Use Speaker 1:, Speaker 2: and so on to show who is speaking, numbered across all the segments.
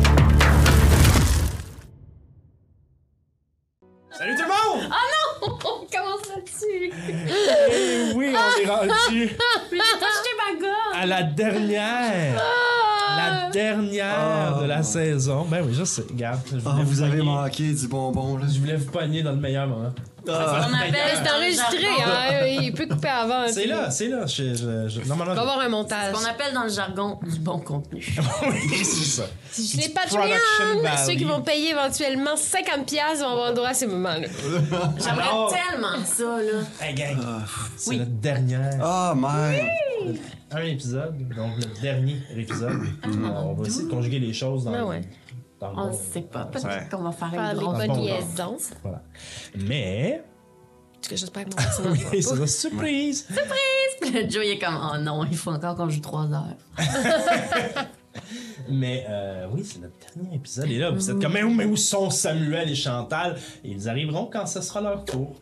Speaker 1: Ah!
Speaker 2: Ah!
Speaker 1: à la dernière.
Speaker 2: Ah!
Speaker 1: La dernière
Speaker 3: Ah.
Speaker 1: de la saison. Ben oui, je sais. Regarde. Je
Speaker 3: Ah,
Speaker 1: voulais
Speaker 3: vous avez
Speaker 1: pogner-
Speaker 3: manqué du bonbon, là.
Speaker 1: Je voulais vous pogner dans le meilleur moment.
Speaker 3: Ah.
Speaker 4: On appelle
Speaker 2: Euh, C'est enregistré,
Speaker 4: dans le jargon-
Speaker 2: hein? Il peut couper avant.
Speaker 1: C'est
Speaker 2: puis-
Speaker 1: là, c'est là. Je, je, je-
Speaker 2: Il
Speaker 1: Normalement.
Speaker 2: va avoir un
Speaker 4: Ce
Speaker 2: montage.
Speaker 4: qu'on appelle dans le jargon du bon contenu.
Speaker 1: Oui, c'est ça.
Speaker 2: Je les
Speaker 1: Production
Speaker 2: Patreon,
Speaker 1: value.
Speaker 2: ceux qui vont payer éventuellement 50$ vont avoir le droit à ces moments-là.
Speaker 4: J'aimerais
Speaker 1: Alors-
Speaker 4: tellement ça, là.
Speaker 1: Hey, gang.
Speaker 3: Ah.
Speaker 1: C'est
Speaker 4: Oui.
Speaker 1: la dernière.
Speaker 3: Ah, man.
Speaker 1: Un épisode, donc le dernier épisode.
Speaker 3: Ah,
Speaker 1: On va essayer de conjuguer les choses dans,
Speaker 2: Ah ouais.
Speaker 1: dans le
Speaker 4: On ne
Speaker 1: bon-
Speaker 4: sait pas. Peut-être
Speaker 3: Ouais.
Speaker 4: qu'on va faire
Speaker 5: Ah,
Speaker 2: Faire
Speaker 4: une
Speaker 2: des
Speaker 4: drôle.
Speaker 1: les
Speaker 2: bonnes
Speaker 1: Ah, bon
Speaker 2: liaisons.
Speaker 1: Voilà. Mais.
Speaker 2: En tout cas, j'espère que mon personnage va
Speaker 1: Et c'est
Speaker 2: pas.
Speaker 1: une surprise!
Speaker 4: Joe, il est comme, oh non, il faut encore qu'on joue trois heures.
Speaker 1: Mais euh, oui, c'est notre dernier épisode. Et là, vous êtes comme, mais où, mais où sont Samuel et Chantal? Et ils arriveront quand ce sera leur tour.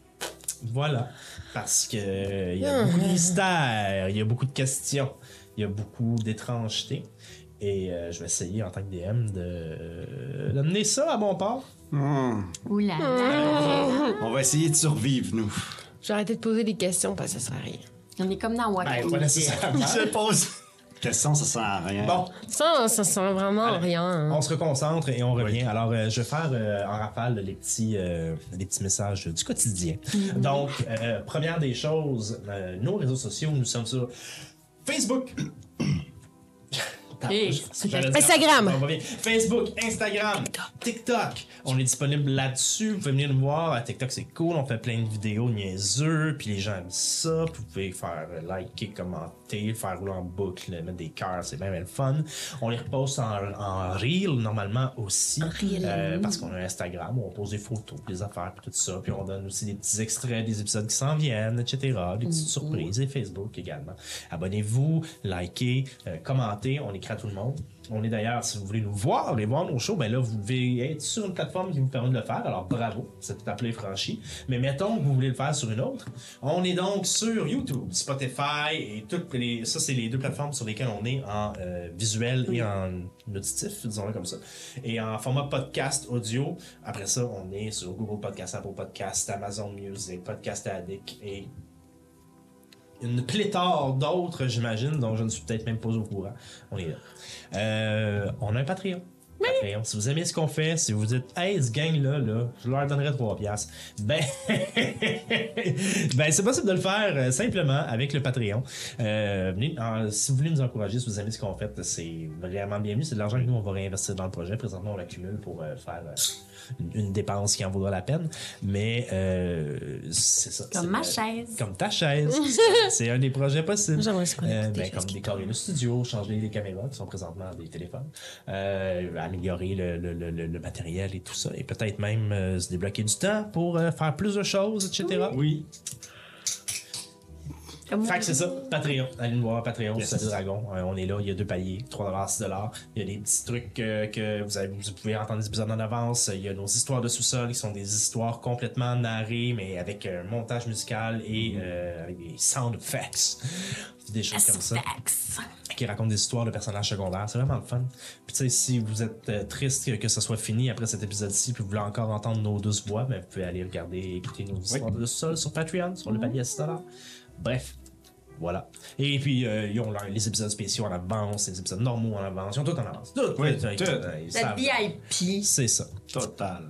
Speaker 1: Voilà. Parce que euh, il y a beaucoup de mystères, il y a beaucoup de questions, il y a beaucoup d'étrangetés. Et euh, je vais essayer en tant que DM de- euh, d'amener ça à bon port.
Speaker 3: Hmm.
Speaker 4: Oula.
Speaker 3: On va essayer de survivre, nous.
Speaker 2: Je vais arrêter de poser des questions parce que ça sert à rien.
Speaker 4: On est comme dans Waka.
Speaker 1: Ben, pas nécessairement.
Speaker 3: pose. Question, ça sert à rien.
Speaker 1: Bon,
Speaker 2: Ça, ça sent vraiment
Speaker 1: Allez.
Speaker 2: rien. hein.
Speaker 1: on se reconcentre et on revient. Alors, euh, je vais faire euh, en rafale les petits, euh, les petits messages du quotidien. Donc, euh, première des choses, euh, nos réseaux sociaux, nous sommes sur Facebook.
Speaker 4: Hey,
Speaker 1: J'allais dire-
Speaker 2: Instagram.
Speaker 1: On va bien. Facebook, Instagram, TikTok. On est disponible là-dessus. Vous pouvez venir nous voir. À TikTok, c'est cool. On fait plein de vidéos niaiseux. Puis les gens aiment ça. Puis vous pouvez faire euh, liker, commenter, faire rouler en boucle, mettre des cœurs. C'est bien, bien le fun. On les reposte en, en reel normalement aussi. Euh, parce qu'on a Instagram où on pose des photos, des affaires, puis tout ça. Puis on donne aussi des petits extraits des épisodes qui s'en viennent, etc. Des petites surprises. Et Facebook également. Abonnez-vous, likez, euh, commentez. On écrit à tout le monde. On est d'ailleurs, si vous voulez nous voir et voir nos shows, ben là, vous devez être sur une plateforme qui vous permet de le faire. Alors bravo, c'est tout appelé franchi. Mais mettons que vous voulez le faire sur une autre. On est donc sur YouTube, Spotify et toutes les. Ça, c'est les deux plateformes sur lesquelles on est en euh, visuel et en auditif, disons-le comme ça. Et en format podcast audio. Après ça, on est sur Google Podcast, Apple Podcast, Amazon Music, Podcast Addict et une pléthore d'autres, j'imagine, dont je ne suis peut-être même pas au courant. On est là. Euh, on a un Patreon. Patreon. Si vous aimez ce qu'on fait, si vous dites, hey, ce gang-là, là, je leur donnerais 3 piastres, ben, ben c'est possible de le faire euh, simplement avec le Patreon. Euh, venez- en- si vous voulez nous encourager, si vous aimez ce qu'on fait, c'est vraiment bienvenu. C'est de l'argent que nous, on va réinvestir dans le projet. Présentement, on l'accumule pour euh, faire euh, une, une dépense qui en vaudra la peine. Mais euh, c'est ça.
Speaker 4: Comme
Speaker 1: c'est,
Speaker 4: ma
Speaker 1: euh,
Speaker 4: chaise.
Speaker 1: Comme ta chaise. C'est un des projets possibles.
Speaker 2: J'aimerais ça qu'on écoute
Speaker 1: Euh,
Speaker 2: des
Speaker 1: ben,
Speaker 2: choses
Speaker 1: Comme
Speaker 2: qui
Speaker 1: décorer le studio, changer les caméras qui sont présentement des téléphones, euh, améliorer le, le- le- le- le matériel et tout ça. Et peut-être même euh, se débloquer du temps pour euh, faire plus de choses, etc.
Speaker 3: Oui.
Speaker 4: Comme
Speaker 1: Fait que c'est ça, Patreon. Allez nous voir, Patreon,
Speaker 3: Yes.
Speaker 1: c'est le dragon. Euh, on est là, il y a deux paliers, 3$, 6$. Il y a des petits trucs euh, que vous, avez- vous pouvez entendre des épisodes en avance. Il y a nos histoires de sous-sol qui sont des histoires complètement narrées, mais avec un montage musical et euh, avec des sound effects. Des choses comme ça
Speaker 4: Sax.
Speaker 1: qui raconte des histoires de personnages secondaires. C'est vraiment le fun. Puis tu sais, si vous êtes euh, triste que, que ce soit fini après cet épisode-ci, puis vous voulez encore entendre nos douces voix, ben, vous pouvez aller regarder et écouter nos histoires de sol sur Patreon, sur le palier à 6 Bref. Voilà. Et puis, euh, ils ont leur- les épisodes spéciaux en avance, les épisodes normaux en avance. Ils ont tout en avance. Tout.
Speaker 3: Oui,
Speaker 1: Tout,
Speaker 3: tout.
Speaker 1: euh, ils
Speaker 4: La
Speaker 1: savent.
Speaker 4: VIP.
Speaker 1: C'est ça.
Speaker 3: Total.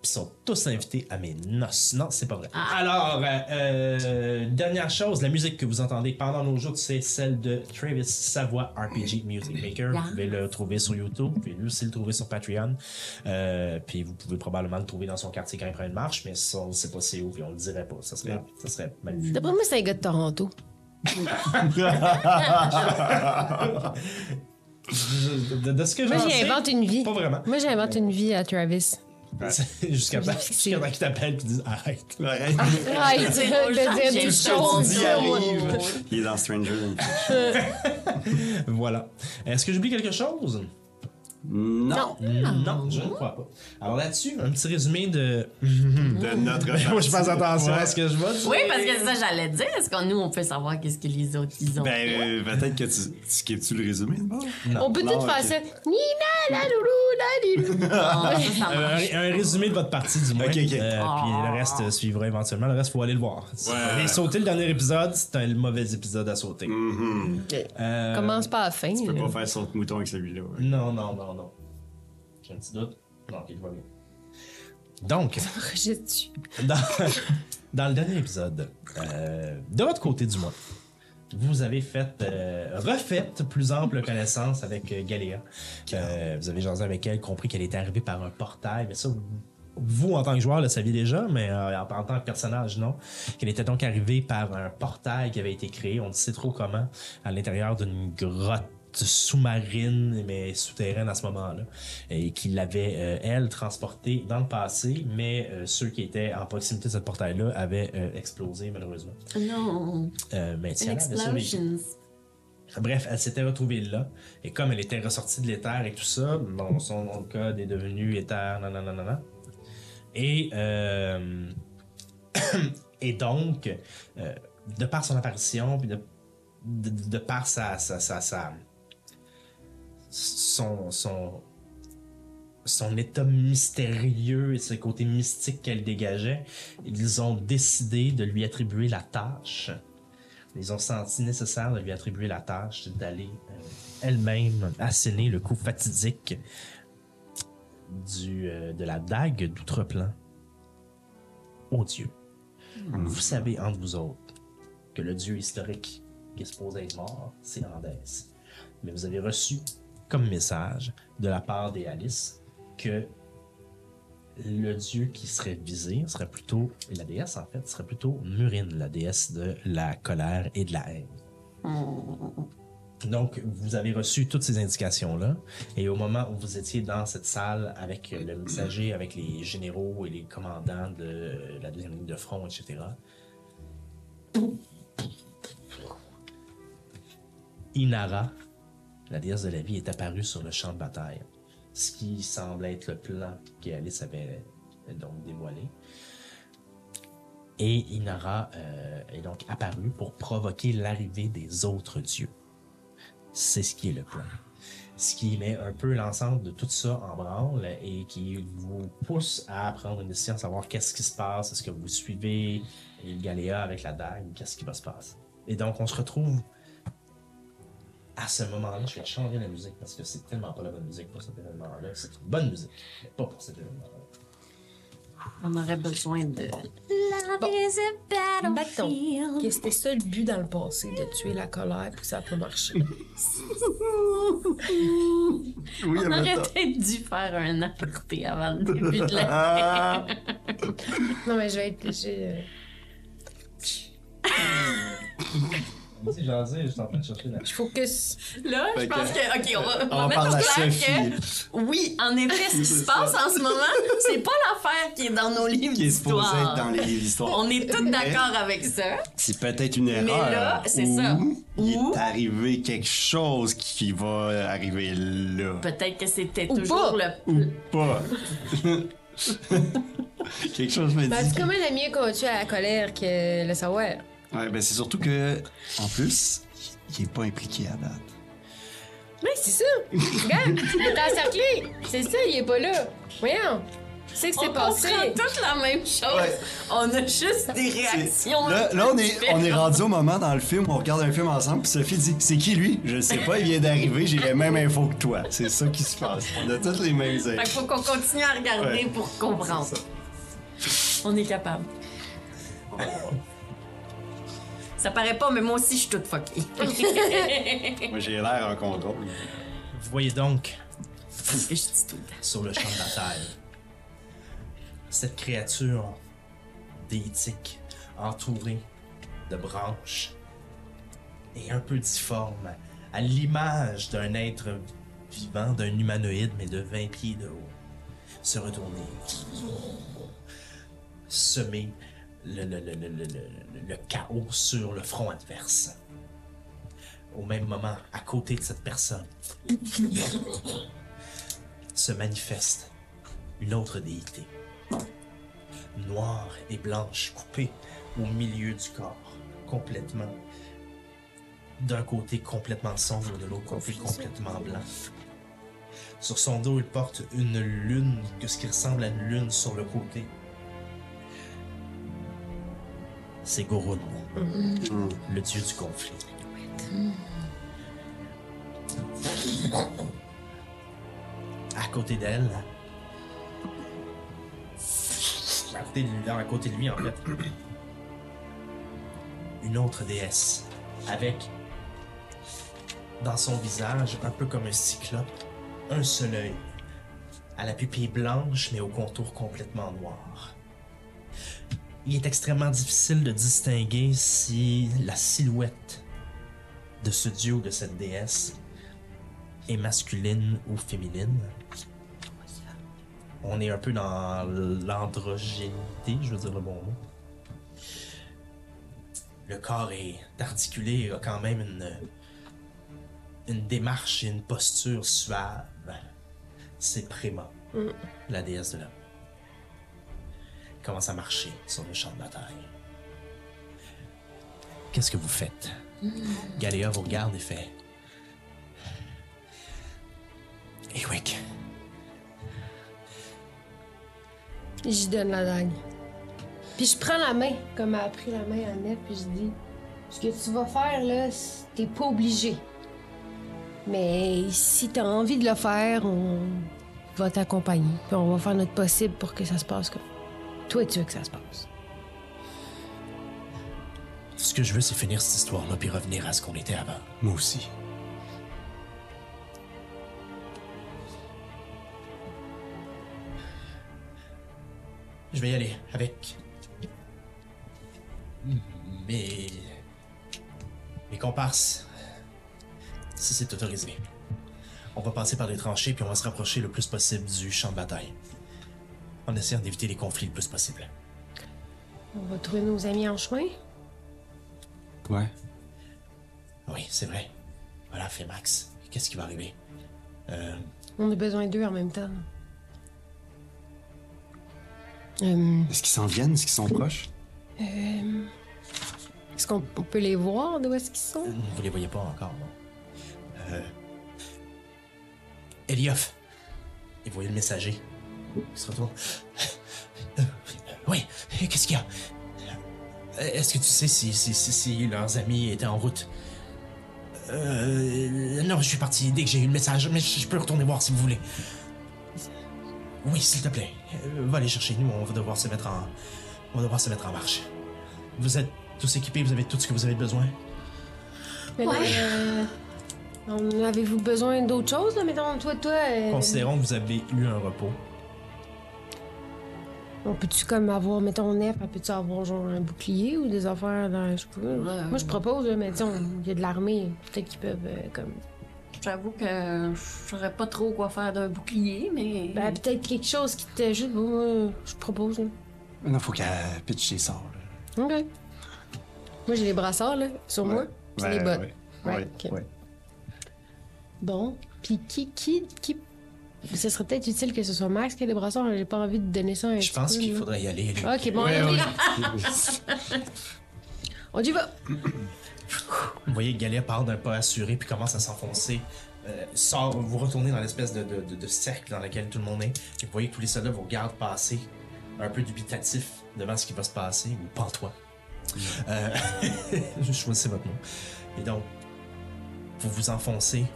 Speaker 1: Puis ils sont tous invités à mes noces. Non, c'est pas vrai. Alors, euh, euh, dernière chose, la musique que vous entendez pendant nos jours, c'est celle de Travis Savoie RPG Music Maker. Vous pouvez le trouver sur YouTube, vous pouvez lui aussi le trouver sur Patreon. Euh, puis vous pouvez probablement le trouver dans son quartier quand il prend une marche, mais ça, on ne sait pas c'est où, puis on le dirait pas. Ça serait, ça serait mal vu.
Speaker 2: D'après moi, c'est un gars de Toronto.
Speaker 1: De, de ce que
Speaker 2: Moi,
Speaker 1: j'en
Speaker 2: j'y
Speaker 1: sais,
Speaker 2: invente une vie.
Speaker 1: Pas vraiment.
Speaker 2: Moi, j'invente une vie à Travis.
Speaker 1: Jusqu'à temps,
Speaker 2: fixé.
Speaker 1: jusqu'à temps qu'il t'appelle et disent arrête.
Speaker 3: Arrête.
Speaker 2: Arrête de dire
Speaker 4: J'ai
Speaker 2: tout
Speaker 4: chaud.
Speaker 3: Il
Speaker 2: ça.
Speaker 3: arrive. Il est dans Stranger Things.
Speaker 1: Voilà. Est-ce que j'oublie quelque chose?
Speaker 3: Non.
Speaker 1: Non, je ne crois pas. Alors là-dessus, un petit résumé de.
Speaker 3: De notre.
Speaker 1: Moi, je fais attention à ce que je vois.
Speaker 4: Oui, parce que c'est ça, j'allais dire. Est-ce qu'on nous, on peut savoir qu'est-ce que les autres, ils ont?
Speaker 3: Ben, euh, peut-être que tu. Tu skippes-tu le résumé d'abord?
Speaker 2: On peut
Speaker 3: Non,
Speaker 2: tout faire
Speaker 3: ok.
Speaker 2: ça. Nina, la loulou, la Salut!
Speaker 4: Ah, ça, ça
Speaker 1: Euh,
Speaker 4: marche.
Speaker 1: un, un résumé de votre partie, du moins.
Speaker 3: Ok, ok.
Speaker 1: Euh,
Speaker 4: Ah.
Speaker 1: Puis le reste euh, suivra éventuellement. Le reste, faut aller le voir. Si vous
Speaker 6: Ouais.
Speaker 1: avez sauté le dernier épisode, c'est un mauvais épisode à sauter. Euh,
Speaker 2: Commence pas à la fin.
Speaker 3: Tu peux
Speaker 2: là.
Speaker 3: pas faire son mouton avec celui-là. ouais.
Speaker 1: Non, non, non, non. J'ai un petit doute. Non, ok, il va bien. Donc,
Speaker 2: Je tue.
Speaker 1: dans, dans le dernier épisode, euh, de votre côté du moins, vous avez fait, euh, refait plus ample connaissance avec euh, Galéa. Euh, vous avez jasé avec elle, compris qu'elle était arrivée par un portail, mais ça, vous, vous, en tant que joueur le saviez déjà, mais euh, en, en tant que personnage, non. Qu'elle était donc arrivée par un portail qui avait été créé, on ne sait trop comment, à l'intérieur d'une grotte sous-marine, mais souterraine à ce moment-là, et qui l'avait, euh, elle, transportée dans le passé, mais euh, ceux qui étaient en proximité de ce portail-là avaient euh, explosé, malheureusement.
Speaker 4: Non,
Speaker 1: Euh, mais
Speaker 4: une
Speaker 1: Tiana avait survécu.
Speaker 4: explosion.
Speaker 1: Bref, elle s'était retrouvée là. Et comme elle était ressortie de l'éther et tout ça, bon, son nom de code est devenu éther, nanana. nanana. Et, euh, et donc, euh, de par son apparition, puis de, de, de par sa, sa, sa, sa- son, son, son état mystérieux et ce côté mystique qu'elle dégageait, ils ont décidé de lui attribuer la tâche ils ont senti nécessaire de lui attribuer la tâche d'aller euh, elle-même asséner le coup fatidique du, euh, de la dague d'outreplan au dieu. Vous savez entre vous autres que le dieu historique qui est supposé être mort, c'est Andes. Mais vous avez reçu comme message de la part des Alice que le dieu qui serait visé serait plutôt, et la déesse en fait, serait plutôt Murine, la déesse de la colère et de la haine. Donc, vous avez reçu toutes ces indications-là, et au moment où vous étiez dans cette salle avec le messager, avec les généraux et les commandants de la deuxième ligne de front, etc., Inara, la déesse de la vie, est apparue sur le champ de bataille ce qui semble être le plan qu'Alice avait euh, donc dévoilé. Et Inara euh, est donc apparue pour provoquer l'arrivée des autres dieux. C'est ce qui est le plan. Ce qui met un peu l'ensemble de tout ça en branle et qui vous pousse à prendre une décision, savoir qu'est-ce qui se passe, est-ce que vous suivez le Galéa avec la dague, qu'est-ce qui va se passer. Et donc on se retrouve à ce moment-là, je vais changer la musique parce que c'est tellement pas la bonne musique pour cet événement-là. C'est une bonne musique, mais pas pour cet événement-là.
Speaker 4: On aurait besoin de.
Speaker 7: Battons. Que c'était ça le but dans le passé, de tuer la colère puis que ça a pas marché.
Speaker 3: Oui,
Speaker 4: On
Speaker 3: en même
Speaker 4: aurait
Speaker 3: temps.
Speaker 4: peut-être dû faire un aparté avant le début de la.
Speaker 3: Ah!
Speaker 7: non, mais je vais être.
Speaker 2: euh,
Speaker 7: j'ai-
Speaker 1: Moi, c'est jasé, je suis en train de chercher la.
Speaker 7: Je focus.
Speaker 4: Là, je
Speaker 3: Fait que-
Speaker 4: pense que. Ok, on va, on va
Speaker 3: On
Speaker 4: mettre
Speaker 3: parle
Speaker 4: au
Speaker 3: à
Speaker 4: clair
Speaker 3: Sophie.
Speaker 4: que. Oui, en effet, ce qui se
Speaker 3: C'est
Speaker 4: passe en ce moment, c'est pas l'affaire qui est dans nos livres
Speaker 3: Qui est supposé être
Speaker 4: d'histoire.
Speaker 3: dans les livres d'histoire.
Speaker 4: On est tous d'accord avec ça.
Speaker 3: C'est peut-être une
Speaker 4: Mais
Speaker 3: erreur.
Speaker 4: là, c'est
Speaker 3: ou
Speaker 4: ça.
Speaker 3: Il
Speaker 4: Ou-
Speaker 3: est arrivé quelque chose qui va arriver là.
Speaker 4: Peut-être que c'était
Speaker 2: Ou
Speaker 4: toujours
Speaker 2: pas.
Speaker 4: le.
Speaker 3: Ou pas. quelque chose me dit.
Speaker 2: Bah, c'est
Speaker 3: que-
Speaker 2: quand même la mieux qu'on tue à la colère que le savoir.
Speaker 3: Ouais, ben c'est surtout que, en plus, il est pas impliqué à date.
Speaker 2: Ouais, c'est ça. Regarde, il est encerclé. C'est ça, il est pas là. Voyons. C'est que
Speaker 4: On
Speaker 2: c'est passé.
Speaker 4: comprend toutes la même chose.
Speaker 3: Ouais.
Speaker 4: On a juste des
Speaker 3: C'est-
Speaker 4: réactions.
Speaker 3: Là, là, on est, on est rendu au moment dans le film où on regarde un film ensemble, puis Sophie dit C'est qui lui Je sais pas, il vient d'arriver, j'ai les mêmes infos que toi. C'est ça qui se passe. On a toutes les mêmes
Speaker 4: Fait qu'il
Speaker 3: infos.
Speaker 4: faut qu'on continue à regarder
Speaker 3: Ouais.
Speaker 4: pour comprendre. On est capable. Ça paraît pas, mais moi aussi, je suis toute fuckée.
Speaker 3: Moi, j'ai l'air en contrôle.
Speaker 1: Vous voyez donc
Speaker 4: Parce que je dis tout le temps.
Speaker 1: sur le champ de bataille. Cette créature déitique, entourée de branches et un peu difforme, à l'image d'un être vivant, d'un humanoïde, mais de 20 pieds de haut, se retourner, semer le, le- le- le- le- le- le chaos sur le front adverse. Au même moment, à côté de cette personne, se manifeste une autre déité. Noire et blanche, coupée au milieu du corps, complètement. D'un côté complètement sombre, de l'autre côté complètement blanc. Sur son dos, il porte une lune, que ce qui ressemble à une lune sur le côté. C'est Gorun,
Speaker 3: Hmm.
Speaker 1: le dieu du conflit. À côté d'elle, à côté de lui, à côté de lui en fait, une autre déesse avec dans son visage, un peu comme un cyclope, un seul œil, à la pupille blanche mais au contour complètement noir. Il est extrêmement difficile de distinguer si la silhouette de ce dieu ou de cette déesse est masculine ou féminine. On est un peu dans l'androgénité, je veux dire le bon mot. Le corps est articulé, il a quand même une, une démarche et une posture suave. C'est Prima, la déesse de l'homme. Elle Commence à marcher sur le champ de bataille. Qu'est-ce que vous faites? Galéa vous regarde et fait. Ewick,
Speaker 2: J'y donne la dague. Puis je prends la main, comme elle a pris la main Annette, puis je dis Ce que tu vas faire, là, c- t'es pas obligé. Mais si t'as envie de le faire, on va t'accompagner. Puis on va faire notre possible pour que ça se passe comme toi, tu veux que ça se passe.
Speaker 1: ce que je veux, c'est finir cette histoire-là puis revenir à ce qu'on était avant.
Speaker 3: Moi aussi.
Speaker 1: Je vais y aller avec mes mes comparses, si c'est autorisé. On va passer par les tranchées puis on va se rapprocher le plus possible du champ de bataille, en essayant d'éviter les conflits le plus possible.
Speaker 2: On va trouver nos amis en chemin.
Speaker 3: Ouais.
Speaker 1: Oui, c'est vrai. Voilà, fait Max. Qu'est-ce qui va arriver Euh,
Speaker 2: On a besoin d'eux en même temps. Euh,
Speaker 3: Est-ce qu'ils s'en viennent? Est-ce qu'ils sont proches?
Speaker 2: est-ce qu'on on peut les voir D'où est-ce qu'ils sont
Speaker 1: Vous les voyez pas encore, non? Euh... Elioff! Et vous voyez le messager. Il se retourne. Euh, Oui, qu'est-ce qu'il y a? Euh, Est-ce que tu sais si, si, si, si leurs amis étaient en route? Euh, non, je suis parti dès que j'ai eu le message, mais je je peux retourner voir si vous voulez. Oui, s'il te plaît. Euh, Va les chercher, nous, on va devoir se mettre en... On va devoir se mettre en marche. Vous êtes tous équipés, vous avez tout ce que vous avez besoin?
Speaker 2: Mais là, euh, on- Avez-vous besoin d'autre chose là? Mettons, toi, toi. euh,
Speaker 1: Considérons que vous avez eu un repos.
Speaker 2: On peut-tu comme avoir, mettons, Nef, on peut-tu avoir genre un bouclier ou des affaires dans. Je sais pas. Moi, je propose, là, mais disons, il y a de l'armée, peut-être qu'ils peuvent euh, comme.
Speaker 4: J'avoue que je saurais pas trop quoi faire d'un bouclier, mais.
Speaker 2: Ben, peut-être quelque chose qui t'ajoute, bon, moi, je propose, là.
Speaker 3: Maintenant, faut qu'elle pitche ses sorts. là.
Speaker 2: Ok. Moi, j'ai les brassards, là, sur moi, puis les bottes.
Speaker 3: Ouais,
Speaker 2: Ouais,
Speaker 3: ouais,
Speaker 2: ok.
Speaker 3: ouais.
Speaker 2: Bon, puis qui, qui, qui. Ce serait peut-être utile que ce soit Max qui ait les brassards, j'ai pas envie de donner ça à un
Speaker 1: Je
Speaker 2: petit
Speaker 1: pense
Speaker 2: peu,
Speaker 1: qu'il
Speaker 2: là.
Speaker 1: faudrait y aller. lui.
Speaker 2: Ok, bon,
Speaker 3: Ouais,
Speaker 2: on, y
Speaker 3: ouais.
Speaker 2: va. on y va.
Speaker 1: Vous voyez, Galet part d'un pas assuré puis commence à s'enfoncer. Euh, sort, vous retournez dans l'espèce de, de- de- de cercle dans lequel tout le monde est. Et vous voyez que tous les soldats vous regardent passer, un peu dubitatifs devant ce qui va se passer, ou pas toi. Euh, je choisissais votre nom. Et donc, vous vous enfoncez.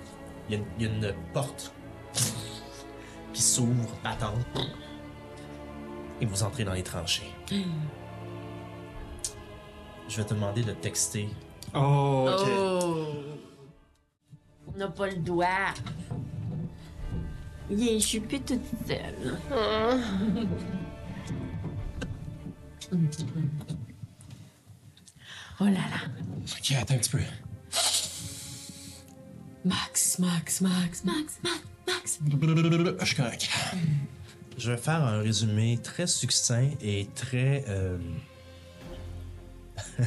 Speaker 1: Il y a une, il y a une porte qui s'ouvre, battante. Et vous entrez dans les tranchées. Je vais te demander de texter
Speaker 3: Oh, ok.
Speaker 4: Oh! On n'a pas le doigt. Yeah, je suis plus toute seule. Oh là là.
Speaker 1: Ok, attends un petit peu.
Speaker 6: Max, Max, Max, Max.
Speaker 4: Max, Max, Max.
Speaker 6: Je suis correct.
Speaker 1: Je vais faire un résumé très succinct et très. euh,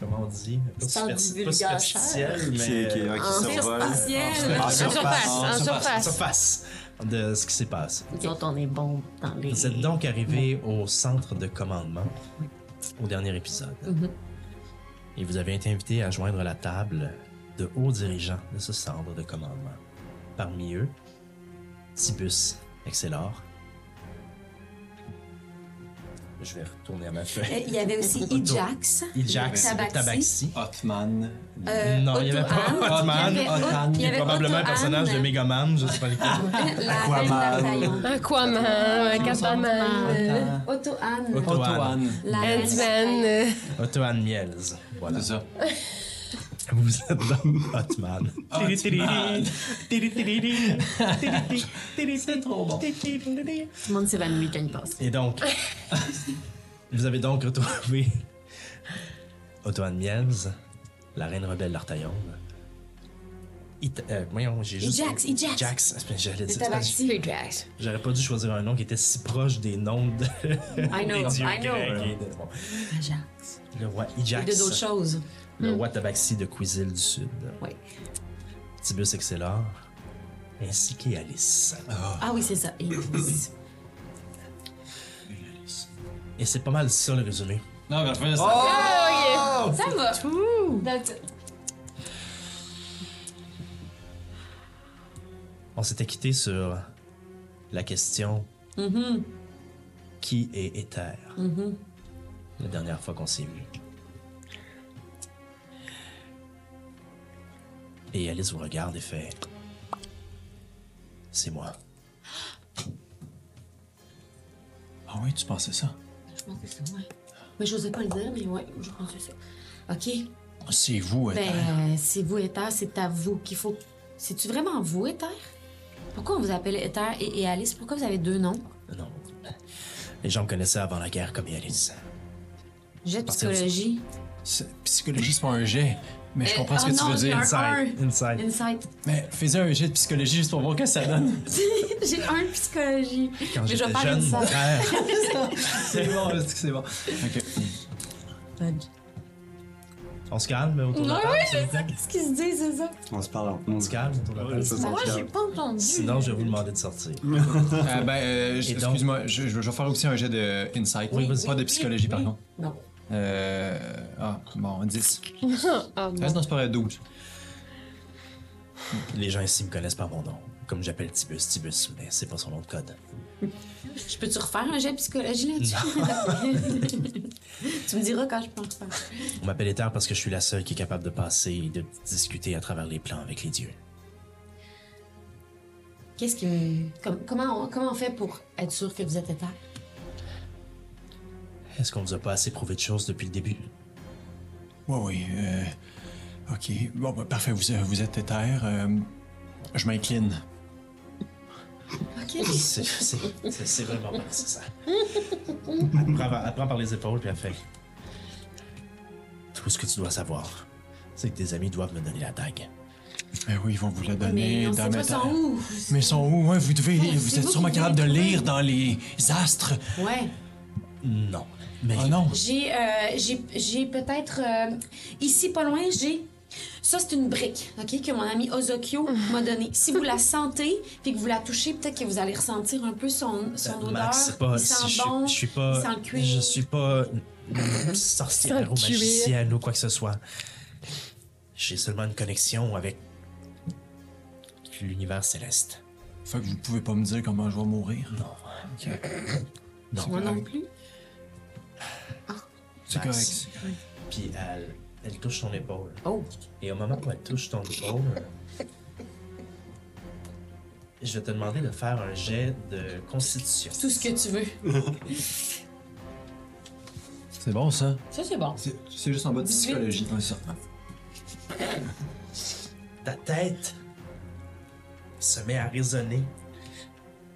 Speaker 1: Comment on dit
Speaker 4: Sans
Speaker 1: Pas
Speaker 4: divulgachère.
Speaker 1: pas superficiel, mais. euh,
Speaker 3: Ok, ok, ok,
Speaker 4: en
Speaker 3: ça va. Ah,
Speaker 4: superficiel.
Speaker 3: En
Speaker 4: En
Speaker 3: surface.
Speaker 2: surface.
Speaker 3: en
Speaker 2: En
Speaker 3: surface.
Speaker 2: surface.
Speaker 1: Surface de ce qui s'est passé.
Speaker 4: Nous autres, on est bons dans les.
Speaker 1: Vous êtes donc arrivé au centre de commandement au dernier épisode.
Speaker 8: Mm-hmm.
Speaker 1: Et vous avez été invité à joindre la table de hauts dirigeants de ce centre de commandement. Parmi eux, Tibus Excellor. Je vais retourner à ma feuille.
Speaker 8: Il y avait aussi Ijax.
Speaker 1: Ijax,
Speaker 8: Tabaxi.
Speaker 1: Tabaxi.
Speaker 3: Hotman.
Speaker 8: euh,
Speaker 1: non, il n'y avait pas Hotman.
Speaker 8: Il y avait Hot-
Speaker 3: Hotman,
Speaker 8: il y
Speaker 1: Qui est
Speaker 8: avait
Speaker 1: probablement un
Speaker 8: Otto
Speaker 1: personnage de
Speaker 8: Anne,
Speaker 1: Megaman, je sais pas lequel.
Speaker 8: La
Speaker 3: Aquaman.
Speaker 8: reine d'Arthaïon.
Speaker 2: Aquaman, euh, Catman,
Speaker 8: Euh, Otto Anne.
Speaker 1: Otto Anne.
Speaker 3: Antoine.
Speaker 8: La reine
Speaker 2: Ant-Man.
Speaker 8: d'Arthaïon.
Speaker 2: euh,
Speaker 1: Otto Anne Miels. Voilà.
Speaker 3: C'est ça.
Speaker 1: Vous êtes dans Hotman.
Speaker 6: Hotman.
Speaker 1: C'est trop bon.
Speaker 4: Tout le monde s'évanouit quand il passe.
Speaker 1: Et donc, vous avez donc retrouvé Otto-Anne Miels, la reine rebelle d'Artaillon. It- euh, voyons, j'ai juste.
Speaker 8: Ijax, Ijax.
Speaker 1: Jax, c'est parce que j'allais dire. c'est parce que
Speaker 8: Tabaxi.
Speaker 1: J'aurais pas dû choisir un nom qui était si proche des noms de.
Speaker 8: I know,
Speaker 1: des dieux
Speaker 8: I know.
Speaker 1: grecs et de- bon.
Speaker 8: Ajax.
Speaker 1: Le roi
Speaker 8: Et
Speaker 1: Ijax.
Speaker 8: de d'autres choses.
Speaker 1: Le roi Tabaxi de Quisil du Sud.
Speaker 8: Oui.
Speaker 1: Tibus Excellor. Ainsi qu'Alice.
Speaker 8: Ah oui, c'est ça. Et-
Speaker 1: Et c'est pas mal ça le résumé. Oh!
Speaker 6: Non, mais enfin, ça.
Speaker 8: Oh, Ça va. That's it.
Speaker 1: On s'était quitté sur la question
Speaker 8: Mm-hmm.
Speaker 1: qui est Éther La dernière fois qu'on s'est vu. Et Alice vous regarde et fait C'est moi.
Speaker 6: Ah oui, tu pensais ça?
Speaker 8: Je pense que c'est ça, ouais. Mais j'osais pas le dire, mais ouais, je pense que c'est ça. OK.
Speaker 6: C'est
Speaker 1: euh,
Speaker 6: vous, Ether.
Speaker 8: Ben, c'est vous, Ether, c'est à vous qu'il faut. C'est-tu vraiment vous, Ether? Pourquoi on vous appelle Ether et, et Alice? Pourquoi vous avez deux noms?
Speaker 1: Non. Les gens me connaissaient avant la guerre comme Alice.
Speaker 8: Jet de
Speaker 1: Parce que-
Speaker 8: psychologie.
Speaker 6: C'est- Psychologie, c'est pas un jet. Mais je
Speaker 8: Euh,
Speaker 6: comprends ce
Speaker 8: oh
Speaker 6: que tu
Speaker 8: non,
Speaker 6: veux
Speaker 8: c'est
Speaker 6: dire.
Speaker 8: un-
Speaker 1: Inside. Inside.
Speaker 8: Insight.
Speaker 6: Mais fais un jet de psychologie juste pour voir qu'est-ce que ça donne.
Speaker 8: J'ai un de psychologie.
Speaker 1: Quand
Speaker 8: Mais je vais
Speaker 1: j'étais
Speaker 8: faire
Speaker 1: jeune,
Speaker 8: une
Speaker 1: mon
Speaker 8: sorte.
Speaker 1: frère.
Speaker 6: c'est bon, est-ce que c'est bon? Ok.
Speaker 1: On se calme hein, autour de la table, s'il vous plaît?
Speaker 8: Qu'est-ce qu'ils se disent, c'est ça?
Speaker 3: On se parle en
Speaker 1: On se calme autour de la table.
Speaker 8: Moi, j'ai pas entendu.
Speaker 1: Sinon, je vais vous demander de sortir.
Speaker 6: Euh, ben, euh, je-
Speaker 1: Et donc-
Speaker 6: excuse-moi, je, je vais faire aussi un jet de insight.
Speaker 1: Oui, vas-y.
Speaker 6: pas de psychologie,
Speaker 8: oui.
Speaker 6: pardon.
Speaker 8: Non.
Speaker 6: Euh, ah, bon, 10.
Speaker 2: Ah, bon.
Speaker 6: Ah, non, c'est pas vrai, 12.
Speaker 1: Les gens ici me connaissent par mon nom. Comme j'appelle Tibus, Tibus, mais c'est pas son nom de code.
Speaker 8: Je peux-tu refaire un jet de psychologie là-dessus? tu me diras quand je peux en refaire.
Speaker 1: On m'appelle Ether parce que je suis la seule qui est capable de passer et de discuter à travers les plans avec les dieux.
Speaker 8: Qu'est-ce qui me. comme- comment, on, comment on fait pour être sûr que vous êtes Ether?
Speaker 1: Est-ce qu'on vous a pas assez prouvé de choses depuis le début?
Speaker 6: Ouais, oui. euh, ok. Bon, ben, parfait, vous, euh, vous êtes Ether. euh, je m'incline.
Speaker 8: OK.
Speaker 1: C'est- C'est c'est- c'est vraiment pas c'est ça. Elle prend, par- elle prend par les épaules puis elle fait. Tout ce que tu dois savoir, c'est que tes amis doivent me donner la dague.
Speaker 6: Ben oui, ils vont vous la
Speaker 8: Mais
Speaker 6: donner.
Speaker 8: on sait
Speaker 6: dans
Speaker 8: pas
Speaker 6: mes
Speaker 8: sont
Speaker 6: terres.
Speaker 8: où.
Speaker 6: Mais ils sont où? hein? Vous devez.
Speaker 8: Ouais,
Speaker 6: vous
Speaker 8: c'est
Speaker 6: êtes
Speaker 8: vous
Speaker 6: sûrement
Speaker 8: qui
Speaker 6: capable de
Speaker 8: devez
Speaker 6: lire
Speaker 8: trouver.
Speaker 6: dans les astres.
Speaker 8: Ouais.
Speaker 1: Non. Mais
Speaker 6: Oh non.
Speaker 8: J'ai, euh, j'ai, j'ai peut-être. euh, ici, pas loin, j'ai. Ça, c'est une brique, OK, que mon ami Ozokyo m'a donnée. Si vous la sentez, puis que vous la touchez, peut-être que vous allez ressentir un peu son, son odeur.
Speaker 1: Euh, Max, c'est pas.
Speaker 8: il sent
Speaker 1: si je,
Speaker 8: bon,
Speaker 1: je suis pas.
Speaker 8: il sent le cuir.
Speaker 1: Je suis pas une sorcière ou
Speaker 2: Sent le cuir.
Speaker 1: magicienne ou quoi que ce soit. J'ai seulement une connexion avec l'univers céleste.
Speaker 6: Fait que vous pouvez pas me dire comment je vais mourir.
Speaker 1: Non.
Speaker 6: Ok.
Speaker 1: Non.
Speaker 8: Moi non plus.
Speaker 6: C'est correct.
Speaker 1: Max.
Speaker 6: c'est correct.
Speaker 1: Puis elle, elle touche ton épaule.
Speaker 8: Oh.
Speaker 1: Et au moment où elle touche ton épaule, je vais te demander de faire un jet de constitution.
Speaker 8: Tout ce que tu veux.
Speaker 6: C'est bon, ça?
Speaker 8: Ça, c'est bon.
Speaker 3: C'est c'est juste en bas de psychologie.
Speaker 6: Ouais, ça.
Speaker 1: Ta tête se met à résonner,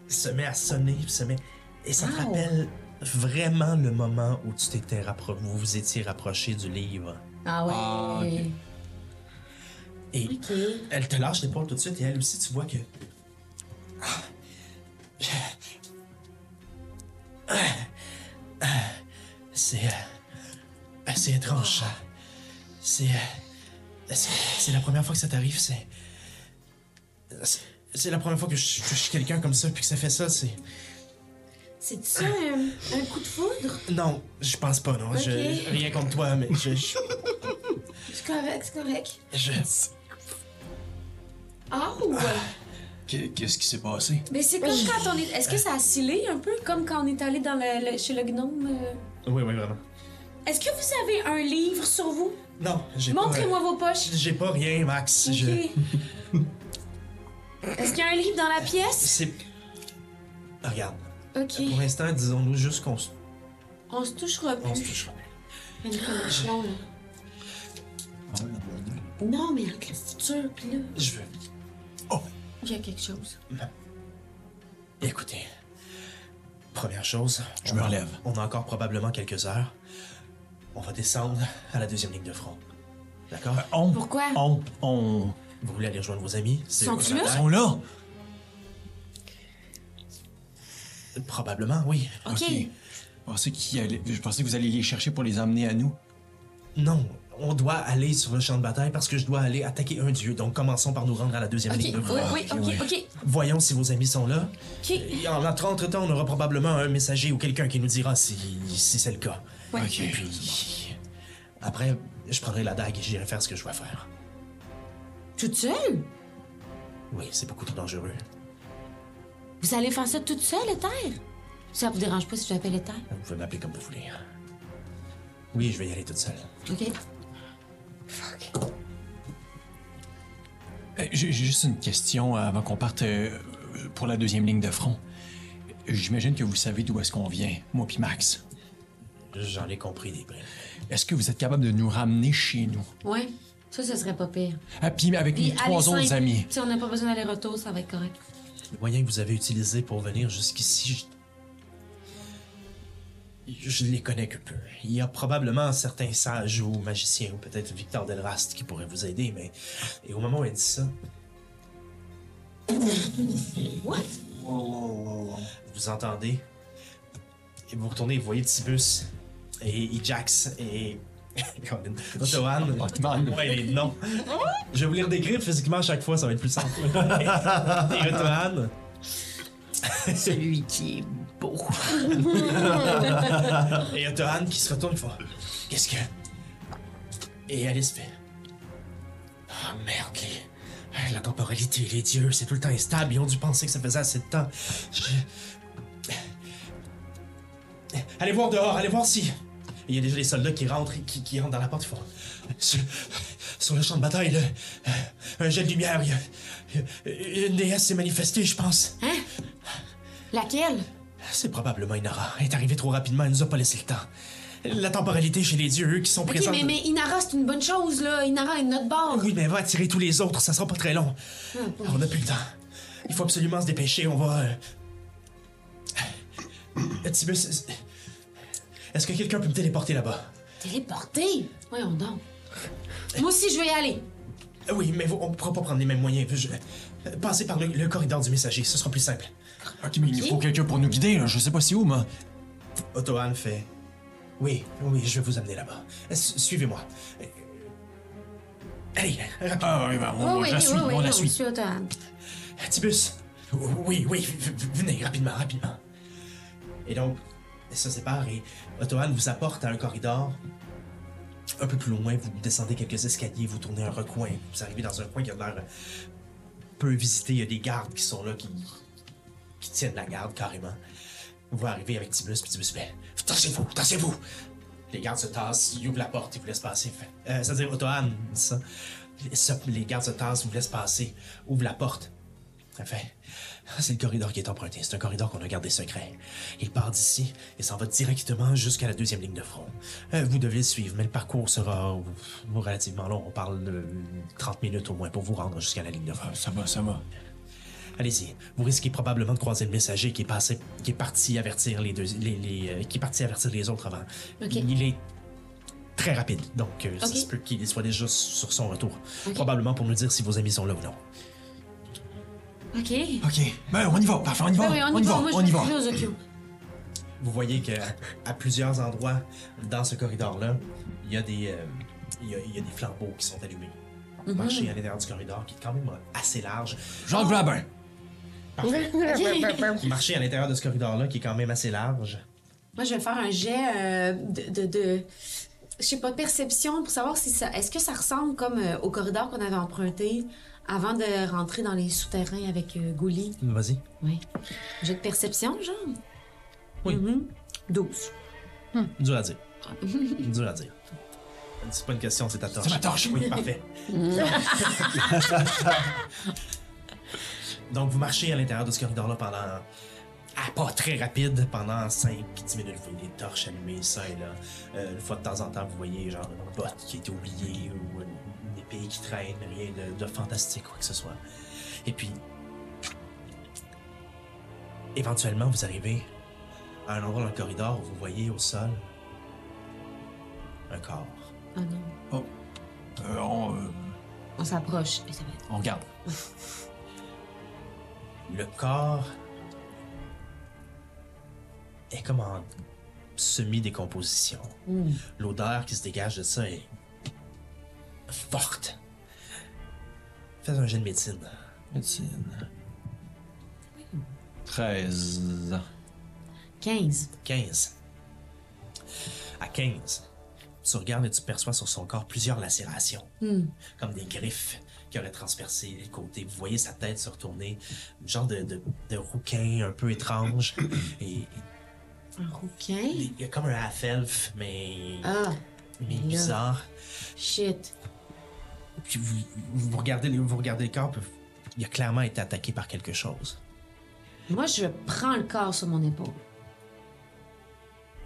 Speaker 1: se met à sonner, puis se met. Et ça te
Speaker 8: Wow.
Speaker 1: rappelle vraiment le moment où tu t'étais rappro- vous vous étiez rapproché du livre.
Speaker 8: Ah ouais.
Speaker 6: Ah, ok.
Speaker 1: Et
Speaker 8: OK.
Speaker 1: Elle te lâche l'épaule tout de suite et elle aussi, tu vois que. C'est. euh, C'est étrange. ça. C'est. euh, C'est c'est la première fois que ça t'arrive, c'est. c'est- C'est la première fois que je, que je suis quelqu'un comme ça, puis que ça fait ça, c'est.
Speaker 8: C'est ça un, un coup de foudre?
Speaker 1: Non, je pense pas, non. je-
Speaker 8: Ok.
Speaker 1: rien contre toi, mais je. je,
Speaker 8: C'est correct, c'est correct.
Speaker 1: je-
Speaker 8: Oh!
Speaker 6: Qu'est- Qu'est-ce qui s'est passé?
Speaker 8: Mais c'est comme quand on est. Est-ce que ça a scellé un peu comme quand on est allé dans le, le- chez le gnome? euh?
Speaker 1: Oui, oui, vraiment.
Speaker 8: Est-ce que vous avez un livre sur vous?
Speaker 1: Non, j'ai pas.
Speaker 8: Montrez-moi vos poches.
Speaker 1: J'ai pas rien, Max.
Speaker 8: Ok.
Speaker 1: Je-
Speaker 8: Est-ce qu'il y a un livre dans la pièce?
Speaker 1: C'est. Ah, Regarde.
Speaker 8: Ok.
Speaker 1: Pour l'instant, disons-nous juste qu'on se
Speaker 8: On se touchera plus.
Speaker 1: on se touchera.
Speaker 8: Il y a une connexion, là. Non, mais en classiture, puis là,
Speaker 1: Je veux. Oh!
Speaker 8: il y a quelque chose.
Speaker 1: Écoutez. Première chose.
Speaker 6: Je
Speaker 1: on
Speaker 6: me
Speaker 1: a-
Speaker 6: relève.
Speaker 1: On a encore probablement quelques heures. On va descendre à la deuxième ligne de front. D'accord?
Speaker 6: Euh, on,
Speaker 8: Pourquoi?
Speaker 6: on, on,
Speaker 1: Vous voulez aller rejoindre vos amis? C'est-
Speaker 8: Sont-ils là?
Speaker 6: ils sont là.
Speaker 1: Probablement, oui.
Speaker 8: Ok.
Speaker 6: Je pensais, qu'ils allaient- je pensais que vous alliez les chercher pour les amener à nous.
Speaker 1: Non, on doit aller sur le champ de bataille parce que je dois aller attaquer un dieu. Donc commençons par nous rendre à la
Speaker 6: Ah,
Speaker 1: deuxième
Speaker 8: Ok, oui,
Speaker 1: ligne de front.
Speaker 8: oui, ok, ok.
Speaker 1: Voyons si vos amis sont là.
Speaker 8: Ok.
Speaker 1: Et en entre temps, on aura probablement un messager ou quelqu'un qui nous dira si, si c'est le cas.
Speaker 8: Ouais.
Speaker 1: Et puis. Après, je prendrai la dague et j'irai faire ce que je dois faire.
Speaker 8: Toute seule?
Speaker 1: Oui, c'est beaucoup trop dangereux.
Speaker 8: Vous allez faire ça toute seule, Ether? Ça vous dérange pas si je l'appelle Ether?
Speaker 1: Vous pouvez m'appeler comme vous voulez. Oui, je vais y aller toute seule.
Speaker 8: Ok.
Speaker 6: Euh, J'ai j'ai juste une question avant qu'on parte euh, pour la deuxième ligne de front. J'imagine que vous savez d'où est-ce qu'on vient, moi puis Max.
Speaker 1: J'en ai compris des brins.
Speaker 6: Est-ce que vous êtes capable de nous ramener chez nous?
Speaker 8: Ouais. Ça, ce serait pas pire.
Speaker 6: Ah, puis avec mes trois
Speaker 8: allez,
Speaker 6: autres
Speaker 8: cinq.
Speaker 6: amis.
Speaker 8: Si on n'a pas besoin d'aller-retour, ça va être correct.
Speaker 1: Le moyen que vous avez utilisé pour venir jusqu'ici, je... je les connais que peu. Il y a probablement certains sages ou magiciens, ou peut-être Victor Delrast qui pourrait vous aider, mais. Et au moment où elle dit ça. What? Vous entendez? Et vous retournez, vous voyez Tibus et Ijax et. Colin. Ottoman. Ouais, les noms. Je vais vous les redécrire physiquement à chaque fois, ça va être plus simple. et Ottoman.
Speaker 7: Celui qui est beau.
Speaker 1: Et il y a Dohan qui se retourne et fait Qu'est-ce que. Et Alice fait Ah merde, les- la temporalité, les dieux, c'est tout le temps instable. Ils ont dû penser que ça faisait assez de temps. Je- Allez voir dehors, allez voir si. Et Il y a déjà les soldats qui rentrent, et qui, qui rentrent dans la porte et font sur, sur le champ de bataille, le- un jet de lumière. il y a- il y a- une déesse s'est manifestée, je pense.
Speaker 8: Laquelle?
Speaker 1: C'est probablement Inara. Elle est arrivée trop rapidement, elle nous a pas laissé le temps. La temporalité chez les dieux, eux, qui sont
Speaker 8: Ok,
Speaker 1: présents.
Speaker 8: mais, mais Inara, c'est une bonne chose, là. Inara est de notre bord.
Speaker 1: Oui, mais elle va attirer tous les autres, ça sera pas très long.
Speaker 8: Hmm.
Speaker 1: On n'a plus le temps. Il faut absolument se dépêcher, on va. euh, Tibus, est- est-ce que quelqu'un peut me téléporter là-bas?
Speaker 8: Téléporté? Voyons donc. Moi aussi, je vais y aller.
Speaker 1: Euh, Oui, mais vous- on ne pourra pas prendre les mêmes moyens. Je- euh, Passez par le, le corridor du messager, ce sera plus simple.
Speaker 6: Ok, mais il faut quelqu'un pour nous guider, là. Je sais pas c'est où, mais. euh,
Speaker 1: Ottohan fait. Oui, oui, je vais vous amener là-bas. Euh, su- Suivez-moi. Euh, Allez, rapidement.
Speaker 6: Ah, oui, ben, on,
Speaker 8: oui,
Speaker 6: je la
Speaker 8: oui,
Speaker 6: suis,
Speaker 8: oui,
Speaker 6: on
Speaker 8: oui,
Speaker 6: la
Speaker 8: non,
Speaker 6: suit.
Speaker 8: monsieur Ottoman.
Speaker 1: Tibus! Oui, oui, v- v- venez, rapidement, rapidement. Et donc, ils se séparent et Ottoman vous apporte à un corridor. Un peu plus loin, vous descendez quelques escaliers, vous tournez un recoin, vous arrivez dans un coin qui a l'air peu visité. Il y a des gardes qui sont là, qui, qui tiennent la garde carrément. Vous arrivez avec Tibus, puis Tibus fait Tassez-vous, tassez-vous Les gardes se tassent, ils ouvrent la porte, ils vous laissent passer. Fait- Euh, C'est-à-dire, Ottoman, dit ça. Ça, Les gardes se tassent, vous laissent passer, ouvrent la porte. Ça fait. ah, C'est le corridor qui est emprunté. C'est un corridor qu'on a gardé secret. Il part d'ici et s'en va directement jusqu'à la deuxième ligne de front. Euh, vous devez le suivre, mais le parcours sera ouf, relativement long. On parle de 30 minutes au moins pour vous rendre jusqu'à la ligne de front.
Speaker 6: Ah, Ça va, ça va.
Speaker 1: Allez-y. Vous risquez probablement de croiser le messager qui est passé, qui est parti avertir les deux, les, les, euh, qui est parti avertir les autres avant.
Speaker 8: Ok.
Speaker 1: Il est très rapide, donc euh, ça
Speaker 8: Ok.
Speaker 1: se peut qu'il soit déjà sur son retour. Probablement pour nous dire si vos amis sont là ou non.
Speaker 8: Ok.
Speaker 6: Ok. Ben, on y va. Parfait, on y va.
Speaker 8: Ah oui,
Speaker 6: on, y va,
Speaker 8: Moi, je
Speaker 6: on y
Speaker 8: vais
Speaker 6: va.
Speaker 8: aller aux Okyo.
Speaker 1: Vous voyez que à plusieurs endroits dans ce corridor-là, il y, a des, euh, il y a, il y a des flambeaux qui sont allumés.
Speaker 8: Mm-hmm.
Speaker 1: Vous Marchez à l'intérieur du corridor, qui est quand même assez large.
Speaker 6: J'en grab un.
Speaker 1: Vous Marchez à l'intérieur de ce corridor-là, qui est quand même assez large.
Speaker 8: Moi, je vais faire un jet euh, de, de, de- je sais pas, de perception pour savoir si ça. Est-ce que ça ressemble comme euh, au corridor qu'on avait emprunté Avant de rentrer dans les souterrains avec euh, Gouli,
Speaker 1: Vas-y.
Speaker 8: j'ai de perception, genre?
Speaker 1: Oui.
Speaker 8: Mhm. 12.
Speaker 1: Dur à dire. Dur à dire. C'est pas une question, c'est ta torche.
Speaker 6: ma torche.
Speaker 1: Oui, parfait. Donc, vous marchez à l'intérieur de ce corridor-là pendant. à pas très rapide, pendant 5 10 minutes. Vous voyez des torches allumées, ça et là. Euh, une fois de temps en temps, vous voyez genre une botte qui est oubliée ou une, une épée qui traîne, rien de, de fantastique, quoi que ce soit. Et puis. éventuellement, vous arrivez à un endroit dans le corridor où vous voyez au sol. un corps.
Speaker 8: Ah non.
Speaker 6: Euh, on, euh,
Speaker 8: On s'approche, Elisabeth.
Speaker 6: on regarde.
Speaker 1: le corps est comme en semi-décomposition. L'odeur qui se dégage de ça est forte. Faites un jet de médecine.
Speaker 6: Médecine. 13.
Speaker 8: 15.
Speaker 1: 15. À 15, tu regardes et tu perçois sur son corps plusieurs lacérations, comme des griffes qui auraient transpercé les côtés. Vous voyez sa tête se retourner, un genre de, de, de rouquin un peu étrange. et
Speaker 8: Un rouquin?
Speaker 1: il y a comme un half-elf, mais,
Speaker 8: Ah,
Speaker 1: mais
Speaker 8: là.
Speaker 1: bizarre.
Speaker 8: shit.
Speaker 1: Puis vous, vous, regardez, les- vous regardez le corps, puis il a clairement été attaqué par quelque chose.
Speaker 8: Moi, je prends le corps sur mon épaule.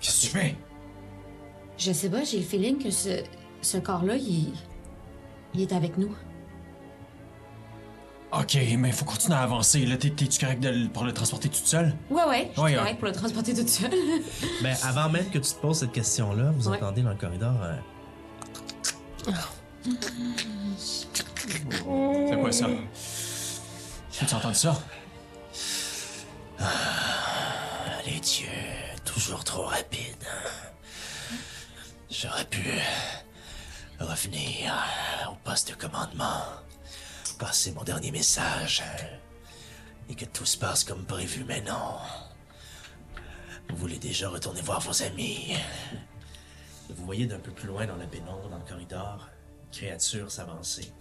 Speaker 6: Qu'est-ce que tu fais?
Speaker 8: Je sais pas, j'ai le feeling que ce, ce corps-là, il, il est avec nous.
Speaker 6: Ok, mais faut continuer à avancer. Là, t'es- t'es-tu correct de le- pour le transporter toute seule?
Speaker 8: Ouais, ouais, je
Speaker 6: Ouais,
Speaker 8: suis
Speaker 6: ouais.
Speaker 8: correcte pour le transporter tout seul.
Speaker 1: Mais Ben, avant même que tu te poses cette question-là, vous
Speaker 8: Ouais.
Speaker 1: entendez dans le corridor euh, un-
Speaker 6: C'est quoi ça? Tu entends ça?
Speaker 1: Ah, Les dieux, toujours trop rapide. J'aurais pu revenir au poste de commandement, passer mon dernier message, euh, et que tout se passe comme prévu, mais non. Vous voulez déjà retourner voir vos amis. Vous voyez d'un peu plus loin dans la pénombre, dans le corridor, une créature s'avancer.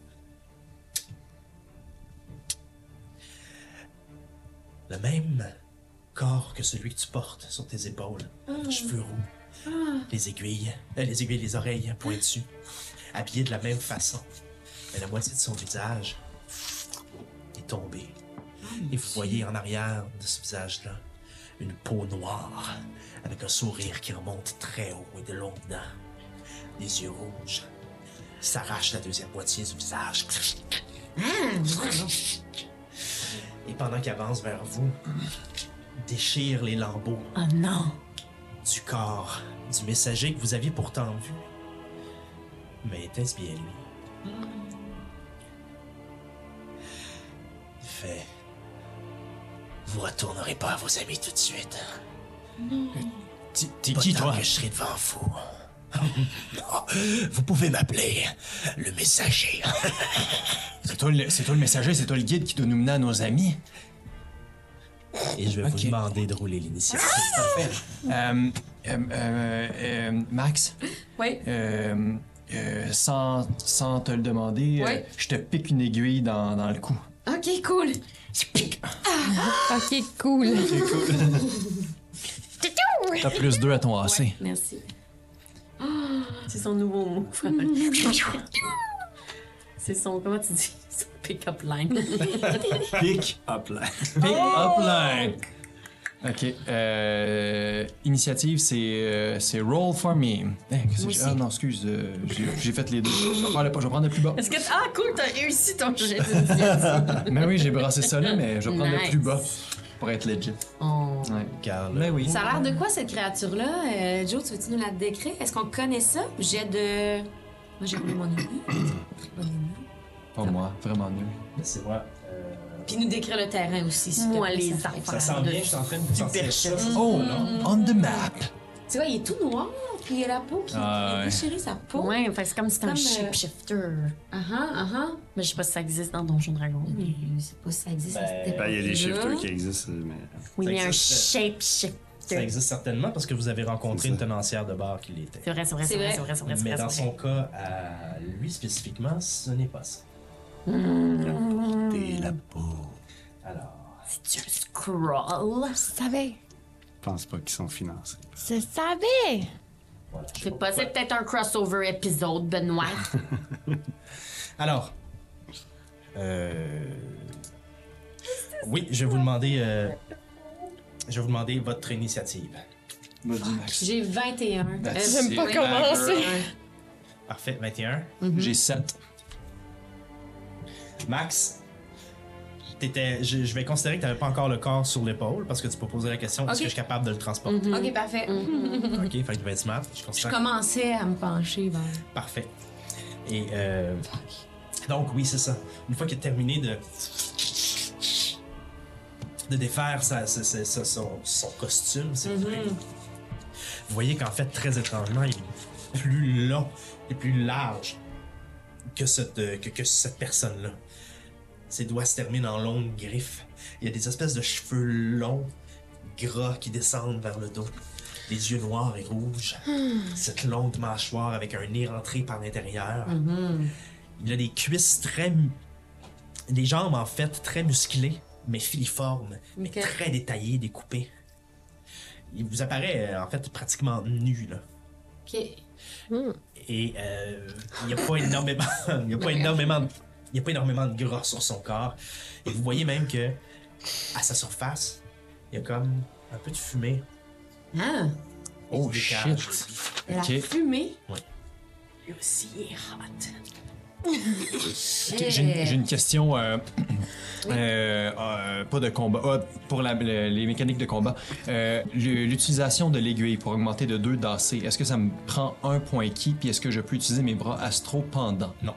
Speaker 1: Le même corps que celui que tu portes sur tes épaules. Cheveux roux, les aiguilles, euh, les aiguilles, les oreilles pointues, habillé de la même façon. Mais la moitié de son visage est tombée. Et vous voyez en arrière de ce visage-là une peau noire avec un sourire qui remonte très haut et de longues dents. Les yeux rouges s'arrache la deuxième moitié du visage. Et pendant qu'il avance vers vous, déchire les lambeaux
Speaker 8: Oh non!
Speaker 1: du corps du messager que vous aviez pourtant vu. Mais était-ce bien lui? Il Fait. Vous retournerez pas à vos amis tout de suite.
Speaker 6: T'es- T'es
Speaker 1: Pas
Speaker 6: qui,
Speaker 1: tant
Speaker 6: toi?
Speaker 1: que je serai devant vous. Non, vous pouvez m'appeler le messager.
Speaker 6: C'est toi, le- c'est toi le messager, c'est toi le guide qui doit nous mener à nos amis.
Speaker 1: Et je vais
Speaker 6: Ok.
Speaker 1: vous demander de rouler l'initiative.
Speaker 6: Euh, euh, euh, euh, Max,
Speaker 4: Oui.
Speaker 6: euh, euh, sans, sans te le demander, euh,
Speaker 4: Ouais.
Speaker 6: je te pique une aiguille dans, dans le cou.
Speaker 8: Ok, cool! Ah.
Speaker 2: Ok, cool.
Speaker 6: T'as plus deux à ton AC.
Speaker 8: Merci.
Speaker 4: Ah, C'est son nouveau mot. C'est son. Comment tu dis Son pick-up line.
Speaker 3: Pick up là.
Speaker 6: Pick
Speaker 8: Oh.
Speaker 6: up line. Ok. euh, initiative, c'est euh, c'est roll for me. Hein, qu'est-ce que j'ai- ah non, excuse, euh, j'ai j'ai fait les deux. Je vais, faire le- je vais prendre le plus bas.
Speaker 4: Est-ce que. t- Ah, cool, t'as réussi ton jet d'initiative.
Speaker 6: Mais oui, j'ai brassé ça là, mais je vais prendre le
Speaker 4: Nice.
Speaker 6: plus bas pour être legit.
Speaker 4: On-
Speaker 6: Ouais.
Speaker 1: Car le-
Speaker 6: Mais oui.
Speaker 8: Ça a l'air de quoi, cette créature-là? Euh, Joe, tu veux-tu nous la décrire? Est-ce qu'on connaît ça? J'ai de... Moi, j'ai roulé mon ennemi. Très bonne ennemi.
Speaker 6: Pas moi, vraiment nul.
Speaker 1: C'est moi. euh,
Speaker 8: Puis nous décrire le terrain aussi. s'il te
Speaker 4: Moi,
Speaker 8: plaît,
Speaker 4: les
Speaker 8: ça fait
Speaker 4: affaires.
Speaker 1: ça sent
Speaker 4: de-
Speaker 1: bien, je suis en train de vous sortir ça.
Speaker 6: Oh, on the map.
Speaker 8: Tu vois, il est tout noir, puis il a la peau qui,
Speaker 6: Ah,
Speaker 8: qui
Speaker 6: ouais.
Speaker 8: est déchirée, sa peau.
Speaker 4: Ouais, enfin, c'est comme si t'es un
Speaker 8: Comme, euh,
Speaker 4: shapeshifter.
Speaker 8: Ah ah, ah ah.
Speaker 4: Mais je sais pas si ça existe dans Donjon Dragon.
Speaker 8: Mais Je sais pas si ça existe à
Speaker 1: Ben,
Speaker 8: cette
Speaker 3: Ben, il y a des
Speaker 8: époque-là.
Speaker 3: shifters qui existent, mais.
Speaker 4: Oui,
Speaker 1: Ça
Speaker 4: mais un
Speaker 1: existe.
Speaker 4: shapeshifter.
Speaker 1: Ça existe certainement parce que vous avez rencontré
Speaker 3: C'est
Speaker 1: une
Speaker 3: ça.
Speaker 1: tenancière de bar qui l'était.
Speaker 4: C'est vrai, c'est vrai,
Speaker 8: C'est
Speaker 4: c'est vrai,
Speaker 8: vrai.
Speaker 4: c'est vrai, c'est vrai. c'est
Speaker 1: Mais
Speaker 4: vrai,
Speaker 1: dans
Speaker 4: c'est vrai.
Speaker 1: son cas, à lui spécifiquement, ce n'est pas ça.
Speaker 3: T'es la peau.
Speaker 1: Alors,
Speaker 8: C'est un scroll.
Speaker 2: Je savais.
Speaker 3: Je pense pas qu'ils sont financés.
Speaker 2: Je savais.
Speaker 1: voilà. je sais pas
Speaker 8: C'est pas,
Speaker 1: pourquoi.
Speaker 8: c'est peut-être un crossover épisode, Benoît.
Speaker 1: Alors, euh, oui, je vais vous demander, euh, je vais vous demander votre initiative.
Speaker 3: Moi, dis-
Speaker 8: J'ai 21.
Speaker 6: That's
Speaker 8: Euh,
Speaker 6: it,
Speaker 2: pas
Speaker 6: my
Speaker 2: commencer.
Speaker 6: girl.
Speaker 1: Parfait, 21.
Speaker 6: J'ai 7.
Speaker 1: Max, t'étais, je, je vais considérer que t'avais pas encore le corps sur l'épaule parce que tu peux poser la question est-ce
Speaker 8: Ok.
Speaker 1: que je suis capable de le transporter
Speaker 8: OK, parfait.
Speaker 1: Ok, fait que 20 smart, je
Speaker 8: Je
Speaker 1: considère
Speaker 8: commençais à me pencher vers.
Speaker 1: Parfait. Et euh, donc oui, c'est ça. Une fois qu'il a terminé de de défaire sa- sa- sa- sa- son, son costume, si vous voulez, vous voyez qu'en fait, très étrangement, il est plus long et plus large que cette, euh, que, que cette personne-là. Ses doigts se terminent en longues griffes. Il y a des espèces de cheveux longs, gras, qui descendent vers le dos. Des yeux noirs et rouges cette longue mâchoire avec un nez rentré par l'intérieur.
Speaker 4: Mm-hmm.
Speaker 1: Il a des cuisses très. mu- des jambes en fait très musclées, mais filiformes, mais
Speaker 8: Ok.
Speaker 1: très détaillées, découpées. Il vous apparaît euh, en fait pratiquement nu, là.
Speaker 8: OK.
Speaker 1: Et euh, il n'y a pas énormément. il n'y a pas énormément de. Il y a pas énormément de gras sur son corps. Et vous voyez même que, à sa surface, il y a comme un peu de fumée.
Speaker 4: Hein?
Speaker 8: Ah,
Speaker 1: qui
Speaker 6: Oh,
Speaker 1: se dégage.
Speaker 6: shit.
Speaker 8: la
Speaker 6: Ok.
Speaker 8: fumée.
Speaker 1: Ouais.
Speaker 8: Lui aussi il est hot.
Speaker 6: Ok, J'ai une- j'ai une question. euh, euh, euh, pas de combat. Ah, pour la- le- les mécaniques de combat, Euh, l'u- l'utilisation de l'aiguille pour augmenter de 2 d'AC, est-ce que ça me prend un point qui, puis est-ce que je peux utiliser mes bras astro pendant?
Speaker 1: Non.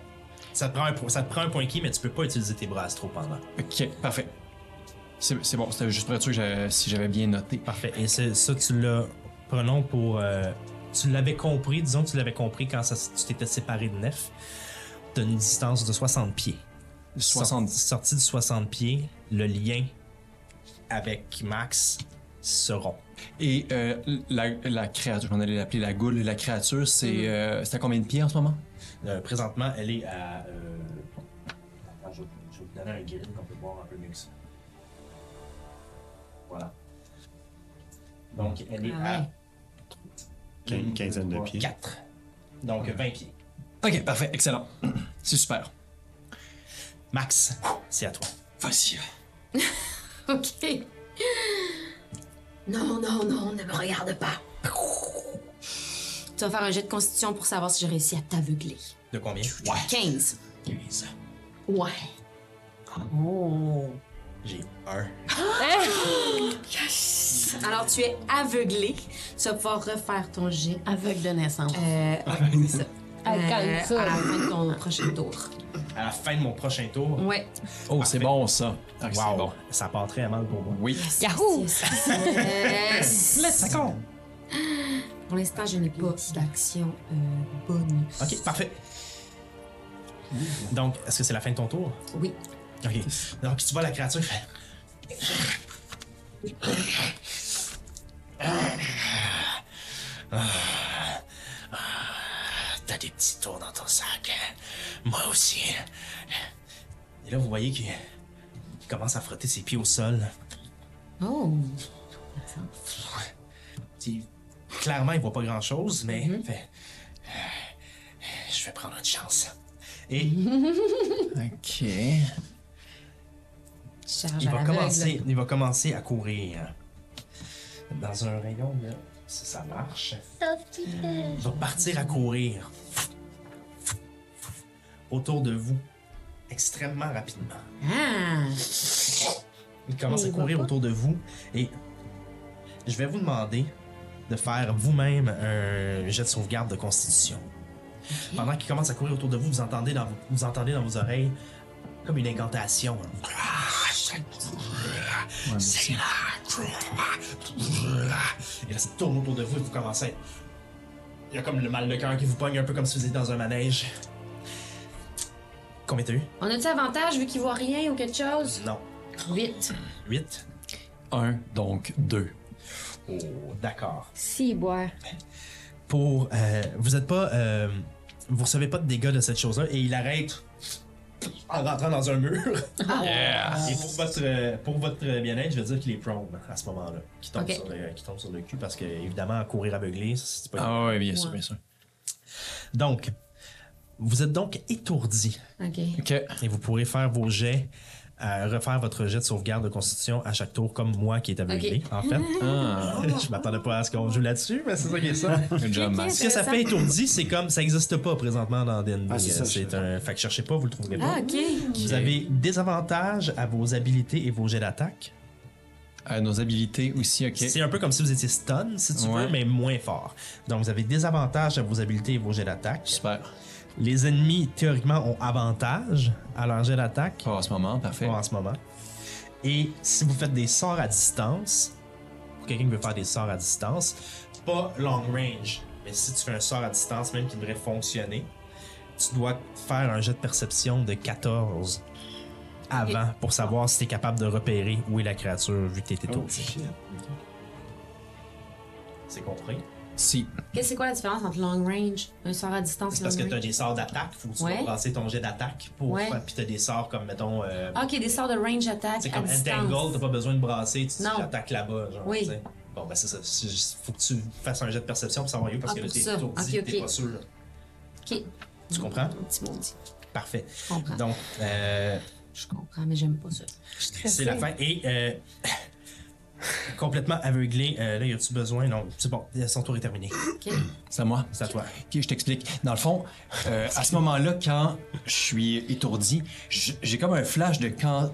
Speaker 1: Ça te, prend un, po- ça te prend un point qui, mais tu peux pas utiliser tes bras astro pendant.
Speaker 6: Ok, parfait. C'est c'est bon, c'était juste pour être sûr que j'avais- si j'avais bien noté.
Speaker 1: Parfait. Et c'est- ça, tu l'as. Prenons pour. euh, tu l'avais compris, disons que tu l'avais compris quand ça- tu t'étais séparé de Nef. T'as une distance de 60 pieds.
Speaker 6: 70.
Speaker 1: Sorti, sorti de 60 pieds, le lien avec Max se rompt.
Speaker 6: Et euh, la, la créature, je m'en allais l'appeler la goule, la créature, c'est euh, c'est à combien de pieds en ce moment?
Speaker 1: Euh, présentement, elle est à. euh, Attends, je, vais- je vais vous donner un grid qu'on peut voir un peu mieux que ça. Voilà. Donc, elle est
Speaker 8: Ah ouais.
Speaker 1: à.
Speaker 3: Une quinzaine de pieds.
Speaker 1: 4. Donc, 20 pieds.
Speaker 6: Ok, parfait, excellent. C'est super.
Speaker 1: Max, c'est à toi.
Speaker 6: Vas-y.
Speaker 8: OK. Non, non, non, ne me regarde pas. Tu vas faire un jet de constitution pour savoir si j'ai réussi à t'aveugler.
Speaker 1: De combien
Speaker 8: 15.
Speaker 1: 15.
Speaker 8: Ouais. Oh.
Speaker 1: J'ai 1.
Speaker 8: Alors, tu es aveuglé. Tu vas pouvoir refaire ton jet.
Speaker 4: Aveugle de naissance.
Speaker 8: Euh, ouais, c'est ça.
Speaker 2: Elle calme ça.
Speaker 8: à la fin de ton prochain tour.
Speaker 1: À la fin de mon prochain tour.
Speaker 8: Ouais.
Speaker 6: Oh, c'est
Speaker 1: Parfait.
Speaker 6: bon ça. Ah, c'est
Speaker 1: Wow.
Speaker 6: bon.
Speaker 1: Ça part très mal pour moi.
Speaker 6: Oui.
Speaker 2: Yahoo!
Speaker 8: Euh,
Speaker 1: ça compte.
Speaker 8: pour l'instant, je n'ai pas d'action euh, bonus.
Speaker 1: Ok, parfait. Donc, est-ce que c'est la fin de ton tour
Speaker 8: Oui.
Speaker 1: Ok. Donc, tu vois la créature faire. T'as des petits tours dans ton sac. hein? Moi aussi. Et là, vous voyez qu'il qu'il commence à frotter ses pieds au sol.
Speaker 8: Oh.
Speaker 1: Tu- clairement, il voit pas grand chose, mais fait, euh, je vais prendre une chance. Et
Speaker 6: Ok.
Speaker 8: Charge
Speaker 1: il
Speaker 8: à
Speaker 1: va,
Speaker 8: l'aveugle.
Speaker 1: commencer, il va commencer à courir. Dans un rayon, là, si ça marche, il va partir à courir autour de vous extrêmement rapidement.
Speaker 8: Ah.
Speaker 1: Il commence à courir autour de vous et je vais vous demander de faire vous-même un jet de sauvegarde de constitution. Pendant qu'il commence à courir autour de vous, vous entendez dans, vos- vous entendez dans vos oreilles comme une incantation. C'est là. Et là, ça tourne autour de vous et vous commencez à être- Il y a comme le mal de cœur qui vous pogne un peu comme si vous étiez dans un manège. Combien t'as eu?
Speaker 8: On a-tu avantage vu qu'il voit rien ou quelque chose?
Speaker 1: Non.
Speaker 8: Vite.
Speaker 1: 8?
Speaker 6: Un, donc deux.
Speaker 1: Oh, d'accord.
Speaker 2: Si, boire.
Speaker 1: pour. euh, vous êtes pas. euh, vous recevez pas de dégâts de cette chose-là et il arrête en rentrant dans un mur.
Speaker 6: Ah, Yeah!
Speaker 1: Et pour votre, euh, pour votre bien-être, je vais dire qu'il est prone à ce moment-là. Qui tombe,
Speaker 8: Ok.
Speaker 1: sur le- qu'il tombe sur le cul parce que, évidemment, courir aveuglé, c'est pas.
Speaker 6: Ah ouais, bien sûr, bien sûr.
Speaker 1: Donc, vous êtes donc étourdi
Speaker 8: OK.
Speaker 6: Ok.
Speaker 1: et vous pourrez faire vos jets, euh, refaire votre jet de sauvegarde de constitution à chaque tour, comme moi qui est aveuglé, en fait.
Speaker 6: Ah,
Speaker 1: je m'attendais pas à ce qu'on joue là-dessus, mais c'est ça qui est ça.
Speaker 6: good job, man.
Speaker 1: Ce que ça fait étourdi, c'est comme ça n'existe pas présentement dans D&D.
Speaker 3: Ah, c'est ça,
Speaker 1: Euh,
Speaker 3: je
Speaker 1: c'est un. Fait que cherchez pas, vous le trouverez pas.
Speaker 8: Ah, OK.
Speaker 1: Vous avez des avantages à vos habilités et vos jets d'attaque.
Speaker 6: Euh, nos habilités aussi, ok.
Speaker 1: C'est un peu comme si vous étiez stun, si tu
Speaker 6: Ouais.
Speaker 1: veux, mais moins fort. Donc vous avez des avantages à vos habilités et vos jets d'attaque.
Speaker 6: Super.
Speaker 1: Les ennemis, théoriquement, ont avantage à leur jet d'attaque
Speaker 6: Pas en ce moment, parfait.
Speaker 1: en ce moment. Et si vous faites des sorts à distance, pour quelqu'un qui veut faire des sorts à distance, pas long range, mais si tu fais un sort à distance même qui devrait fonctionner, tu dois faire un jet de perception de 14 avant pour savoir si tu es capable de repérer où est la créature vu que tu
Speaker 3: Oh,
Speaker 1: étais C'est compris?
Speaker 6: Si.
Speaker 8: Qu'est-ce- C'est quoi la différence entre long range, un sort à distance
Speaker 1: C'est parce que
Speaker 8: long
Speaker 1: tu as
Speaker 8: range?
Speaker 1: des sorts d'attaque, faut que tu
Speaker 8: Ouais.
Speaker 1: dois lancer ton jet d'attaque pour
Speaker 8: Ouais.
Speaker 1: faire, puis tu as des sorts comme, mettons, euh,
Speaker 8: Ah, OK, des sorts de range attack
Speaker 1: C'est
Speaker 8: à
Speaker 1: comme
Speaker 8: distance.
Speaker 1: Entangle, t'as pas besoin de brasser, tu
Speaker 8: Non.
Speaker 1: t'attaques là-bas. Genre,
Speaker 8: Oui.
Speaker 1: tu sais. Bon, ben c'est ça. c'est juste- faut que tu fasses un jet de perception pour savoir où parce
Speaker 8: Ah,
Speaker 1: que là,
Speaker 8: pour
Speaker 1: t'es
Speaker 8: ça.
Speaker 1: étourdi,
Speaker 8: Ok, ok.
Speaker 1: t'es pas sûr.
Speaker 8: OK.
Speaker 1: Tu comprends?
Speaker 8: Un petit maudit.
Speaker 1: Parfait.
Speaker 8: Je comprends.
Speaker 1: Donc, euh,
Speaker 8: Je comprends, mais j'aime pas ça.
Speaker 1: c'est la fin. Et euh, complètement aveuglé, euh, là, y a-tu besoin? Non, c'est bon, son tour est terminé.
Speaker 8: OK.
Speaker 6: C'est à moi.
Speaker 1: C'est à toi.
Speaker 6: Ok, je t'explique. Dans le fond, euh, à ce moment-là, quand je suis étourdi, j- j'ai comme un flash de quand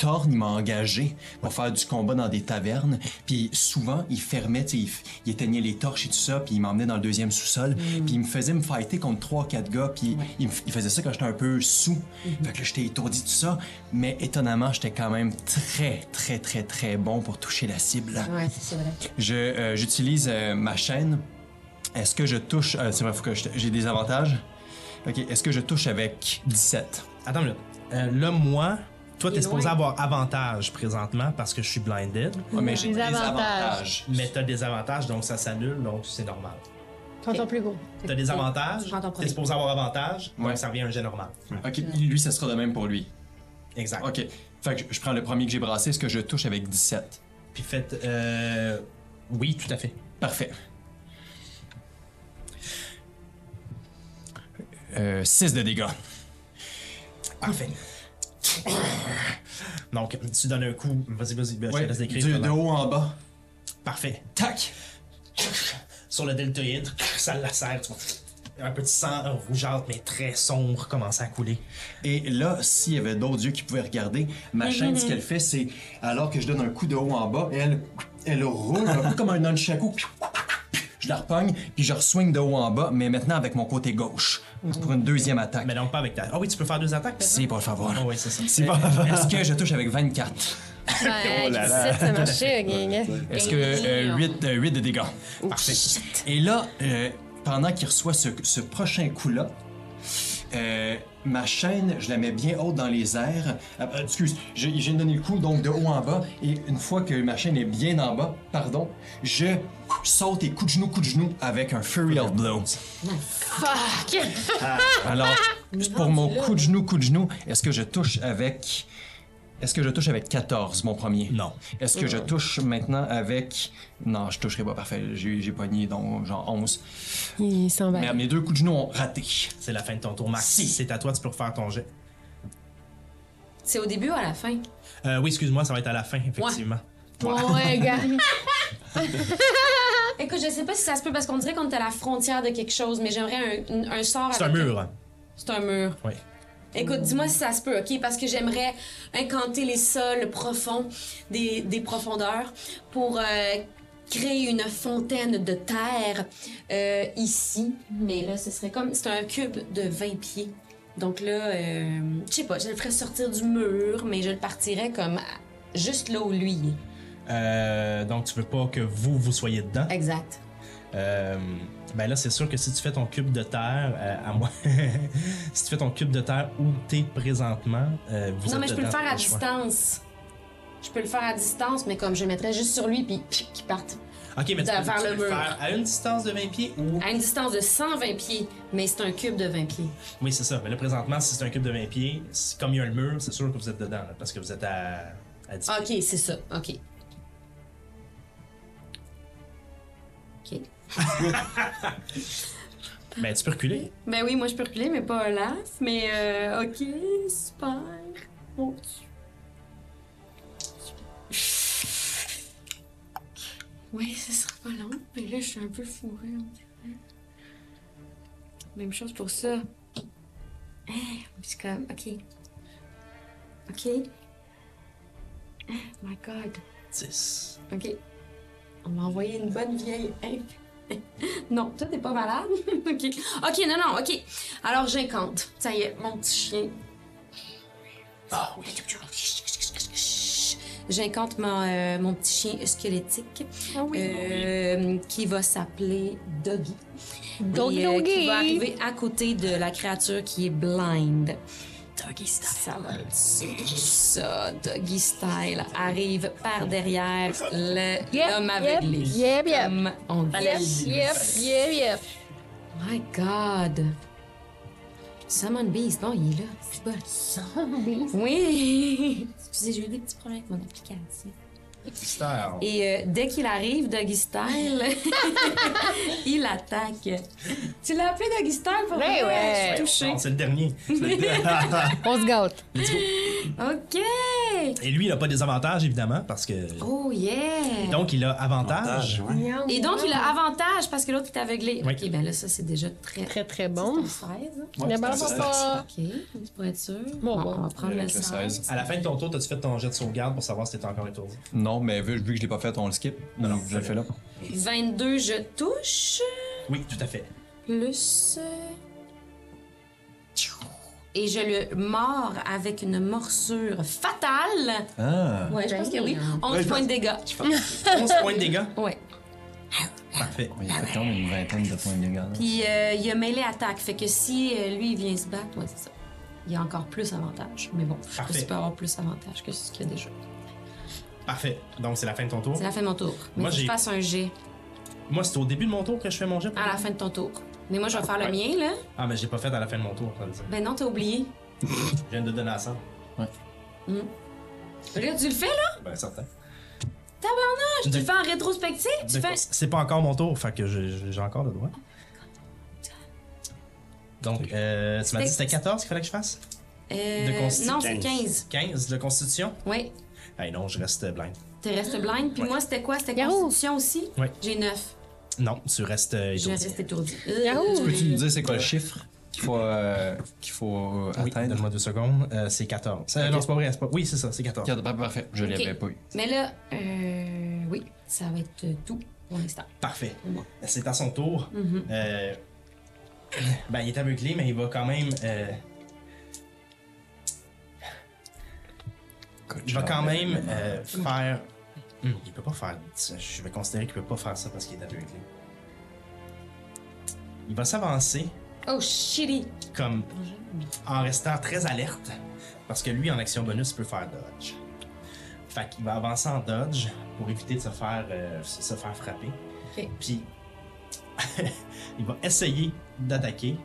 Speaker 6: Thorne il m'a engagé pour faire du combat dans des tavernes. Puis souvent, il fermait, tu sais, il, f- il éteignait les torches et tout ça, puis il m'emmenait dans le deuxième sous-sol. Puis il me faisait me fighter contre trois, quatre gars, puis il, me f- il faisait ça quand j'étais un peu sous. Fait que là, j'étais étourdi, tout ça. Mais étonnamment, j'étais quand même très, très, très, très bon pour toucher la cible.
Speaker 8: Ouais, ça, c'est vrai.
Speaker 6: Je, euh, J'utilise euh, ma chaîne. Est-ce que je touche. euh, c'est vrai, faut que je- j'ai des avantages. Ok, est-ce que je touche avec 17
Speaker 1: Attends une minute. Euh, là, moi, toi,
Speaker 8: Il
Speaker 1: t'es
Speaker 8: est
Speaker 1: supposé
Speaker 8: loin.
Speaker 1: avoir avantage présentement parce que je suis blinded,
Speaker 6: Ah, mais j'ai
Speaker 2: Des
Speaker 6: des avantages.
Speaker 2: avantages.
Speaker 1: mais t'as des avantages, donc ça s'annule, donc c'est normal.
Speaker 2: Prends ton plus gros.
Speaker 1: T'as des avantages,
Speaker 8: prends ton premier.
Speaker 1: t'es supposé avoir avantage, donc
Speaker 6: Ouais.
Speaker 1: ça revient à un jet normal.
Speaker 6: Ok, lui, ça sera de même pour lui.
Speaker 1: Exact.
Speaker 6: Ok, fait que je- je prends le premier que j'ai brassé. Est-ce que je touche avec 17
Speaker 1: Puis faites. Euh... Oui, tout à fait.
Speaker 6: Parfait. 6 Euh, de dégâts.
Speaker 1: Parfait. Donc, tu donnes un coup. Vas-y, vas-y, ben, je te laisse décrire.
Speaker 6: du, de
Speaker 1: Fernand.
Speaker 6: haut en bas.
Speaker 1: Parfait.
Speaker 6: Tac
Speaker 1: Sur le deltoïde, ça la serre. tu vois. Un petit sang rougeâtre, mais très sombre, commence à couler.
Speaker 6: Et là, s'il y avait d'autres yeux qui pouvaient regarder,
Speaker 1: Mm-hmm.
Speaker 6: ma chaîne, ce qu'elle fait, c'est alors que je donne un coup de haut en bas, elle, elle roule un peu comme un nunchaku. puis Je la repogne, puis je re-swing de haut en bas, mais maintenant avec mon côté gauche, pour une deuxième attaque.
Speaker 1: Mais donc, pas avec ta. Ah oui, tu peux faire deux attaques,
Speaker 6: C'est pour favor.
Speaker 1: Ah oui, c'est ça.
Speaker 6: C'est Est-ce que je touche avec 24?
Speaker 2: Ouais,
Speaker 3: Oh là là.
Speaker 2: 17, ça marchait, gang.
Speaker 6: Est-ce que euh, 8, de dégâts? Parfait. Et là, euh, pendant qu'il reçoit ce, ce prochain coup-là, euh, ma chaîne, je la mets bien haute dans les airs. Ah, euh, excuse, je, je viens de donner le coup, donc de haut en bas. Et une fois que ma chaîne est bien en bas, pardon, je saute et coup de genou, coup de genou avec un Furial Blow.
Speaker 2: Fuck!
Speaker 6: Alors, pour mon coup de genou, coup de genou, est-ce que je touche avec... Est-ce que je touche avec 14, mon premier?
Speaker 1: Non.
Speaker 6: Est-ce que je touche maintenant avec... Non, je toucherai pas, parfait. J'ai j'ai pogné, donc genre 11.
Speaker 2: Il s'en va.
Speaker 6: Mais mes deux coups de genou ont raté.
Speaker 1: C'est la fin de ton tour, Max.
Speaker 6: Si.
Speaker 1: C'est à toi, tu peux refaire ton jet.
Speaker 8: C'est au début ou à la fin?
Speaker 1: Euh, oui, excuse-moi, ça va être à la fin, effectivement.
Speaker 2: Ouais, gars.
Speaker 8: Écoute, je sais pas si ça se peut parce qu'on dirait qu'on est à la frontière de quelque chose, mais j'aimerais un, un- un sort.
Speaker 1: C'est un
Speaker 8: avec-
Speaker 1: mur. hein.
Speaker 8: C'est un mur.
Speaker 1: Oui.
Speaker 8: Écoute, dis-moi si ça se peut, OK? Parce que j'aimerais incanter les sols profonds des, des profondeurs pour euh, créer une fontaine de terre euh, ici. Mais là, ce serait comme... C'est un cube de 20 pieds. Donc là, euh, je sais pas, je le ferais sortir du mur, mais je le partirais comme à- juste là où lui est.
Speaker 1: Euh, donc, tu veux pas que vous, vous soyez dedans.
Speaker 8: Exact.
Speaker 1: Euh, ben là, c'est sûr que si tu fais ton cube de terre, euh, à moi, si tu fais ton cube de terre où t'es présentement, euh, vous
Speaker 8: non,
Speaker 1: êtes
Speaker 8: mais je peux le
Speaker 1: dedans,
Speaker 8: faire à
Speaker 1: pas choix.
Speaker 8: distance. Je peux le faire à distance, mais comme je le mettrais juste sur lui, puis qui parte
Speaker 1: Ok, mais tu
Speaker 8: Vers
Speaker 1: peux, tu
Speaker 8: le
Speaker 1: peux
Speaker 8: mur.
Speaker 1: faire à une distance de 20 pieds ou.
Speaker 8: À une distance de 120 pieds, mais c'est un cube de 20 pieds.
Speaker 1: Oui, c'est ça. Mais là, présentement, si c'est un cube de 20 pieds, c'est- comme il y a le mur, c'est sûr que vous êtes dedans, là, parce que vous êtes à, à 10
Speaker 8: Ok, c'est ça. Ok. Ok. Ah.
Speaker 1: pieds. Ben, tu peux reculer.
Speaker 8: Ben oui, moi je peux reculer, mais pas un laugh. Mais euh, ok, super. Oh, Mon Dieu. Oui, ce sera pas long. Mais là, je suis un peu fourrée, on dirait. Même chose pour ça. Eh, C'est comme, ok. Ok. Oh my god.
Speaker 1: 10.
Speaker 8: Ok. On m'a envoyé une bonne vieille imp. non, toi, t'es pas malade? ok. Ok, non, non, ok. Alors, j'incante. Ça y est, mon petit chien. Ah oui. J'incante mon, euh, mon petit chien squelettique
Speaker 2: Ah
Speaker 8: euh, qui va s'appeler Doggy.
Speaker 2: Doggy,
Speaker 8: Et, euh,
Speaker 2: doggy.
Speaker 8: Qui va arriver à côté de la créature qui est blind. Doggy style. Ça va être ça. Doggy style arrive par derrière le- l'homme aveuglé.
Speaker 2: yep, yep.
Speaker 8: Comme on dit.
Speaker 2: Yep, yep, yep, yep.
Speaker 8: My God. Summon Beast. Bon, il est là. C'est bon. Oui. Excusez, j'ai eu des petits problèmes avec mon application.
Speaker 1: Star.
Speaker 8: Et euh, dès qu'il arrive, Doggy Style, il attaque. Tu l'as appelé Doggy Style pour
Speaker 2: Ouais,
Speaker 8: vrai?
Speaker 2: ouais.
Speaker 8: Je suis touchée.
Speaker 1: Non, c'est le dernier.
Speaker 2: On se gâte.
Speaker 8: OK.
Speaker 1: Et lui, il a pas des avantages, évidemment, parce que.
Speaker 8: Oh, yeah.
Speaker 1: Donc, il a avantage.
Speaker 3: Avantage, ouais.
Speaker 8: Et donc, il a avantage parce que l'autre est aveuglé.
Speaker 1: Oui.
Speaker 8: OK, ben là, ça, c'est déjà très...
Speaker 2: Très, très
Speaker 8: Bon.
Speaker 2: bon.
Speaker 8: 16.
Speaker 3: Ouais,
Speaker 2: Y'a pas
Speaker 3: c'est ça.
Speaker 2: papa.
Speaker 8: OK, juste pour être sûr.
Speaker 2: Bon,
Speaker 8: on,
Speaker 2: bon.
Speaker 8: on va prendre le
Speaker 6: Avec le
Speaker 8: 16.
Speaker 6: 16.
Speaker 1: À la fin de ton tour, as-tu fait ton jet de sauvegarde pour savoir si t'étais encore étourdi?
Speaker 6: Non, mais vu, vu que je l'ai pas fait, on le skip.
Speaker 1: Non, non,
Speaker 6: je le fais là.
Speaker 8: 22, je touche.
Speaker 1: Oui, tout à fait.
Speaker 8: Plus... euh, Et je le mords avec une morsure fatale.
Speaker 6: Ah!
Speaker 8: Ouais, je pense que oui. 11
Speaker 3: Ouais, je
Speaker 8: points de dégâts.
Speaker 1: 11 points de dégâts.
Speaker 8: Ouais.
Speaker 1: Parfait.
Speaker 6: Il a fait quand même une vingtaine de points de dégâts. là.
Speaker 8: Puis euh, il y a mêlé attaque. Fait que si euh, lui, il vient se battre, ouais, c'est ça. Il y a encore plus avantage. Mais bon, je pense
Speaker 1: Parfait.
Speaker 8: qu'il peut avoir plus avantage que ce qu'il y a déjà.
Speaker 1: Parfait. Donc, c'est la fin de ton tour.
Speaker 8: C'est la fin de mon tour.
Speaker 1: Oh.
Speaker 8: Mais
Speaker 1: Moi,
Speaker 8: faut que je
Speaker 1: j'ai-
Speaker 8: fasse un jet
Speaker 1: Moi, c'est au début de mon tour que je fais mon jet.
Speaker 8: à la fin de ton tour. Mais moi, je vais faire le mien, là.
Speaker 1: Ah, mais j'ai pas fait à la fin de mon tour. ça veut dire.
Speaker 8: Ben non, t'as oublié.
Speaker 1: Je viens de donner à 100.
Speaker 8: Là, tu le fais, là?
Speaker 1: Ben, certain.
Speaker 8: Tu le fais en rétrospective? Tu
Speaker 1: De-
Speaker 8: fais...
Speaker 1: C'est pas encore mon tour, fait que j'ai j'ai encore le droit. Donc, euh, tu m'as dit que c'était 14 qu'il fallait que je fasse?
Speaker 8: Euh,
Speaker 1: De consti-
Speaker 8: non, c'est
Speaker 3: 15.
Speaker 8: 15.
Speaker 1: 15 de constitution?
Speaker 8: Oui.
Speaker 1: Eh non, je reste blind.
Speaker 8: Tu restes blind. Puis moi, c'était quoi? C'était
Speaker 2: Garou.
Speaker 8: Constitution aussi?
Speaker 1: Ah. Ouais.
Speaker 8: J'ai 9.
Speaker 1: Non, tu restes euh,
Speaker 8: Je
Speaker 1: étourdi.
Speaker 8: reste étourdi. Euh,
Speaker 2: Yahoo!
Speaker 6: Peux-tu nous dire c'est quoi le chiffre qu'il faut, euh, qu'il faut
Speaker 1: Oui,
Speaker 6: atteindre?
Speaker 1: donne-moi deux secondes. Euh, c'est 14. Euh,
Speaker 6: Ok.
Speaker 1: Non, c'est pas vrai. c'est Pas... Oui, c'est ça, c'est 14.
Speaker 6: Regarde, pas parfait, je
Speaker 8: Ok.
Speaker 6: l'avais pas eu.
Speaker 8: Mais là, euh, oui, ça va être tout pour l'instant.
Speaker 1: Parfait. C'est à son tour. Euh, Ben, il est aveuglé, mais il va quand même. euh, Il va quand même euh, faire. Hmm, il peut pas faire. Je vais considérer qu'il peut pas faire ça parce qu'il est aveuglé. Il va s'avancer
Speaker 8: Oh, shitty!
Speaker 1: comme en restant très alerte parce que lui en action bonus il peut faire dodge. Fait qu'il va avancer en dodge pour éviter de se faire euh, se se faire frapper.
Speaker 8: Ok.
Speaker 1: Puis il va essayer d'attaquer.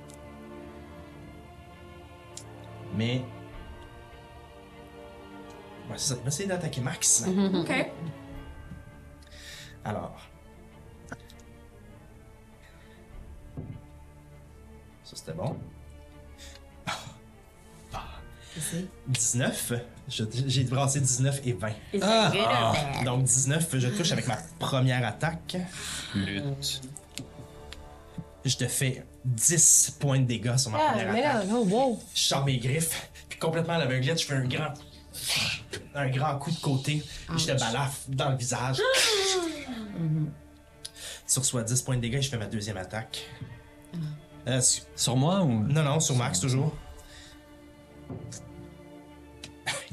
Speaker 1: Mais Ouais, c'est ça, il va essayer d'attaquer Max.
Speaker 8: OK.
Speaker 1: Alors. Ça, c'était bon.
Speaker 8: Essaye.
Speaker 1: 19. Je- J'ai brassé 19 et 20.
Speaker 2: ben.
Speaker 1: Donc 19, je touche avec ma première attaque.
Speaker 6: Lutte.
Speaker 1: Je te fais 10 points de dégâts sur ma
Speaker 2: Ah,
Speaker 1: première
Speaker 2: mais là,
Speaker 1: attaque.
Speaker 2: là, wow.
Speaker 1: Je sors mes griffes, puis complètement à l'aveuglette, je fais un grand... un grand coup de côté. Je te balafre dans le visage. Sur soi 10 points de dégâts, je fais ma deuxième attaque.
Speaker 8: Ah.
Speaker 1: Euh, su-
Speaker 6: Sur moi ou.
Speaker 1: Non, non, sur Max toujours.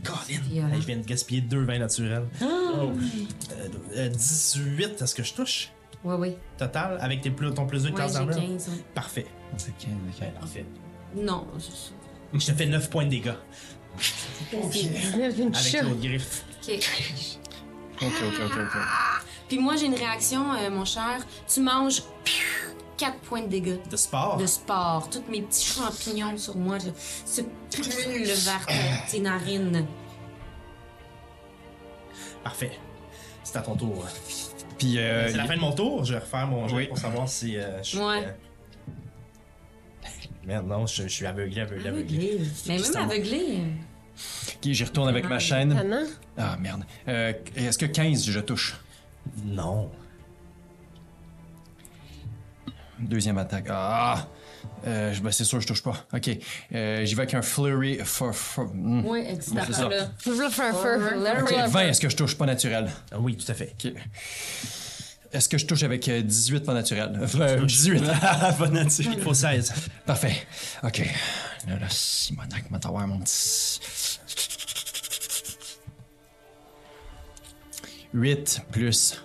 Speaker 1: Colin!
Speaker 8: Violent. Ah.
Speaker 1: Hey, je viens de gaspiller deux vins naturels. Oh. Euh, euh, 18, est-ce que je touche?
Speaker 8: Ouais, ouais.
Speaker 1: Total, avec tes plus, ton plus 2 de
Speaker 8: Ouais,
Speaker 1: classe
Speaker 8: j'ai
Speaker 1: d'armure?
Speaker 8: 15. ouais.
Speaker 1: Parfait.
Speaker 6: C'est 15, ok.
Speaker 1: Ben, parfait.
Speaker 8: Non, c'est ça.
Speaker 1: Je te fais 9 points de dégâts
Speaker 2: Une
Speaker 1: avec
Speaker 2: chute.
Speaker 1: l'autre griffe.
Speaker 8: OK.
Speaker 6: Ok, ok, ok, ok.
Speaker 8: Puis moi, j'ai une réaction, euh, mon cher. Tu manges 4 points de dégâts
Speaker 1: De sport.
Speaker 8: de sport. Tous mes petits champignons sur moi je- se pullulent vers tes- tes narines.
Speaker 1: Parfait. C'est à ton tour.
Speaker 6: Puis euh,
Speaker 1: C'est la fin de mon tour. Je vais refaire mon jeu
Speaker 6: Oui.
Speaker 1: pour savoir si euh, je suis.
Speaker 8: Ouais.
Speaker 1: euh, Merde, non, je, je suis aveuglé, aveuglé, aveuglé.
Speaker 8: Mais même
Speaker 6: Justement.
Speaker 8: aveuglé.
Speaker 6: ok, j'y retourne avec ma chaîne.
Speaker 2: Tannant.
Speaker 6: Ah merde. Euh, Est-ce que 15 je touche
Speaker 1: Non.
Speaker 6: Deuxième attaque. Ah euh, je- ben, C'est sûr, je touche pas. Ok. Euh, J'y vais avec un flurry. for- for- hmm.
Speaker 8: Oui,
Speaker 6: Bon, c'est ça.
Speaker 8: exactement.
Speaker 6: Ok, 20, est-ce que je touche pas naturel
Speaker 1: Ah oui, tout à fait.
Speaker 6: Ok. Est-ce que je touche avec euh, 18 pas naturel Euh, 18.
Speaker 3: Pas nature.
Speaker 1: Il faut 16.
Speaker 6: Parfait. OK. Là, là, Simonac, m'a t'avoir mon petit. 8 plus.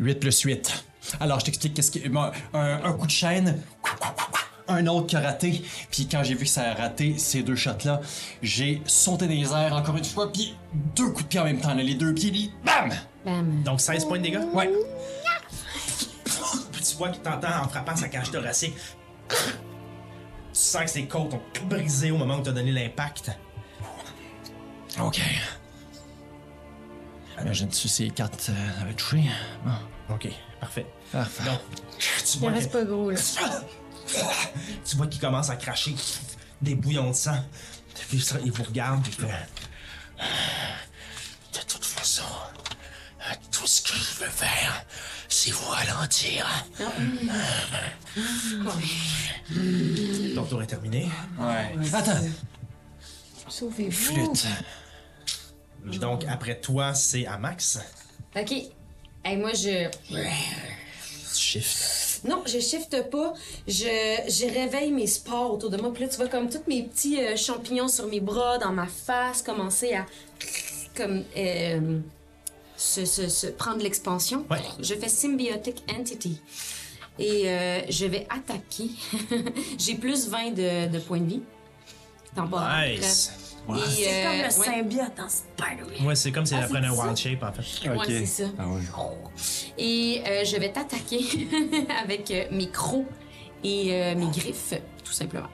Speaker 6: 8 plus 8. Alors, je t'explique qu'est-ce qui. bon, Un, un coup de chaîne, un autre qui a raté. Puis quand j'ai vu que ça a raté ces deux shots-là, j'ai sauté dans les airs encore une fois. Puis deux coups de pied en même temps. là, les deux pieds, puis bam!
Speaker 8: Bam.
Speaker 1: Donc 16 points de dégâts.
Speaker 6: Ouais.
Speaker 1: Puis tu vois qu'il t'entend en frappant sa cage thoracique. Tu sens que ses côtes ont tout brisé au moment où t'as donné l'impact.
Speaker 6: OK. Imagine-tu ces cartes euh, avaient touché? Bon,
Speaker 1: Ok, parfait.
Speaker 6: parfait.
Speaker 1: Donc, tu
Speaker 2: Il
Speaker 1: vois,
Speaker 2: reste
Speaker 1: que-
Speaker 2: pas gros, là.
Speaker 1: tu vois qu'il commence à cracher des bouillons de sang. Puis ça, il vous regarde, puis il fait,
Speaker 9: De toute façon, tout ce que je veux faire, c'est vous ralentir.
Speaker 1: Ton tour est terminé.
Speaker 6: Ouais. Attends.
Speaker 2: Sauvez-vous.
Speaker 6: Flûte.
Speaker 1: Donc, après toi, c'est à Max.
Speaker 8: OK. Hey, moi, je.
Speaker 1: Shift.
Speaker 8: Non, je shift pas. Je, je réveille mes spores autour de moi. Puis là, tu vois comme tous mes petits euh, champignons sur mes bras, dans ma face, commencer à comme euh, se, se- se prendre l'expansion.
Speaker 1: Ouais.
Speaker 8: Je fais symbiotic entity. Et euh, je vais attaquer. J'ai plus 20 de, de points de vie. Temporaire.
Speaker 1: Nice.
Speaker 8: Et,
Speaker 7: C'est comme
Speaker 8: euh,
Speaker 7: le
Speaker 8: ouais.
Speaker 7: symbiote dans Spider-Man.
Speaker 1: Ouais, c'est comme si elle
Speaker 8: Ah,
Speaker 1: prenait un
Speaker 8: c'est
Speaker 1: wild shape, en fait.
Speaker 8: Ouais,
Speaker 3: Ok.
Speaker 8: c'est ça.
Speaker 3: Ah,
Speaker 8: Et euh, je vais t'attaquer avec euh, mes crocs et euh, mes griffes, tout simplement.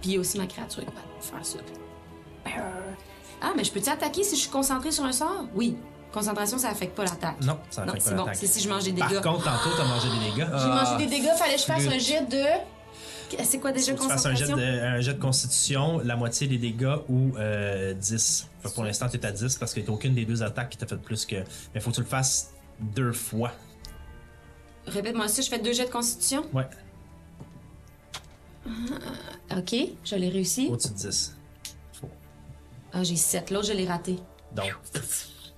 Speaker 8: Puis aussi ma créature va faire ça. Ah, mais je peux-tu attaquer si je suis concentrée sur un sort? Oui. Concentration, ça affecte pas l'attaque.
Speaker 1: Non, ça
Speaker 8: Non,
Speaker 1: fait pas
Speaker 8: c'est bon.
Speaker 1: l'attaque.
Speaker 8: C'est si je mange des
Speaker 1: Par
Speaker 8: dégâts.
Speaker 1: contre, tantôt, t'as mangé des dégâts.
Speaker 8: J'ai mangé des dégâts, fallait que je fasse un jet de... C'est quoi déjà
Speaker 1: Ah, Faut que tu fasses un jet,
Speaker 8: concentration?
Speaker 1: de, un jet de constitution, la moitié des dégâts ou euh, 10. Fait que pour l'instant, tu es à 10 parce que t'as aucune des deux attaques qui t'a fait plus que. Mais faut que tu le fasses deux fois.
Speaker 8: Répète-moi ça, je fais deux jets de constitution.
Speaker 1: Ouais,
Speaker 8: OK, je l'ai réussi.
Speaker 1: au-dessus de 10.
Speaker 8: Ah, j'ai 7. L'autre, je l'ai raté.
Speaker 1: Donc,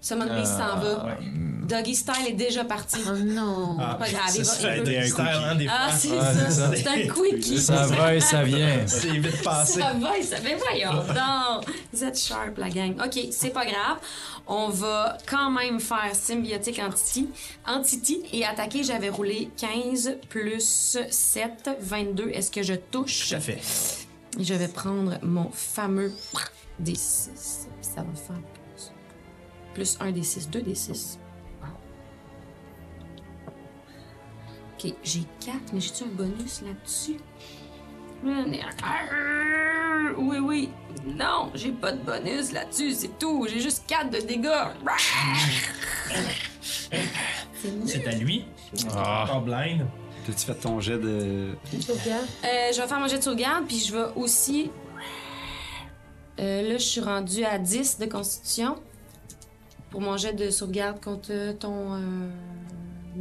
Speaker 8: Summon Beast s'en
Speaker 1: Euh,
Speaker 8: va. Doggy Style est déjà parti.
Speaker 4: Oh non.
Speaker 1: ah,
Speaker 8: pas grave, il va-
Speaker 1: ça,
Speaker 8: il
Speaker 1: des
Speaker 8: va-
Speaker 1: mystères, hein, des
Speaker 8: Ah,
Speaker 1: fois.
Speaker 8: c'est
Speaker 6: Ah,
Speaker 8: ça.
Speaker 6: c'est ça.
Speaker 8: C'est un quickie.
Speaker 6: Ça va et ça vient.
Speaker 1: C'est vite passé.
Speaker 8: Ça va, ça fait voyons. Non, vous êtes sharp, la gang. OK, c'est pas grave. On va quand même faire symbiotique entity. Entity et attaquer, j'avais roulé 15 plus 7, 22. Est-ce que je touche?
Speaker 1: Tout à fait.
Speaker 8: Je vais prendre mon fameux D6. Ça va faire plus, plus 1 D6, 2 D6. Wow. Ok, j'ai 4, mais j'ai-tu un bonus là-dessus? Ah, Oui, oui. Non, j'ai pas de bonus là-dessus, c'est tout. J'ai juste 4 de dégâts. Euh,
Speaker 1: C'est à lui.
Speaker 6: Ah.
Speaker 1: Encore blind.
Speaker 3: T'as-tu fait ton jet de.
Speaker 8: Euh, je vais faire mon jet de sauvegarde, puis je vais aussi. Euh, là, je suis rendue à 10 de constitution pour mon jet de sauvegarde contre euh, ton euh,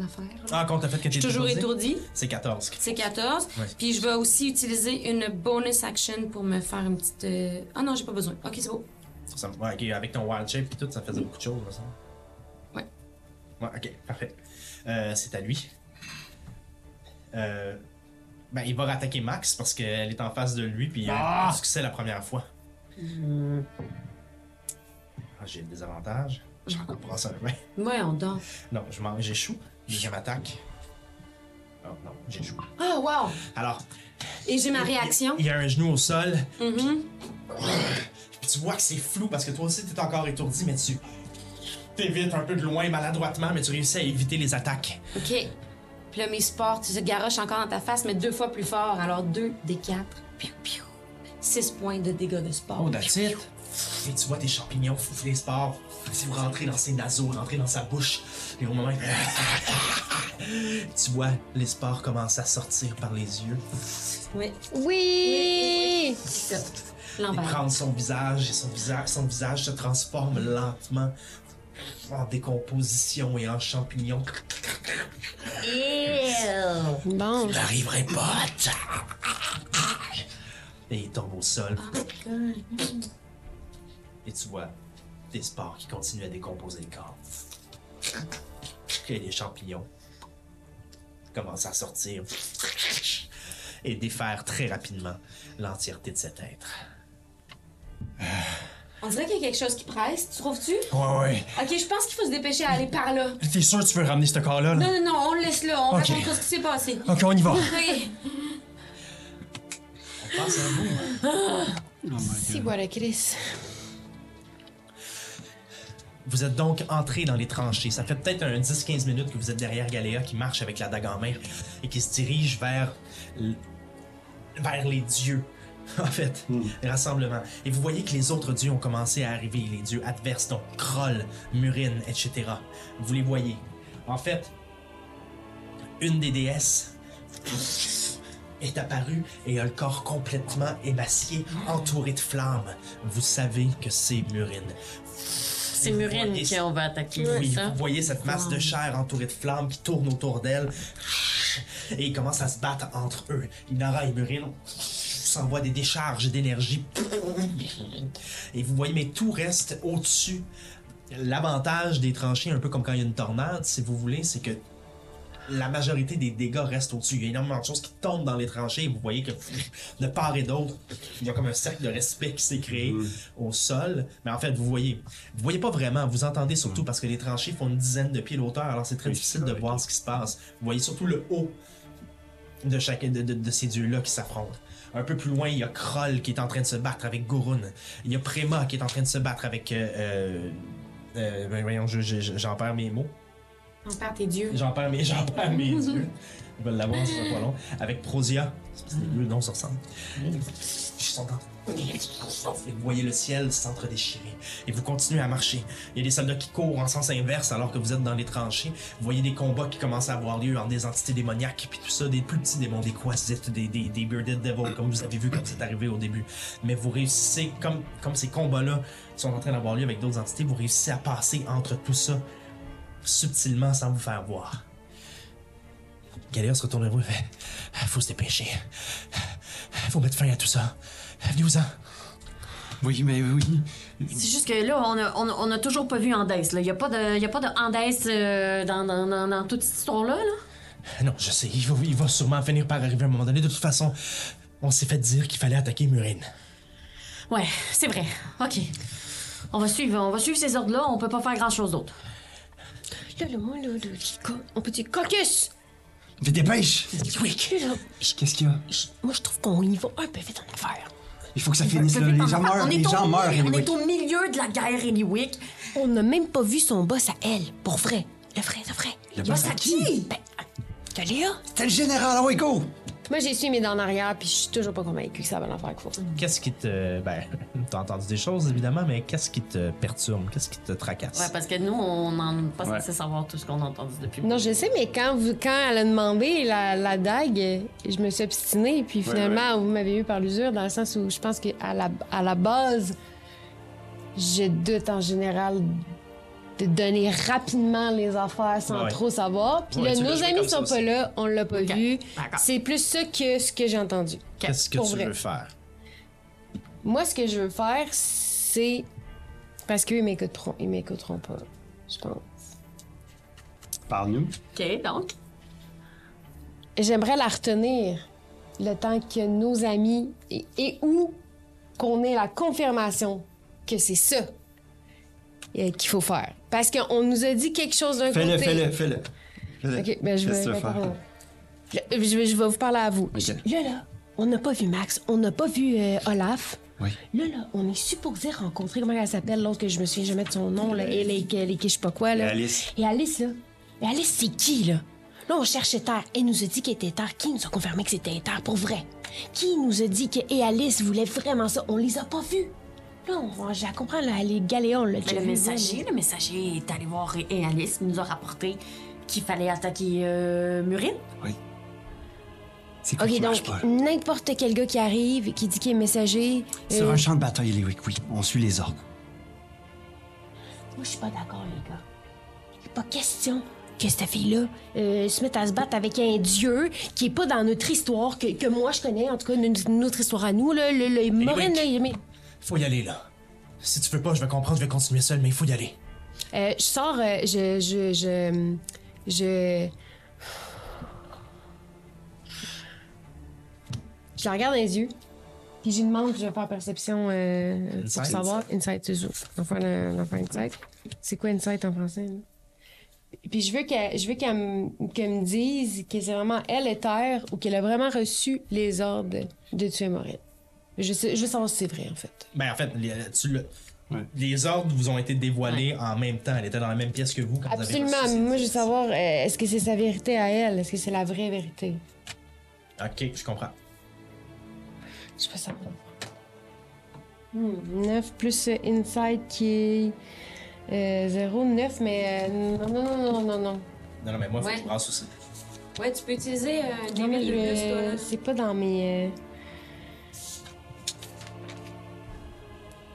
Speaker 8: affaire. là.
Speaker 1: Ah, compte le fait que
Speaker 8: je
Speaker 1: t'es
Speaker 8: suis toujours
Speaker 1: étourdi.
Speaker 8: étourdie,
Speaker 1: C'est 14.
Speaker 8: c'est 14.
Speaker 1: Ouais.
Speaker 8: Puis je vais aussi utiliser une bonus action pour me faire une petite. euh, Ah non, j'ai pas besoin. Ok, c'est beau.
Speaker 1: Ça me- ouais, ok, avec ton wild shape et tout, ça faisait beaucoup de choses, me semble.
Speaker 8: Ouais.
Speaker 1: Ouais, ok, parfait. Euh, c'est à lui. Euh, ben, il va rattaquer Max parce qu'elle est en face de lui, puis il a eu un succès la première fois. Ah, j'ai des avantages. J'ai encore brassé un vin.
Speaker 8: Voyons donc.
Speaker 1: Non, je m'en- j'échoue. Deuxième attaque. Oh non, j'échoue.
Speaker 8: Ah, wow!
Speaker 1: Alors,
Speaker 8: Et j'ai ma réaction.
Speaker 1: il y a un genou au sol,
Speaker 8: Mhm.
Speaker 1: Puis tu vois que c'est flou parce que toi aussi t'es encore étourdi, mais tu. t'évites un peu de loin maladroitement, mais tu réussis à éviter les attaques.
Speaker 8: OK. Puis là, mes sports, tu te garoches encore dans ta face, mais deux fois plus fort. Alors, deux des quatre. Piou, piou. Six points de dégâts de sport.
Speaker 6: Oh, that's it.
Speaker 1: Et tu vois tes champignons fouffer les spores. Si vous rentrez dans ses naseaux, rentrez dans sa bouche. Et au moment. tu vois les spores commencer à sortir par les yeux.
Speaker 8: Oui.
Speaker 2: Oui!
Speaker 1: Il
Speaker 8: L'envers.
Speaker 1: prend son visage et son visage, son visage se transforme lentement en décomposition et en champignons.
Speaker 2: Bon,
Speaker 9: Je n'arriverai pas à te-
Speaker 1: Et il tombe au sol. et tu vois des spores qui continuent à décomposer le corps. Et les champignons commencent à sortir et défaire très rapidement l'entièreté de cet être.
Speaker 8: On dirait qu'il y a quelque chose qui presse, tu trouves-tu?
Speaker 6: Ouais, ouais.
Speaker 8: OK, je pense qu'il faut se dépêcher à aller par là.
Speaker 6: T'es sûr que tu veux ramener ce corps-là? là?
Speaker 8: Non, non, non, on le laisse là. On
Speaker 6: Ok.
Speaker 8: raconte pas ce qui s'est passé.
Speaker 5: Euh,
Speaker 6: Ok, on y va.
Speaker 8: Oui.
Speaker 1: On passe à vous.
Speaker 2: c'est quoi la crise?
Speaker 1: Vous êtes donc entré dans les tranchées. Ça fait peut-être un 10-15 minutes que vous êtes derrière Galéa qui marche avec la dague en main et qui se dirige vers, l- vers les dieux, en fait, les rassemblements. Et vous voyez que les autres dieux ont commencé à arriver, les dieux adverses, donc Kroll, Murine, etc. Vous les voyez. En fait, une des déesses est apparue et a le corps complètement émacié, entouré de flammes. Vous savez que c'est Murine.
Speaker 5: C'est
Speaker 1: Vous
Speaker 5: Murine
Speaker 1: voyez-
Speaker 5: qu'on va attaquer,
Speaker 1: oui,
Speaker 5: c'est ça?
Speaker 1: vous voyez cette masse de chair entourée de flammes qui tourne autour d'elle. Et ils commencent à se battre entre eux. Inara et Muril s'envoient des décharges d'énergie. Et vous voyez, mais tout reste au-dessus. L'avantage des tranchées, un peu comme quand il y a une tornade, si vous voulez, c'est que la majorité des dégâts restent au-dessus. Il y a énormément de choses qui tombent dans les tranchées. et Vous voyez que de part et d'autre, il y a comme un cercle de respect qui s'est créé au sol. Mais en fait, vous voyez, vous voyez pas vraiment. Vous entendez surtout parce que les tranchées font une dizaine de pieds d'auteur. Alors c'est très difficile de voir ce qui se passe. Vous voyez surtout le haut de chacun de, de- de ces dieux-là qui s'affrontent. Un peu plus loin, il y a Kroll qui est en train de se battre avec Gurun. Il y a Prema qui est en train de se battre avec. euh, euh, euh, ben, voyons, je- je- je- j'en perds mes mots.
Speaker 8: On perd tes dieux.
Speaker 1: J'en perds mes, j'en perds mes yeux. Ils veulent l'avoir, ce sera pas long. Avec Prosia. Les deux noms se ressemblent. Ils sont en- Et vous voyez le ciel s'entre-déchirer. Et vous continuez à marcher. Il y a des soldats qui courent en sens inverse alors que vous êtes dans les tranchées. Vous voyez des combats qui commencent à avoir lieu entre des entités démoniaques, puis tout ça, des plus petits démons, des quasites, des, des, des bearded devils, comme vous avez vu quand c'est arrivé au début. Mais vous réussissez, comme, comme ces combats-là sont en train d'avoir lieu avec d'autres entités, vous réussissez à passer entre tout ça subtilement sans vous faire voir. Galéa se retourne vers vous et fait Faut se dépêcher. Faut mettre fin à tout ça. Venez-vous-en.
Speaker 3: Oui, mais oui.
Speaker 5: C'est juste que là, on a, on a- on a toujours pas vu Andes. Il n'y a pas de, y a pas de Andes euh, dans, dans- dans- dans toute cette histoire-là. là.
Speaker 1: Ah Non, je sais, il va, il va sûrement finir par arriver à un moment donné. De toute façon, on s'est fait dire qu'il fallait attaquer Murine.
Speaker 5: Ouais, c'est vrai. OK. On va suivre, on va suivre ces ordres-là. On peut pas faire grand-chose d'autre.
Speaker 2: Là, le moi, là, le- le- co- on peut dire caucus!
Speaker 3: Mais dépêche!
Speaker 2: Là, là,
Speaker 3: Qu'est-ce qu'il y a?
Speaker 2: je- moi, je trouve qu'on y va un peu vite en affaire.
Speaker 3: Il faut que ça finisse, là. Les gens meurent,
Speaker 5: on est
Speaker 3: les
Speaker 5: au-
Speaker 3: gens meurent,
Speaker 5: On
Speaker 3: anyway.
Speaker 5: est au milieu de la guerre, Eliwick.
Speaker 2: On n'a même pas vu son boss à elle, pour vrai. Le vrai, le vrai.
Speaker 3: Le boss à qui?
Speaker 2: Ben, Galéa?
Speaker 3: C'était le général, ouais, go!
Speaker 2: Moi, j'ai su mes dents en arrière, puis je suis toujours pas convaincue que ça va l'enfer qu'il faut.
Speaker 1: Qu'est-ce qui te. Ben, t'as entendu des choses, évidemment, mais qu'est-ce qui te perturbe Qu'est-ce qui te tracasse
Speaker 5: Ouais, parce que nous, on n'en pas
Speaker 3: Ouais.
Speaker 5: censé savoir tout ce qu'on a entendu depuis.
Speaker 2: Non, je sais, mais quand, vous, quand elle a demandé la, la dague, je me suis obstinée, puis finalement, vous m'avez eu par l'usure, dans le sens où je pense qu'à la, à la base, je doute en général de donner rapidement les affaires sans
Speaker 1: Ouais.
Speaker 2: trop savoir. Puis
Speaker 1: Ouais,
Speaker 2: là,
Speaker 1: tu l'as
Speaker 2: nos
Speaker 1: joué
Speaker 2: amis
Speaker 1: comme ça
Speaker 2: sont
Speaker 1: aussi.
Speaker 2: pas là, on l'a pas vu.
Speaker 5: D'accord.
Speaker 2: C'est plus ça que ce que j'ai entendu.
Speaker 1: Qu'est-ce que
Speaker 2: Pour
Speaker 1: tu
Speaker 2: vrai.
Speaker 1: veux faire
Speaker 2: Moi, ce que je veux faire, c'est. Parce qu'ils m'écouteront. Ils m'écouteront pas, je pense.
Speaker 3: Parle-nous.
Speaker 5: OK, donc.
Speaker 2: J'aimerais la retenir le temps que nos amis et, et où qu'on ait la confirmation que c'est ça euh, qu'il faut faire. Parce qu'on nous a dit quelque chose d'un
Speaker 3: Fais-le,
Speaker 2: côté.
Speaker 3: fais-le, fais-le. Fais-le.
Speaker 2: Ok, ben je vais,
Speaker 3: Qu'est-ce que tu veux
Speaker 2: ben,
Speaker 3: faire?
Speaker 2: pardon. Là, je, vais- je vais vous parler à vous.
Speaker 3: Ok.
Speaker 2: Là, là, on n'a pas vu Max, on n'a pas vu euh, Olaf.
Speaker 6: Oui.
Speaker 2: Là, là, on est supposé rencontrer, comment elle s'appelle, l'autre que je me souviens jamais de son nom,
Speaker 3: Euh,
Speaker 2: là, et les, les, je sais pas quoi, là.
Speaker 3: Alice.
Speaker 2: Et Alice, là. Et Alice, c'est qui, là? Là, on cherchait Terre. Elle nous a dit qu'elle était Terre. Qui nous a confirmé que c'était Terre pour vrai? Qui nous a dit que et Alice voulait vraiment ça? On les a pas vus. Là, on va, je la comprends, là, les Galéons, là.
Speaker 5: Mais
Speaker 2: j'ai
Speaker 5: le
Speaker 2: vu,
Speaker 5: messager, le messager est allé voir et- et Alice il nous a rapporté qu'il fallait attaquer euh, Murine.
Speaker 3: C'est quoi
Speaker 2: Ok,
Speaker 3: qui marche
Speaker 2: donc,
Speaker 3: pas? là?
Speaker 2: n'importe quel gars qui arrive, et qui dit qu'il est messager.
Speaker 3: Sur
Speaker 2: euh,
Speaker 3: un champ de bataille, les oui, oui, on suit les ordres.
Speaker 2: Moi, je suis pas d'accord, les gars. Il pas question que cette fille-là euh, se mette à se battre avec un dieu qui est pas dans notre histoire, que, que moi je connais, en tout cas, notre, notre histoire à nous, là, le, le Maureen, là, il- mais-
Speaker 1: Faut y aller, là. Si tu veux pas, je vais comprendre, je vais continuer seul, mais il faut y aller.
Speaker 2: Euh, je sors, euh, je, je, je, je... Je la regarde dans les yeux, puis je lui demande, je vais faire perception euh, pour
Speaker 1: Insight.
Speaker 2: savoir. Insight, c'est ça. On va faire le- on va faire insight. C'est quoi insight en français? là? Puis je veux qu'elle je veux qu'elle me- qu'elle me dise que c'est vraiment elle et terre ou qu'elle a vraiment reçu les ordres de tuer Maureen. Je, sais- je veux savoir si c'est vrai, en fait.
Speaker 1: Ben, en fait, les, tu le-
Speaker 3: Ouais.
Speaker 1: les ordres vous ont été dévoilés en même temps. Elle était dans la même pièce que vous quand vous avez
Speaker 2: Absolument.
Speaker 1: reçu ces-
Speaker 2: Moi, je veux savoir, euh, est-ce que c'est sa vérité à elle? Est-ce que c'est la vraie vérité?
Speaker 1: Ok, je comprends.
Speaker 2: Je peux savoir. 9 plus euh, Insight qui est euh, 0, 9, mais euh, non, non, non, non, non, non.
Speaker 1: Non, non, mais moi, faut que
Speaker 8: Ouais.
Speaker 1: je brasse aussi.
Speaker 8: Ouais, tu peux utiliser euh, des
Speaker 2: Non, mais
Speaker 8: mille de
Speaker 2: je-
Speaker 8: plus, toi, là.
Speaker 2: c'est pas dans mes... euh,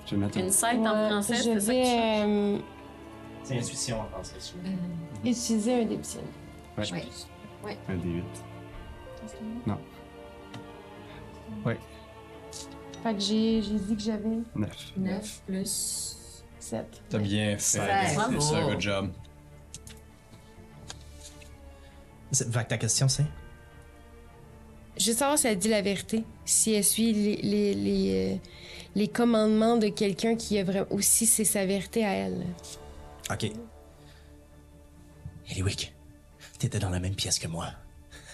Speaker 3: Je vais mettre un-
Speaker 5: Une scène en
Speaker 2: ouais,
Speaker 5: français,
Speaker 2: je
Speaker 5: c'est ça que
Speaker 2: vais
Speaker 5: tu cherches.
Speaker 2: euh,
Speaker 1: C'est intuition en français. celui-là.
Speaker 2: utiliser un des petits.
Speaker 3: Ouais.
Speaker 8: Ouais. Ouais.
Speaker 3: Un des huit. Non,
Speaker 2: Fait que j'ai j'ai dit que j'avais
Speaker 3: neuf.
Speaker 8: 9 plus.
Speaker 2: 7.
Speaker 6: T'as bien fait.
Speaker 8: Ouais,
Speaker 6: C'est
Speaker 8: bravo.
Speaker 6: ça, good job.
Speaker 1: C'est- Fait que ta question, c'est
Speaker 2: Je veux savoir si elle dit la vérité, si elle suit les, les, les, euh, les commandements de quelqu'un qui a vraiment... Aussi, c'est sa vérité à elle.
Speaker 1: Ok. Eliwick, t'étais dans la même pièce que moi.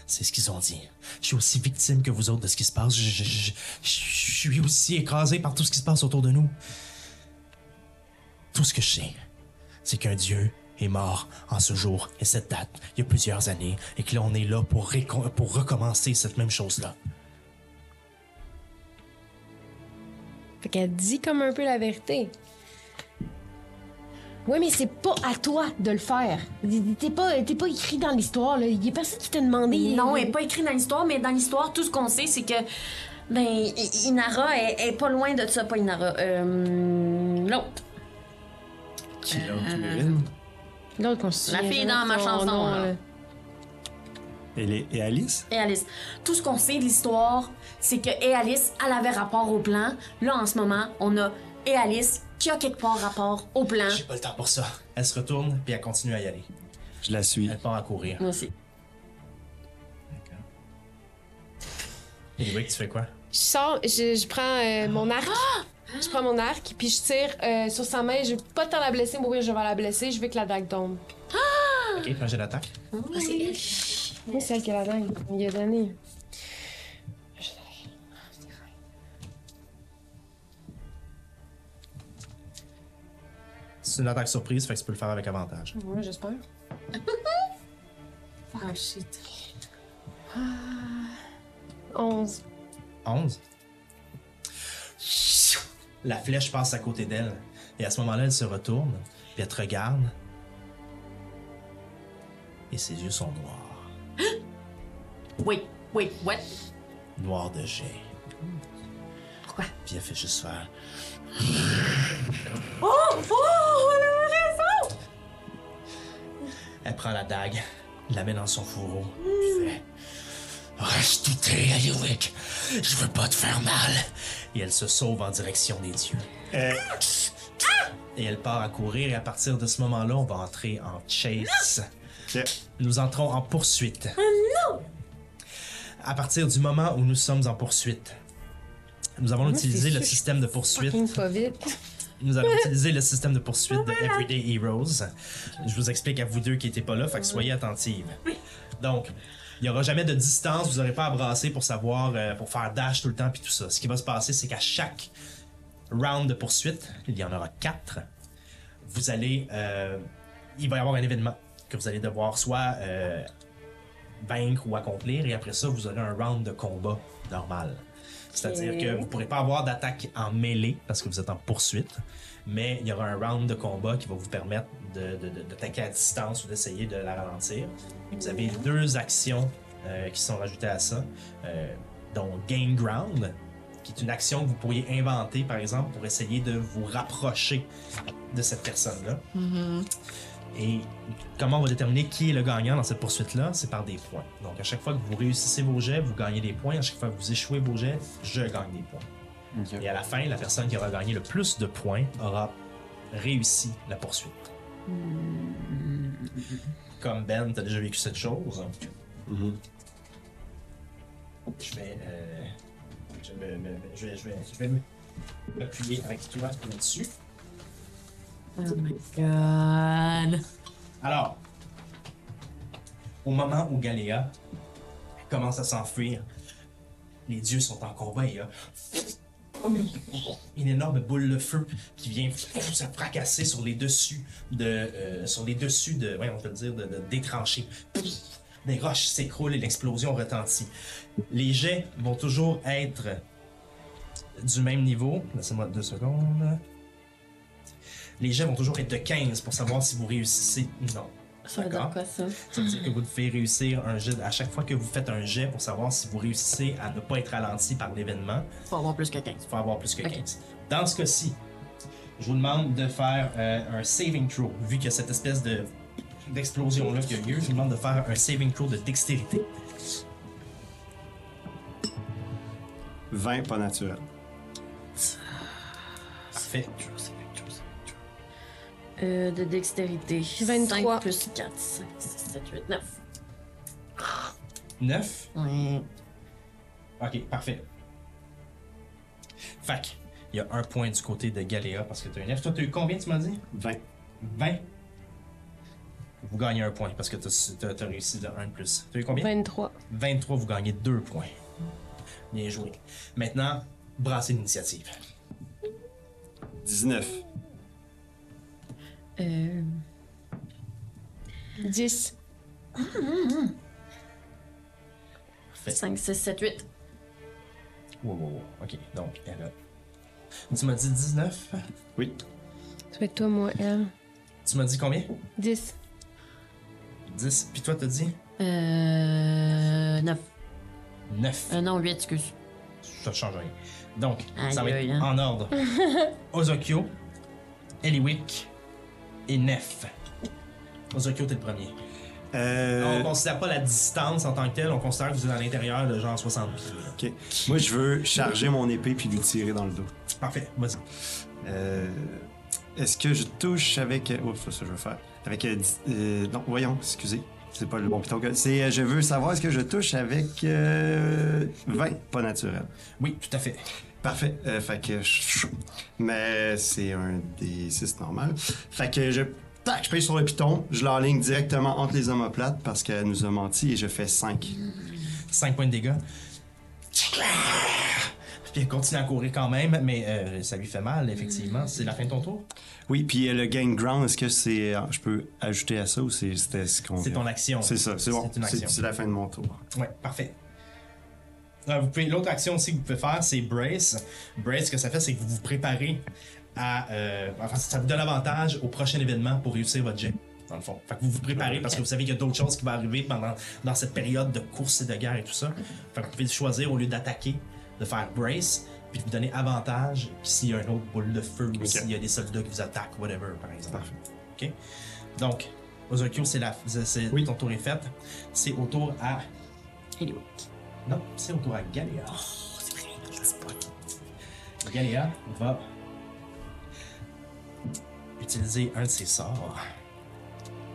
Speaker 1: C'est ce qu'ils ont dit. Je suis aussi victime que vous autres de ce qui se passe. Je, je- je- je suis aussi écrasé par tout ce qui se passe autour de nous. Tout ce que je sais, c'est qu'un dieu est mort en ce jour et cette date, il y a plusieurs années, et que là, on est là pour, récon- pour recommencer cette même chose-là.
Speaker 2: Fait qu'elle dit comme un peu la vérité. Ouais, mais c'est pas à toi de le faire. T'es pas, t'es pas écrit dans l'histoire, là. Y a personne qui t'a demandé.
Speaker 5: Non, elle n'est pas écrite dans l'histoire, mais dans l'histoire, tout ce qu'on sait, c'est que. Ben, I- Inara est, est pas loin de ça, pas Inara. Euh, L'autre.
Speaker 3: Qui l'a Murine?
Speaker 2: L'autre qu'on se
Speaker 5: La
Speaker 2: souvient
Speaker 5: fille
Speaker 2: jamais
Speaker 5: dans
Speaker 2: de
Speaker 5: ma
Speaker 2: son
Speaker 5: chanson,
Speaker 2: nom,
Speaker 5: là.
Speaker 3: Et, les- et Alice?
Speaker 5: Et Alice. Tout ce qu'on sait de l'histoire, c'est que et Alice, elle avait rapport au plan. Là, en ce moment, on a et Alice qui a quelque part rapport au plan.
Speaker 1: J'ai pas le temps pour ça. Elle se retourne, puis elle continue à y aller.
Speaker 3: Je la suis.
Speaker 1: Elle part à courir.
Speaker 5: Moi aussi.
Speaker 1: Eliwick, tu fais quoi?
Speaker 2: Je sors, je, je prends euh, mon arc.
Speaker 5: Ah!
Speaker 2: Je prends mon arc, puis je tire euh, sur sa main. Je veux pas tant la blesser, mourir, je vais la blesser. Je veux que la dague tombe.
Speaker 1: Ok, fais un jet d'attaque.
Speaker 2: Oui, celle qui a la dague. Il y a donné.
Speaker 1: C'est une attaque surprise, fait que tu peux le faire avec avantage.
Speaker 2: Ouais, j'espère.
Speaker 8: Ah, shit.
Speaker 2: Ah. 11.
Speaker 1: 11. La flèche passe à côté d'elle. Et à ce moment-là, elle se retourne, puis elle te regarde. Et ses yeux sont noirs.
Speaker 5: Oui, oui, ouais.
Speaker 1: Noirs de jet.
Speaker 5: Pourquoi?
Speaker 1: Puis elle fait juste faire.
Speaker 5: Oh, oh, elle avait raison!
Speaker 1: Elle prend la dague, la met dans son fourreau.
Speaker 2: Hmm.
Speaker 9: Il fait, Reste outré, Eliwick. Je veux pas te faire mal.
Speaker 1: Et elle se sauve en direction des dieux. Et elle part à courir. Et à partir de ce moment-là, on va entrer en chase.
Speaker 3: Ok.
Speaker 1: Nous entrons en poursuite.
Speaker 2: Ah,
Speaker 1: non! À partir du moment où nous sommes en poursuite, nous avons utilisé
Speaker 2: c'est
Speaker 1: le
Speaker 2: sûr,
Speaker 1: système de poursuite.
Speaker 2: Fucking pas vite.
Speaker 1: Nous avons utilisé le système de poursuite de Everyday Heroes. Je vous explique à vous deux qui n'étaient pas là, fait que soyez attentives. Donc, il n'y aura jamais de distance, vous n'aurez pas à brasser pour savoir, euh, pour faire dash tout le temps puis tout ça. Ce qui va se passer, c'est qu'à chaque round de poursuite, il y en aura quatre. Vous allez. euh, il va y avoir un événement que vous allez devoir soit euh, vaincre ou accomplir, et après ça, vous aurez un round de combat normal. C'est-à-dire que vous ne pourrez pas avoir d'attaque en mêlée parce que vous êtes en poursuite, mais il y aura un round de combat qui va vous permettre de- de- de- d'attaquer à distance ou d'essayer de la ralentir. Et vous avez deux actions euh, qui sont rajoutées à ça, euh, dont Gain Ground, qui est une action que vous pourriez inventer, par exemple, pour essayer de vous rapprocher de cette personne-là. Et comment on va déterminer qui est le gagnant dans cette poursuite-là? C'est par des points. Donc, à chaque fois que vous réussissez vos jets, vous gagnez des points. À chaque fois que vous échouez vos jets, je gagne des points. Et à la fin, la personne qui aura gagné le plus de points aura réussi la poursuite. Comme Ben, t'as déjà vécu cette chose. Je vais, euh, je vais, me- me- je vais, je vais, je vais m'appuyer avec toi là-dessus.
Speaker 5: God.
Speaker 1: Alors, au moment où Galéa commence à s'enfuir, les dieux sont en combat et il y a une énorme boule de feu qui vient se fracasser sur les dessus de, euh, sur les dessus de, ouais, on peut le dire, de, de- des tranchées. Des roches s'écroulent et l'explosion retentit. Les jets vont toujours être du même niveau. Laissez-moi deux secondes. Les jets vont toujours être de 15 pour savoir si vous réussissez ou non.
Speaker 4: Ça veut dire quoi, ça?
Speaker 1: Ça veut dire que vous devez réussir un jet. À chaque fois que vous faites un jet pour savoir si vous réussissez à ne pas être ralenti par l'événement,
Speaker 5: Faut avoir plus que 15.
Speaker 1: il faut avoir plus que 15. Dans ce cas-ci, je vous demande de faire euh, un saving throw. Vu qu'il y a cette espèce de d'explosion-là qui a lieu, je vous demande de faire un saving throw de dextérité.
Speaker 3: 20 pas naturel.
Speaker 1: Parfait.
Speaker 5: Euh, de dextérité.
Speaker 2: 23.
Speaker 5: 5 plus 4, 5, 6, 7, 8, 9.
Speaker 1: 9.
Speaker 5: Ouais.
Speaker 1: Ok, parfait. Fac, il y a un point du côté de Galéa parce que tu as un F. Toi, tu as eu combien, tu m'as dit
Speaker 3: 20.
Speaker 1: 20. Vous gagnez un point parce que tu as, réussi de 1 de plus. Tu as eu combien
Speaker 2: 23.
Speaker 1: 23, vous gagnez 2 points. Bien joué. Maintenant, brassez l'initiative.
Speaker 3: 19.
Speaker 5: Euh,
Speaker 2: 10.
Speaker 5: 5, 6, 7, 8.
Speaker 1: Wow, wow, wow. Ok, donc, elle a. Tu m'as dit 19.
Speaker 3: Oui.
Speaker 2: Ça va être toi, moi, elle.
Speaker 1: Tu m'as dit combien
Speaker 2: 10.
Speaker 1: 10. Puis toi, t'as dit
Speaker 5: Euh, 9.
Speaker 1: 9.
Speaker 5: Euh, non, 8, excuse.
Speaker 1: Ça change rien. Donc, ça va
Speaker 5: Aïe,
Speaker 1: être
Speaker 5: aïe, hein.
Speaker 1: en ordre. Ozokyo, Eliwick et Nef. Ozokyo, t'es le premier.
Speaker 3: Euh,
Speaker 1: On considère pas la distance en tant que telle, on considère que vous êtes à l'intérieur de genre 60 pieds. là.
Speaker 3: ok. Moi, je veux charger mon épée puis lui tirer dans le dos.
Speaker 1: Parfait, vas-y.
Speaker 3: Euh, Est-ce que je touche avec. Oups, ça, je veux faire. Avec. euh, dix- euh, non, voyons, excusez. C'est pas le bon piton. que- C'est. euh, je veux savoir est-ce que je touche avec. euh, 20, pas naturel.
Speaker 1: Oui, tout à fait.
Speaker 3: Parfait. Euh, fait que. je- Mais c'est un des 6 normal. Fait que je. Tac, je pèse sur le piton, je l'enligne directement entre les omoplates parce qu'elle nous a menti et je fais 5.
Speaker 1: 5 points de dégâts. Ah! Puis elle continue à courir quand même, mais euh, ça lui fait mal, effectivement. C'est la fin de ton tour?
Speaker 3: Oui, puis euh, le gain de ground, est-ce que c'est. euh, Je peux ajouter à ça ou c'est- c'était ce qu'on.
Speaker 1: C'est ton action.
Speaker 3: C'est ça, c'est bon.
Speaker 1: C'est une
Speaker 3: C'est
Speaker 1: action.
Speaker 3: c'est la fin de mon tour.
Speaker 1: Ouais, parfait. Euh, vous pouvez- L'autre action aussi que vous pouvez faire, c'est Brace. Brace, ce que ça fait, c'est que vous vous préparez à. euh, enfin, ça vous donne l'avantage au prochain événement pour réussir votre jet, dans le fond. Fait que vous vous préparez parce que vous savez qu'il y a d'autres choses qui vont arriver pendant dans cette période de course et de guerre et tout ça. Fait que vous pouvez choisir, au lieu d'attaquer, de faire Brace, puis de vous donner avantage s'il y a une autre boule de feu ou s'il y a des soldats qui vous attaquent, whatever, par exemple.
Speaker 3: Parfait.
Speaker 1: OK? Donc, Ozokyo, c'est la, c'est- c'est- ton tour est fait. C'est au tour à non, c'est au tour à Galéa. Oh, c'est vrai, Galéa va utiliser un de ses sorts.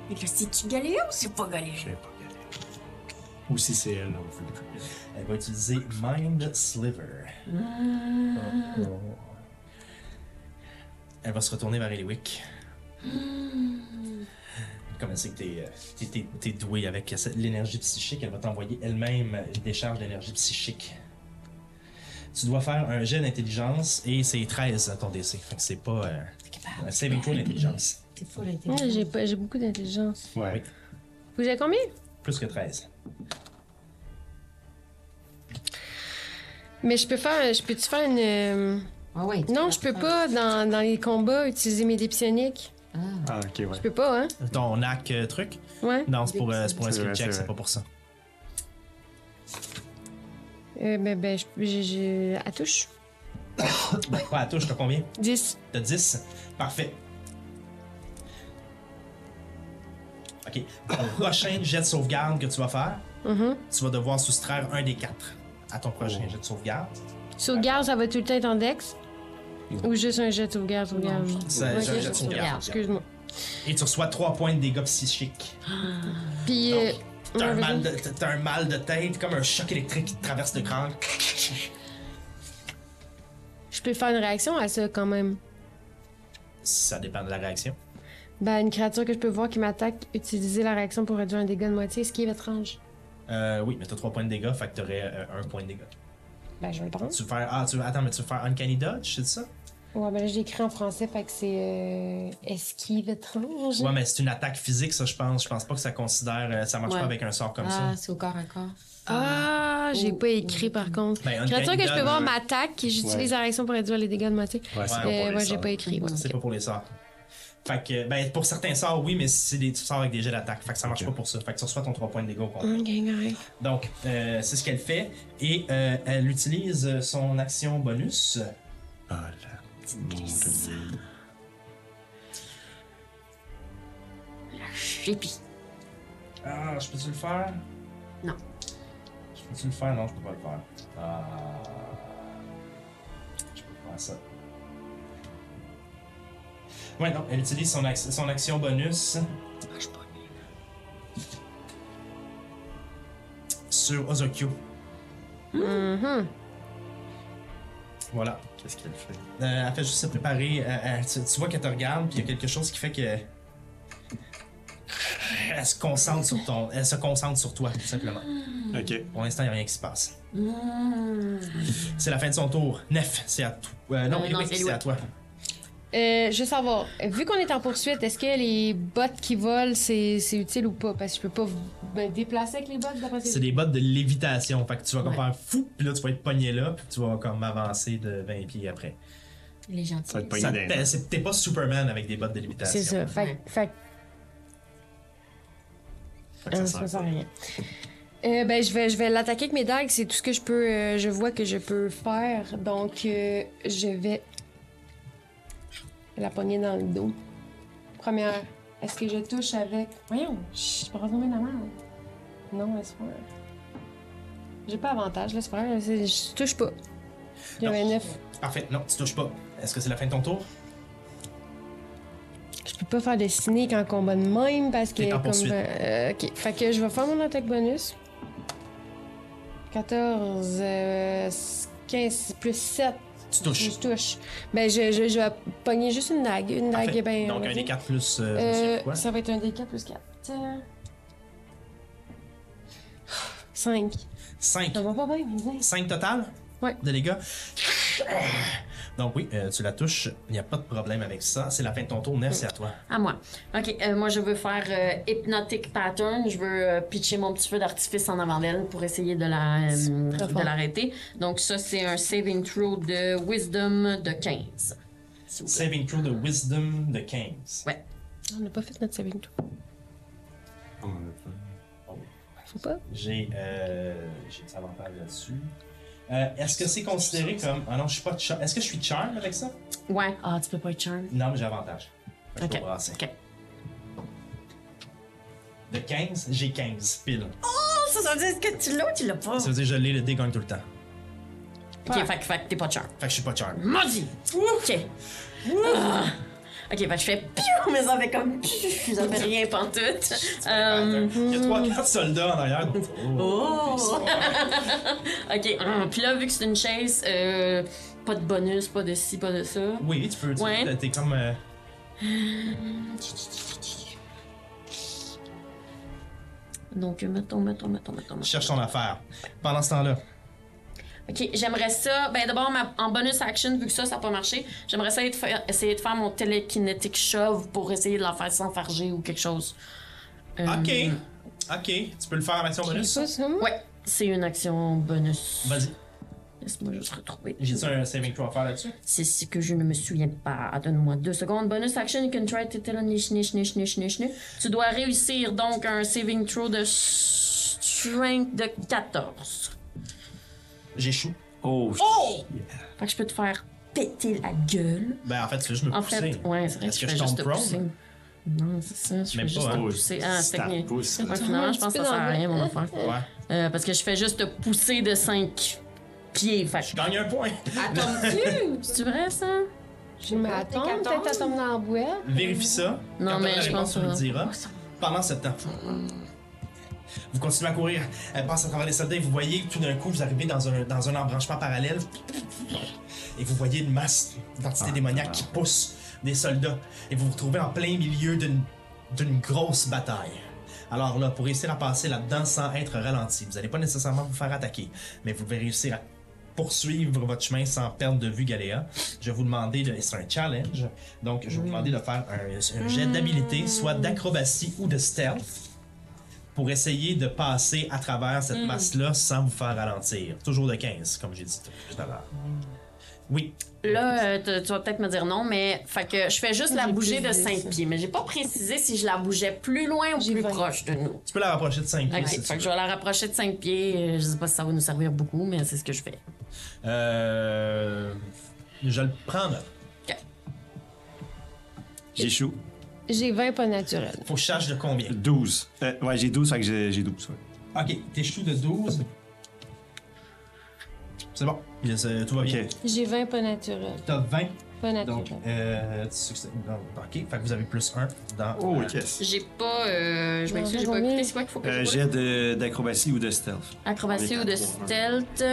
Speaker 5: Mais là, c'est-tu galère ou c'est pas galère?
Speaker 3: Ou si c'est elle, là,
Speaker 1: Elle va utiliser Mind Sliver. Euh, Elle va se retourner vers Eliwick. Comme elle sait que t'es, euh, t'es- t'es- t'es doué avec cette- l'énergie psychique, elle va t'envoyer elle-même des charges d'énergie psychique. Tu dois faire un jet d'intelligence et c'est 13 à ton DC. Fait que c'est pas. euh, un saving throw d'intelligence.
Speaker 5: T'es full
Speaker 2: Ouais,
Speaker 5: intelligent.
Speaker 2: J'ai pas- j'ai beaucoup d'intelligence.
Speaker 3: Ouais.
Speaker 2: Vous avez combien?
Speaker 1: Plus que 13.
Speaker 2: Mais je peux faire. Je peux-tu faire une. euh,
Speaker 5: Ah ouais.
Speaker 2: Non, je peux pas, dans, dans les combats, utiliser mes dés psioniques.
Speaker 3: Ah, ok, ouais.
Speaker 2: Je peux pas, hein?
Speaker 1: Ton hack euh, truc
Speaker 2: Ouais.
Speaker 1: Non, c'est pour, euh, c'est pour un
Speaker 3: C'est
Speaker 1: skill
Speaker 3: vrai,
Speaker 1: check,
Speaker 3: c'est
Speaker 1: c'est
Speaker 3: vrai.
Speaker 1: pas pour ça.
Speaker 2: Euh, ben, ben, je- j'ai. j'ai- À touche.
Speaker 1: Ouais, à touche, t'as combien
Speaker 2: 10.
Speaker 1: T'as 10 Parfait. Ok. Ton prochain jet de sauvegarde que tu vas faire,
Speaker 2: Mhm.
Speaker 1: tu vas devoir soustraire un des quatre à ton prochain jet de sauvegarde.
Speaker 2: Sauvegarde, ça va tout le temps être en dex? Ou juste un jet de sauvegarde, sauvegarde?
Speaker 1: Ça,
Speaker 2: Ok,
Speaker 1: j'ai un jet de
Speaker 2: sauvegarde.
Speaker 1: sauvegarde.
Speaker 2: Excuse-moi.
Speaker 1: Et tu reçois 3 points de dégâts psychiques.
Speaker 2: Puis.
Speaker 1: Donc,
Speaker 2: euh,
Speaker 1: T'as un,
Speaker 2: ouais,
Speaker 1: mal
Speaker 2: vas-y.
Speaker 1: de- t'as- t'as un mal de tête, comme un choc électrique qui te traverse le crâne.
Speaker 2: Je peux faire une réaction à ça quand même.
Speaker 1: Ça dépend de la réaction.
Speaker 2: Ben, une créature que je peux voir qui m'attaque, utiliser la réaction pour réduire un dégât de moitié, ce qui est étrange.
Speaker 1: Euh, oui, mais t'as 3 points de dégâts, fait que t'aurais euh, un point de dégâts.
Speaker 2: Ben, je vais le prendre.
Speaker 1: Tu veux faire. Ah, tu veux- attends, mais tu veux faire Uncanny Dodge, c'est ça?
Speaker 2: Ouais, ben là, je l'écris en français, fait que c'est euh, esquive étrange.
Speaker 1: Ouais, mais c'est une attaque physique, ça, je pense. Je pense pas que ça considère. euh, ça marche
Speaker 8: Ouais.
Speaker 1: pas avec un sort comme
Speaker 8: Ah,
Speaker 1: ça.
Speaker 8: c'est au corps à corps.
Speaker 2: Ah, j'ai
Speaker 8: Ou-
Speaker 2: pas écrit par contre.
Speaker 1: Ben, Uncanny
Speaker 2: Créature que je peux
Speaker 1: Dodge,
Speaker 2: voir
Speaker 1: euh,
Speaker 2: m'attaque, et j'utilise la réaction pour réduire les dégâts de moitié.
Speaker 3: Ouais,
Speaker 1: c'est
Speaker 3: c'est
Speaker 1: pas
Speaker 2: Euh,
Speaker 1: pour
Speaker 2: Ouais,
Speaker 3: les
Speaker 2: j'ai
Speaker 3: sorts.
Speaker 2: pas écrit. ouais.
Speaker 1: C'est pas pour les sorts. Fait que, ben, pour certains sorts, oui, mais c'est des sorts avec des jets d'attaque. Fait que ça marche pas pour ça. Fait que tu reçois ton 3 points de dégâts au complet.
Speaker 2: Ok, correct.
Speaker 1: Donc, euh, c'est ce qu'elle fait. Et euh, elle utilise son action bonus.
Speaker 3: Ah, là. Mon Dieu.
Speaker 5: Chippy.
Speaker 1: Ah, je peux-tu le faire?
Speaker 5: Non.
Speaker 1: Je peux-tu le faire? Non, je peux pas le faire. Ah. Je peux faire ça. Ouais, non, elle utilise son, ax- son action bonus. Sur Ozokyo.
Speaker 5: Mm-hmm.
Speaker 2: Mhm.
Speaker 1: Voilà.
Speaker 3: Qu'est-ce qu'elle fait?
Speaker 1: Euh, elle fait juste se préparer. euh, euh, tu, tu vois qu'elle te regarde, puis il y a quelque chose qui fait que. Elle se concentre sur ton. Elle se concentre sur toi, tout simplement.
Speaker 3: Ok.
Speaker 1: Pour l'instant, il n'y a rien qui se passe. C'est la fin de son tour. Nef, c'est à toi. Euh, non,
Speaker 5: Mm. Euh,
Speaker 1: Eric,
Speaker 5: non, c'est
Speaker 1: c'est
Speaker 5: lui.
Speaker 1: à toi.
Speaker 2: Euh, je veux savoir, vu qu'on est en poursuite, est-ce que les bottes qui volent, c'est c'est utile ou pas? Parce que je peux pas me déplacer avec les bottes d'après
Speaker 1: C'est des bottes de lévitation. Fait que tu vas comme faire fou, puis là, tu vas être pogné là, puis tu vas comme avancer de 20 pieds après.
Speaker 5: Il est gentil.
Speaker 3: Ça va être
Speaker 1: Ça
Speaker 3: pogné
Speaker 1: te pèse. C'est- T'es pas Superman avec des bottes de lévitation.
Speaker 2: C'est ça. Fait,
Speaker 5: Ouais.
Speaker 2: fait
Speaker 3: Fait que
Speaker 2: Euh,
Speaker 3: sert
Speaker 2: ça
Speaker 3: à
Speaker 2: sert à
Speaker 3: quoi.
Speaker 2: rien. Euh, ben, je vais, je vais l'attaquer avec mes dagues. C'est tout ce que je peux, euh, je vois que je peux faire. Donc, euh, je vais la pogner dans le dos. Première. Est-ce que je touche avec. Voyons, chut, je peux rassembler la main. Non, c'est pas. J'ai pas avantage, là, c'est pas grave. C'est- Je touche pas. J'avais
Speaker 1: Non.
Speaker 2: 9.
Speaker 1: Parfait. Non, tu touches pas. Est-ce que c'est la fin de ton tour?
Speaker 2: Je peux pas faire de cynique en combat de même parce que.
Speaker 1: T'es en poursuite.
Speaker 2: euh, ok. Fait que je vais faire mon attaque bonus. 14, euh, 15 plus 7.
Speaker 1: Tu touches.
Speaker 2: Je touche. Ben, je, je, je vais pogner juste une dague. Une dague,
Speaker 1: Parfait.
Speaker 2: ben.
Speaker 1: Donc,
Speaker 2: on va
Speaker 1: un
Speaker 2: dire.
Speaker 1: des 4 plus. euh, je sais
Speaker 2: Euh,
Speaker 1: plus quoi.
Speaker 2: ça va être un D4 plus 4. 5.
Speaker 1: 5.
Speaker 2: Ça va pas bien, mais bien.
Speaker 1: 5 total?
Speaker 2: Ouais.
Speaker 1: De dégâts. Donc oui, euh, tu la touches, il n'y a pas de problème avec ça. C'est la fin de ton tour, Nef, c'est à toi.
Speaker 5: À moi. OK, euh, moi, je veux faire euh, Hypnotic Pattern. Je veux euh, pitcher mon petit feu d'artifice en avant d'elle pour essayer de la, euh, de l'arrêter. Donc, ça, c'est un saving throw de Wisdom de 15. s'il vous plaît.
Speaker 1: Saving throw de Wisdom de 15.
Speaker 5: Ouais.
Speaker 2: On n'a pas fait notre saving throw.
Speaker 3: On en a pas.
Speaker 2: Faut pas.
Speaker 1: J'ai euh, j'ai des avantages là-dessus. Euh, Est-ce que c'est considéré comme... Ah non, je suis pas char- Est-ce que je suis charm avec ça?
Speaker 5: Ouais. Ah, tu peux pas être charm.
Speaker 1: Non, mais j'ai avantage. Fait que Je
Speaker 5: Ok.
Speaker 1: peux brasser.
Speaker 5: Ok.
Speaker 1: De 15, j'ai 15 pile.
Speaker 2: Oh.
Speaker 5: Oh, Ça, ça veut dire que tu l'as ou tu l'as pas?
Speaker 1: Ça veut dire que je l'ai le dégagne tout le temps.
Speaker 5: OK, fait, que- fait que t'es pas charm.
Speaker 1: Fait que je suis pas charm.
Speaker 5: Maudit! OK. Ah. OK, fait que je fais piou, mais ça fait comme piou, ça fait rien pantoute. Euh,
Speaker 1: Il y a 3-4 soldats en arrière. donc-
Speaker 5: Oh.
Speaker 1: ils sont-
Speaker 5: OK, hum, puis là, vu que c'est une chaise, euh, pas de bonus, pas de ci, pas de ça.
Speaker 1: Oui, tu peux. tu-
Speaker 5: Ouais.
Speaker 1: T'es comme... euh,
Speaker 5: Donc, euh, mettons, mettons, mettons, mettons. mettons.
Speaker 1: cherche ton affaire. Pendant ce temps-là,
Speaker 5: Ok, j'aimerais ça. Ben d'abord, ma- en bonus action, vu que ça, ça n'a pas marché, j'aimerais ça être fa- essayer de faire mon télékinétique shove pour essayer de la faire s'enfarger ou quelque chose. Euh,
Speaker 1: Ok. Ok. Tu peux le faire en action bonus?
Speaker 2: Ça, ça, moi?
Speaker 5: Ouais, c'est une action bonus.
Speaker 1: Vas-y.
Speaker 5: Laisse-moi juste retrouver.
Speaker 1: J'ai-tu un saving throw à faire là-dessus?
Speaker 5: C'est ce que je ne me souviens pas. Ah, Donne-moi deux secondes. Bonus action, you can try to tell a niche, niche, niche, niche, niche, niche. Tu dois réussir donc un saving throw de strength de 14.
Speaker 1: J'échoue.
Speaker 3: Oh,
Speaker 5: Fait que je peux te faire péter la gueule.
Speaker 1: Ben, en fait, c'est juste me
Speaker 5: En
Speaker 1: pousser.
Speaker 5: fait, ouais, c'est vrai que
Speaker 1: Est-ce
Speaker 5: je
Speaker 1: que
Speaker 5: fais
Speaker 1: je
Speaker 5: juste
Speaker 1: tombe
Speaker 5: te
Speaker 1: prone?
Speaker 5: pousser. Non, c'est ça, je fais
Speaker 1: Même pas,
Speaker 5: juste
Speaker 1: hein.
Speaker 5: te pousser. Ah,
Speaker 3: si
Speaker 5: c'est
Speaker 3: t'en
Speaker 5: technique.
Speaker 3: repousses,
Speaker 5: Ouais, finalement, je pense que ça sert à rien, mon enfant.
Speaker 1: Ouais.
Speaker 5: parce que je fais juste te pousser de 5 pieds. Fait
Speaker 1: Je gagne un point.
Speaker 5: que- C'est-tu vrai, ça?
Speaker 2: Je m'attends, peut-être à tomber dans la boîte.
Speaker 1: Vérifie ça.
Speaker 5: Non,
Speaker 1: Quand
Speaker 5: mais
Speaker 1: t'auras la
Speaker 5: je
Speaker 1: réponse,
Speaker 5: pense
Speaker 1: tu me le
Speaker 5: pas.
Speaker 1: diras. Pendant ce temps, vous continuez à courir. Elle passe à travers les soldats et vous voyez que tout d'un coup, vous arrivez dans un, dans un embranchement parallèle. Et vous voyez une masse d'entités démoniaques qui poussent des soldats. Et vous vous retrouvez en plein milieu d'une d'une grosse bataille. Alors là, pour réussir à passer là-dedans sans être ralenti, vous n'allez pas nécessairement vous faire attaquer, mais vous devez réussir à poursuivre votre chemin sans perdre de vue Galéa. Je vais vous demander, de, c'est un challenge, donc
Speaker 5: Mm.
Speaker 1: je vais vous demander de faire un, un jet d'habilité, soit d'acrobatie ou de stealth, pour essayer de passer à travers
Speaker 5: Mm.
Speaker 1: cette masse-là sans vous faire ralentir. Toujours de 15, comme j'ai dit tout à l'heure.
Speaker 5: Mm.
Speaker 1: Oui,
Speaker 5: Là, euh, tu- tu vas peut-être me dire non, mais fait que je fais juste la bouger de 5 pieds. Mais j'ai pas précisé si je la bougeais plus loin ou plus proche de nous.
Speaker 1: tu peux la rapprocher de 5
Speaker 5: Ok,
Speaker 1: si tu
Speaker 5: fait que
Speaker 1: veux.
Speaker 5: je vais la rapprocher de 5 pieds. euh, Je sais pas si ça va nous servir beaucoup, mais c'est ce que je fais.
Speaker 1: Euh, je le prends là.
Speaker 3: J'échoue.
Speaker 2: J'ai 20 pas naturels.
Speaker 1: Faut que je cherche de combien?
Speaker 3: 12. Euh, ouais, j'ai 12, fait que j'ai j'ai 12. ouais.
Speaker 1: Ok, t'échoues de 12. C'est bon. Il y a ce- Tout va bien.
Speaker 3: Ok.
Speaker 2: J'ai 20 pas naturels.
Speaker 1: T'as 20.
Speaker 2: Pas
Speaker 1: Donc,
Speaker 2: naturels.
Speaker 1: euh, tu succès- non, ok, fait que vous avez plus 1 dans.
Speaker 3: Oh,
Speaker 1: euh,
Speaker 3: yes.
Speaker 5: J'ai pas. euh, je m'excuse, j'ai pas écouté. C'est quoi qu'il faut que
Speaker 3: Euh,
Speaker 5: je roule?
Speaker 3: jet de- d'acrobatie ou de stealth.
Speaker 5: Acrobatie ou de
Speaker 3: hein.
Speaker 5: stealth.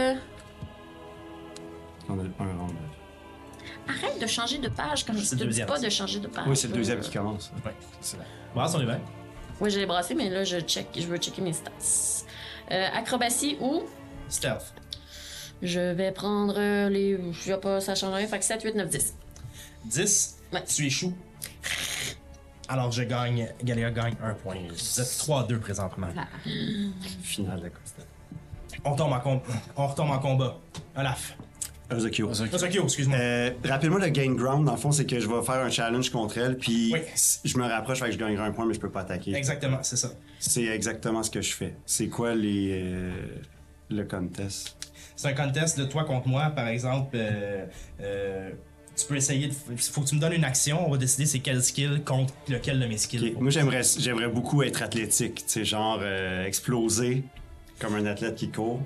Speaker 3: On a un round.
Speaker 5: Arrête de changer de page quand je
Speaker 1: C'est
Speaker 5: te
Speaker 1: le
Speaker 5: dis
Speaker 1: deuxième,
Speaker 5: pas
Speaker 1: ça.
Speaker 5: de changer de page.
Speaker 3: Oui, c'est le deuxième qui commence.
Speaker 1: Ah, Ouais.
Speaker 3: C'est-
Speaker 1: Brasse, on est 20.
Speaker 5: Oui, je l'ai brassé, mais là, je, check, je veux checker mes stats. Euh, acrobatie ou.
Speaker 1: Stealth.
Speaker 5: Je vais prendre euh, les. Je vais pas, ça change rien. Fait que 7, 8, 9, 10.
Speaker 1: 10.
Speaker 5: Ouais.
Speaker 1: Tu échoues. Alors, je gagne. Galéa gagne 1 point. Vous êtes 3-2 présentement.
Speaker 3: Finale de constat.
Speaker 1: On retombe en, com- on retombe en combat. Olaf.
Speaker 3: Ozokyo.
Speaker 1: Ozokyo, excuse-moi.
Speaker 3: Euh, Rappelle-moi le gain ground, dans le fond, c'est que je vais faire un challenge contre elle, puis
Speaker 1: Oui.
Speaker 3: s- je me rapproche, fait que je gagnerai un point, mais je peux pas attaquer.
Speaker 1: Exactement, c'est ça.
Speaker 3: C'est exactement ce que je fais. C'est quoi les. euh, le contest?
Speaker 1: C'est un contest de toi contre moi, par exemple. euh, euh, tu peux essayer de. Faut que tu me donnes une action, on va décider c'est quel skill contre lequel de mes skills.
Speaker 3: Ok, Moi, j'aimerais j'aimerais beaucoup être athlétique, tu sais, genre euh, exploser comme un athlète qui court.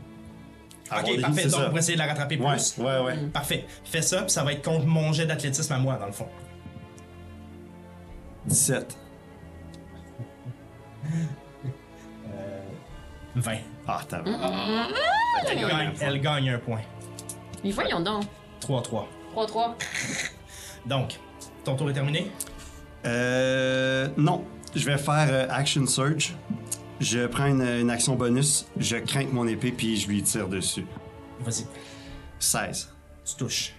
Speaker 3: Avoir des-
Speaker 1: Ok, parfait.
Speaker 3: c'est
Speaker 1: Donc,
Speaker 3: ça.
Speaker 1: on va essayer de la rattraper
Speaker 3: Ouais,
Speaker 1: plus.
Speaker 3: ouais, ouais.
Speaker 1: Parfait. Fais ça, puis ça va être contre mon jet d'athlétisme à moi, dans le fond.
Speaker 3: 17.
Speaker 1: 20.
Speaker 3: Ah, t'as
Speaker 1: Elle gagne, elle gagne un point.
Speaker 5: Mais voyons donc.
Speaker 1: 3-3.
Speaker 5: 3, 3.
Speaker 1: Donc, ton tour est terminé.
Speaker 3: Euh. Non. Je vais faire euh, Action Surge. Je prends une, une action bonus, je craque mon épée, puis je lui tire dessus.
Speaker 1: Vas-y,
Speaker 3: 16.
Speaker 1: tu touches.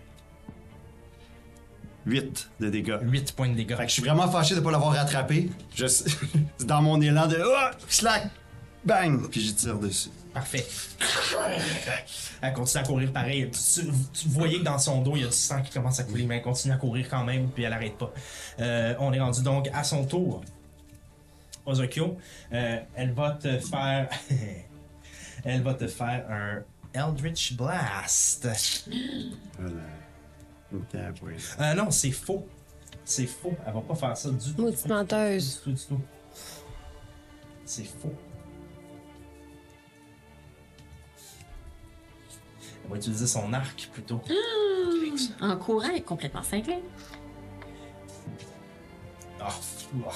Speaker 3: 8 de dégâts.
Speaker 1: 8 points de dégâts.
Speaker 3: Fait que je suis vraiment fâché de pas l'avoir rattrapé. Je... c'est dans mon élan de Ah! slack, bang, puis j'y tire dessus.
Speaker 1: Parfait. Elle continue à courir pareil. Tu, tu voyais que dans son dos, il y a du sang qui commence à couler, mais elle continue à courir quand même, puis elle arrête pas. Euh, on est rendu donc à son tour. Ozokyo, euh, elle va te faire. elle va te faire un Eldritch Blast.
Speaker 3: Voilà. Putain, oui.
Speaker 1: Euh, non, c'est faux. C'est faux. Elle va pas faire ça du tout.
Speaker 2: Maudite menteuse.
Speaker 1: Du tout, du tout. C'est faux. Elle va utiliser son arc plutôt.
Speaker 5: En courant, elle est complètement cinglée.
Speaker 1: Ah, fou, ah.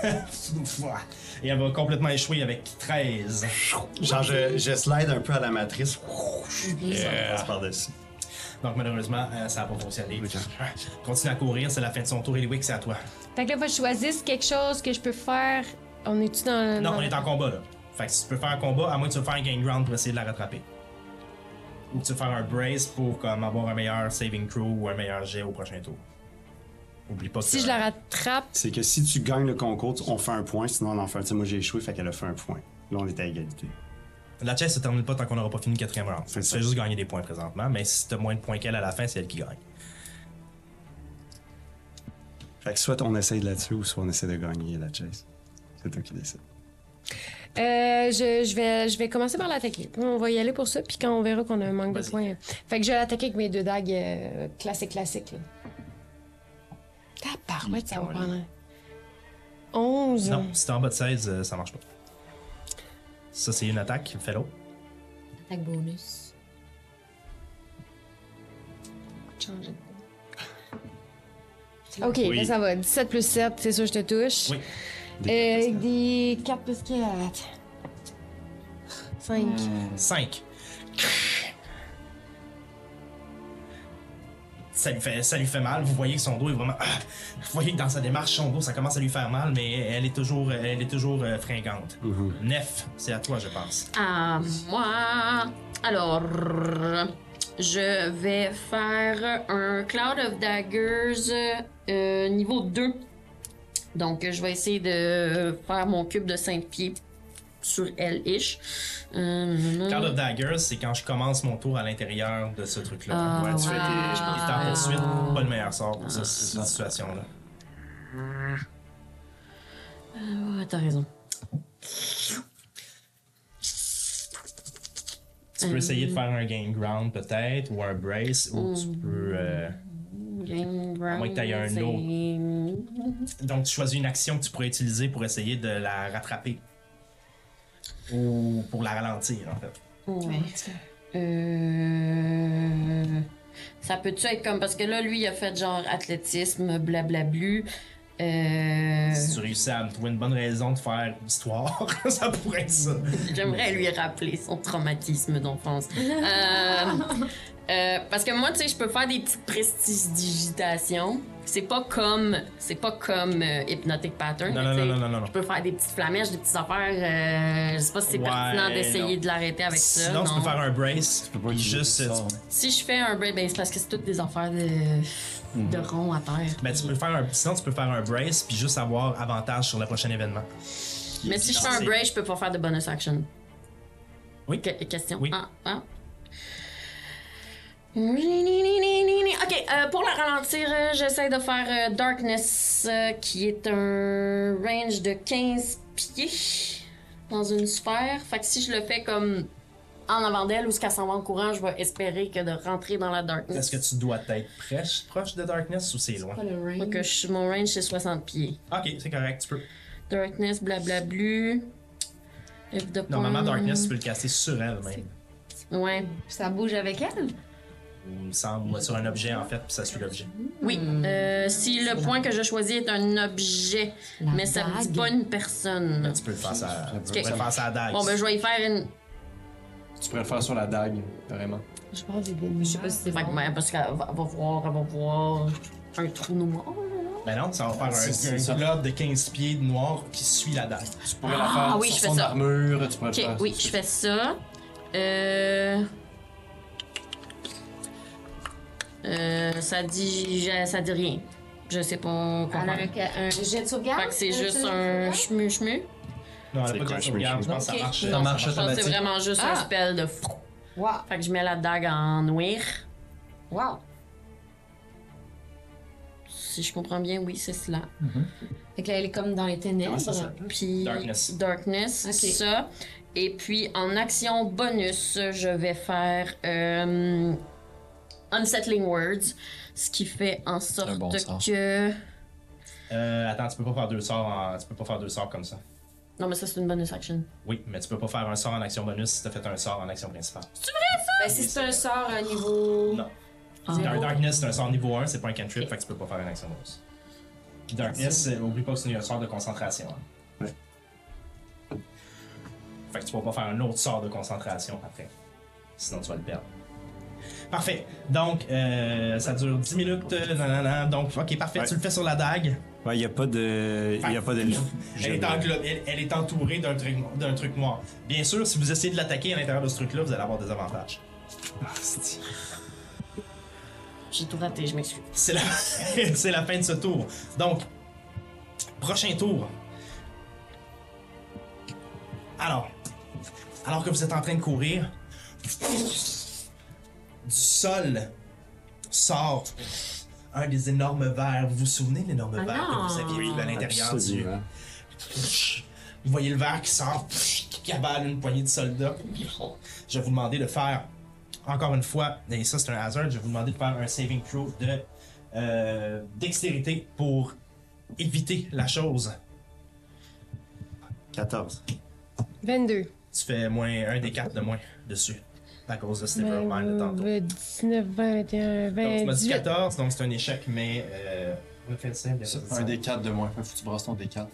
Speaker 1: Fou, fou, ah. Et elle va complètement échouer avec 13.
Speaker 3: Genre, je, je slide un peu à la matrice. Ça passe par-dessus.
Speaker 1: Donc malheureusement, euh, ça n'a pas fonctionné. Continue à courir, c'est la fin de son tour. Eliwick, c'est à toi.
Speaker 2: Fait que là, faut que je choisisse quelque chose que je peux faire. On est-tu dans le.
Speaker 1: Non, on est en combat là. Fait que si tu peux faire un combat, à moins que tu veux faire un game round pour essayer de la rattraper. Ou tu veux faire un brace pour comme, avoir un meilleur saving throw ou un meilleur jet au prochain tour. Oublie pas que
Speaker 2: Si je la rattrape,
Speaker 3: C'est que si tu gagnes le concours, tu- on fait un point, sinon on en fait un. Tu sais, moi j'ai échoué, fait qu'elle a fait un point. Là, on est à égalité.
Speaker 1: la chaise se termine pas tant qu'on n'aura pas fini le quatrième round. Tu
Speaker 3: C'est ça.
Speaker 1: fais juste gagner des points présentement, mais si t'as moins de points qu'elle à la fin, c'est elle qui
Speaker 2: Mm.
Speaker 1: gagne.
Speaker 3: Fait que soit on essaye de la tuer ou soit on essaie de gagner la chase. C'est toi qui décides.
Speaker 2: euh, je, je vais, je vais commencer par l'attaquer. On va y aller pour ça, puis quand on verra qu'on a un manque de
Speaker 1: Vas-y.
Speaker 2: points. euh, Fait que je vais l'attaquer avec mes deux dagues euh, classiques, classiques. Là. Ta parouette, ça va prendre. un- 11.
Speaker 1: Non, si t'es en bas de 16, euh, ça marche pas. Ça, c'est une attaque, fais l'autre.
Speaker 5: Attaque bonus.
Speaker 2: Changer de- Ok, là, ça va. 17 plus 7, c'est sûr, je te touche.
Speaker 1: Oui.
Speaker 2: Euh, avec des 4 plus 4. 5.
Speaker 1: 5. Ça lui, fait, ça lui fait mal, vous voyez que son dos est vraiment. ah! Vous voyez que dans sa démarche, son dos, ça commence à lui faire mal, mais elle est toujours, elle est toujours euh, fringante.
Speaker 3: Mhm.
Speaker 1: Nef, c'est à toi, je pense.
Speaker 5: À moi. Alors, je vais faire un Cloud of Daggers euh, niveau 2. Donc, je vais essayer de faire mon cube de 5 pieds sur elle-ish. Euh,
Speaker 1: Card of Daggers, c'est quand je commence mon tour à l'intérieur de ce truc-là.
Speaker 5: Ah,
Speaker 1: ouais, tu fais des.
Speaker 5: wow.
Speaker 1: Il est en poursuite, pas le meilleur sort pour ça, cette situation-là.
Speaker 5: Ouais, t'as raison.
Speaker 1: Tu
Speaker 5: Mm.
Speaker 1: peux essayer de faire un gain ground peut-être, ou un brace, ou tu
Speaker 5: Mm.
Speaker 1: peux. euh,
Speaker 5: À
Speaker 1: moins que t'ailles un Donc, tu choisis une action que tu pourrais utiliser pour essayer de la rattraper. Ou pour la ralentir, en fait.
Speaker 5: Euh, Ça peut-tu être comme. Parce que là, lui, il a fait genre athlétisme, blablablu. Euh...
Speaker 1: Si tu réussis à me trouver une bonne raison de faire histoire, ça pourrait être ça.
Speaker 5: J'aimerais lui rappeler son traumatisme d'enfance. Euh, euh, parce que moi, tu sais, je peux faire des petites prestidigitations. C'est pas comme, c'est pas comme euh, hypnotic pattern.
Speaker 1: Non,
Speaker 5: mais
Speaker 1: non,
Speaker 5: tu sais,
Speaker 1: non, non, non, non.
Speaker 5: Je peux faire des petites flamèches, des petites affaires. euh, je sais pas si c'est
Speaker 1: Ouais,
Speaker 5: pertinent d'essayer
Speaker 1: non.
Speaker 5: de l'arrêter avec ça.
Speaker 1: Sinon, tu
Speaker 5: non.
Speaker 1: peux faire un brace,
Speaker 6: peux pas
Speaker 1: puis
Speaker 6: utiliser
Speaker 1: juste.
Speaker 6: ça,
Speaker 1: tu-
Speaker 6: hein.
Speaker 5: Si je fais un break, ben, c'est parce que c'est toutes des affaires de,
Speaker 1: Mhm.
Speaker 5: de rond à terre.
Speaker 1: ben, tu peux faire un, sinon, tu peux faire un brace, puis juste avoir avantage sur le prochain événement.
Speaker 5: Mais si je fais
Speaker 1: Ah,
Speaker 5: un
Speaker 1: c'est-
Speaker 5: break, je peux pas faire de bonus action.
Speaker 1: Oui.
Speaker 5: Que- question.
Speaker 1: Oui.
Speaker 5: Ah, ah. Ok, euh, pour la ralentir, euh, j'essaie de faire euh, Darkness, euh, qui est un range de 15 pieds dans une sphère. Fait que si je le fais comme en avant d'elle ou ce qu'elle s'en va en courant, je vais espérer que de rentrer dans la Darkness.
Speaker 1: Est-ce que tu dois être proche, proche de Darkness ou c'est loin?
Speaker 5: Fait que je- mon range, c'est 60 pieds.
Speaker 1: Ok, c'est correct, tu peux.
Speaker 5: Darkness, blablablu. If the
Speaker 1: Normalement,
Speaker 5: point-
Speaker 1: Darkness, tu peux le casser sur elle même.
Speaker 5: Ouais.
Speaker 8: Ça bouge avec elle?
Speaker 1: Ou, il me semble, ou sur un objet en fait, puis ça suit l'objet.
Speaker 5: Oui. Euh, si le point que je choisis est un objet, mais ça ne dit
Speaker 8: dague.
Speaker 5: pas une personne.
Speaker 1: Ben, tu peux le faire ça. Tu
Speaker 5: Ok.
Speaker 1: peux le faire ça à Dice.
Speaker 5: Bon, ben, je vais y faire une.
Speaker 6: Tu pourrais le faire sur la dague, vraiment.
Speaker 2: Je pense des dégâts.
Speaker 5: Je sais pas si c'est. Fait que, ben, parce qu'elle va, elle va voir, elle va voir un trou noir.
Speaker 1: Ben non, ça va faire
Speaker 6: C'est- c'est
Speaker 1: un- un,
Speaker 6: ça.
Speaker 1: globe de 15 pieds de noir qui suit la dague.
Speaker 6: Tu pourrais
Speaker 5: Ah,
Speaker 6: la faire
Speaker 5: oui,
Speaker 6: sur
Speaker 5: je fais
Speaker 6: son
Speaker 5: ça.
Speaker 6: armure, tu pourrais
Speaker 5: Ok,
Speaker 6: le faire.
Speaker 5: oui, je fais ça. Euh. Euh, ça dit, j'ai- ça dit rien. Je sais pas quoi
Speaker 8: Elle a
Speaker 5: faire.
Speaker 8: un, un jet de sauvegarde?
Speaker 5: Fait que c'est
Speaker 8: Un
Speaker 5: juste
Speaker 8: jet de
Speaker 5: un
Speaker 8: sauvegarde?
Speaker 5: chmu chmu.
Speaker 1: Non, elle
Speaker 3: C'est
Speaker 1: a pas
Speaker 3: quoi,
Speaker 1: de
Speaker 3: je
Speaker 1: sauvegarde,
Speaker 3: me-
Speaker 1: je pense que
Speaker 5: Ok.
Speaker 1: ça marche.
Speaker 6: Ça marche
Speaker 5: Je pense que c'est
Speaker 6: automatique.
Speaker 5: vraiment juste un
Speaker 8: Ah.
Speaker 5: spell de fou.
Speaker 8: Wow!
Speaker 5: Fait que je mets la dague en noir.
Speaker 8: Wow!
Speaker 5: Si je comprends bien, oui, c'est cela.
Speaker 8: Fait que là, elle est comme dans les ténèbres.
Speaker 3: Comment ça s'appelle?
Speaker 5: Puis
Speaker 1: Darkness.
Speaker 5: Darkness,
Speaker 8: Ok.
Speaker 5: ça. Et puis en action bonus, je vais faire euh, Unsettling Words, ce qui fait en
Speaker 6: Un
Speaker 5: sorte
Speaker 6: bon sort.
Speaker 5: que.
Speaker 1: Euh, attends, tu peux pas faire deux sorts en- tu peux pas faire deux sorts comme ça.
Speaker 5: Non, mais ça, c'est une bonus action.
Speaker 1: Oui, mais tu peux pas faire un sort en action bonus si t'as fait un sort en action principale.
Speaker 8: Ben, si c'est un sort euh, niveau.
Speaker 1: Non. Dark- Darkness, c'est un sort niveau 1, c'est pas un cantrip, fait que tu peux pas faire une action bonus. Puis Darkness, c'est- oublie pas que c'est un sort de concentration. hein.
Speaker 3: Ouais.
Speaker 1: Fait que tu peux pas faire un autre sort de concentration après. Sinon, tu vas le perdre. Parfait. Donc, euh, ça dure 10 minutes. euh, nanana. Donc, ok, parfait.
Speaker 3: Ouais.
Speaker 1: Tu le fais sur la dague.
Speaker 3: Ouais, il n'y a pas de. Il a pas de.
Speaker 1: Elle est, englo- elle- elle est entourée d'un truc, d'un truc noir. Bien sûr, si vous essayez de l'attaquer à l'intérieur de ce truc-là, vous allez avoir des avantages.
Speaker 3: Ah, c'est-
Speaker 5: J'ai tout raté, je m'excuse.
Speaker 1: C'est la... c'est la fin de ce tour. Donc, prochain tour. Alors, alors que vous êtes en train de courir, du sol sort un des énormes verres. Vous vous souvenez de l'énorme
Speaker 5: Ah
Speaker 1: verre que vous
Speaker 5: non.
Speaker 1: aviez vu à l'intérieur du...
Speaker 10: Absolument.
Speaker 1: Vous voyez le verre qui sort, qui cavale une poignée de soldats. Je vais vous demander de faire, encore une fois, et ça c'est un hazard, je vais vous demander de faire un saving throw de euh, dextérité pour éviter la chose.
Speaker 3: 14.
Speaker 2: 22.
Speaker 1: Tu fais moins un des quatre de moins dessus, à cause de Steven Mine de tantôt.
Speaker 2: 19, 20, 21,
Speaker 1: Donc tu m'as dit
Speaker 2: 28.
Speaker 1: 14, donc c'est un échec, mais... Euh, refais le save,
Speaker 6: Ça,
Speaker 1: refais
Speaker 6: Un
Speaker 1: le
Speaker 6: des
Speaker 1: save.
Speaker 6: 4 de moins. Faut que tu brasses ton D4.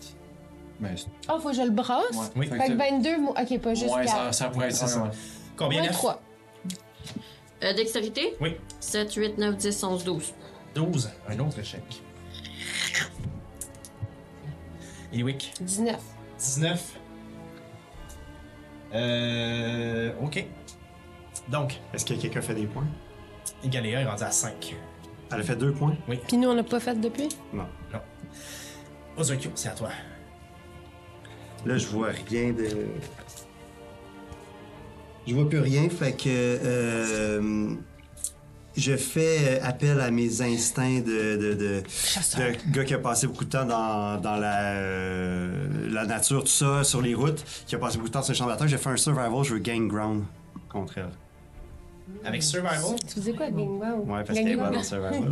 Speaker 6: Mais.
Speaker 2: Ah, faut que je le brasse?
Speaker 6: Ouais.
Speaker 1: Oui.
Speaker 6: Fait
Speaker 2: Fait que
Speaker 6: que-
Speaker 2: 22, moi- ok, pas juste
Speaker 6: Ouais,
Speaker 2: 4.
Speaker 6: ça, ça pourrait être
Speaker 1: Ouais, c'est
Speaker 6: ça. ouais.
Speaker 1: Combien
Speaker 2: Moins
Speaker 1: neuf?
Speaker 2: 3.
Speaker 5: Euh, dextérité?
Speaker 1: Oui.
Speaker 5: 7, 8, 9, 10, 11, 12.
Speaker 1: 12, un autre échec. Eliwick.
Speaker 2: 19.
Speaker 1: 19. Euh. Ok. Donc,
Speaker 3: Est-ce que quelqu'un fait des points?
Speaker 1: Galéa est rendu à 5.
Speaker 3: Elle a fait deux points?
Speaker 7: Puis nous, on l'a pas fait depuis?
Speaker 1: Ozokyo, c'est à toi.
Speaker 10: Là, je vois rien de. Je vois plus rien, fait que. euh, je
Speaker 3: euh,
Speaker 10: fais appel à mes instincts de. de, de-
Speaker 3: Le gars qui a passé beaucoup de temps dans, dans la, euh, la nature, tout ça, sur les routes, qui a passé beaucoup de temps sur les champs bataille, j'ai fait un survival, je veux gain ground contre elle.
Speaker 1: Avec Survival.
Speaker 2: Tu faisais quoi, Gang Wow?
Speaker 3: Ouais, parce
Speaker 2: Gang
Speaker 3: qu'elle est bonne
Speaker 2: Wow?
Speaker 3: en survival.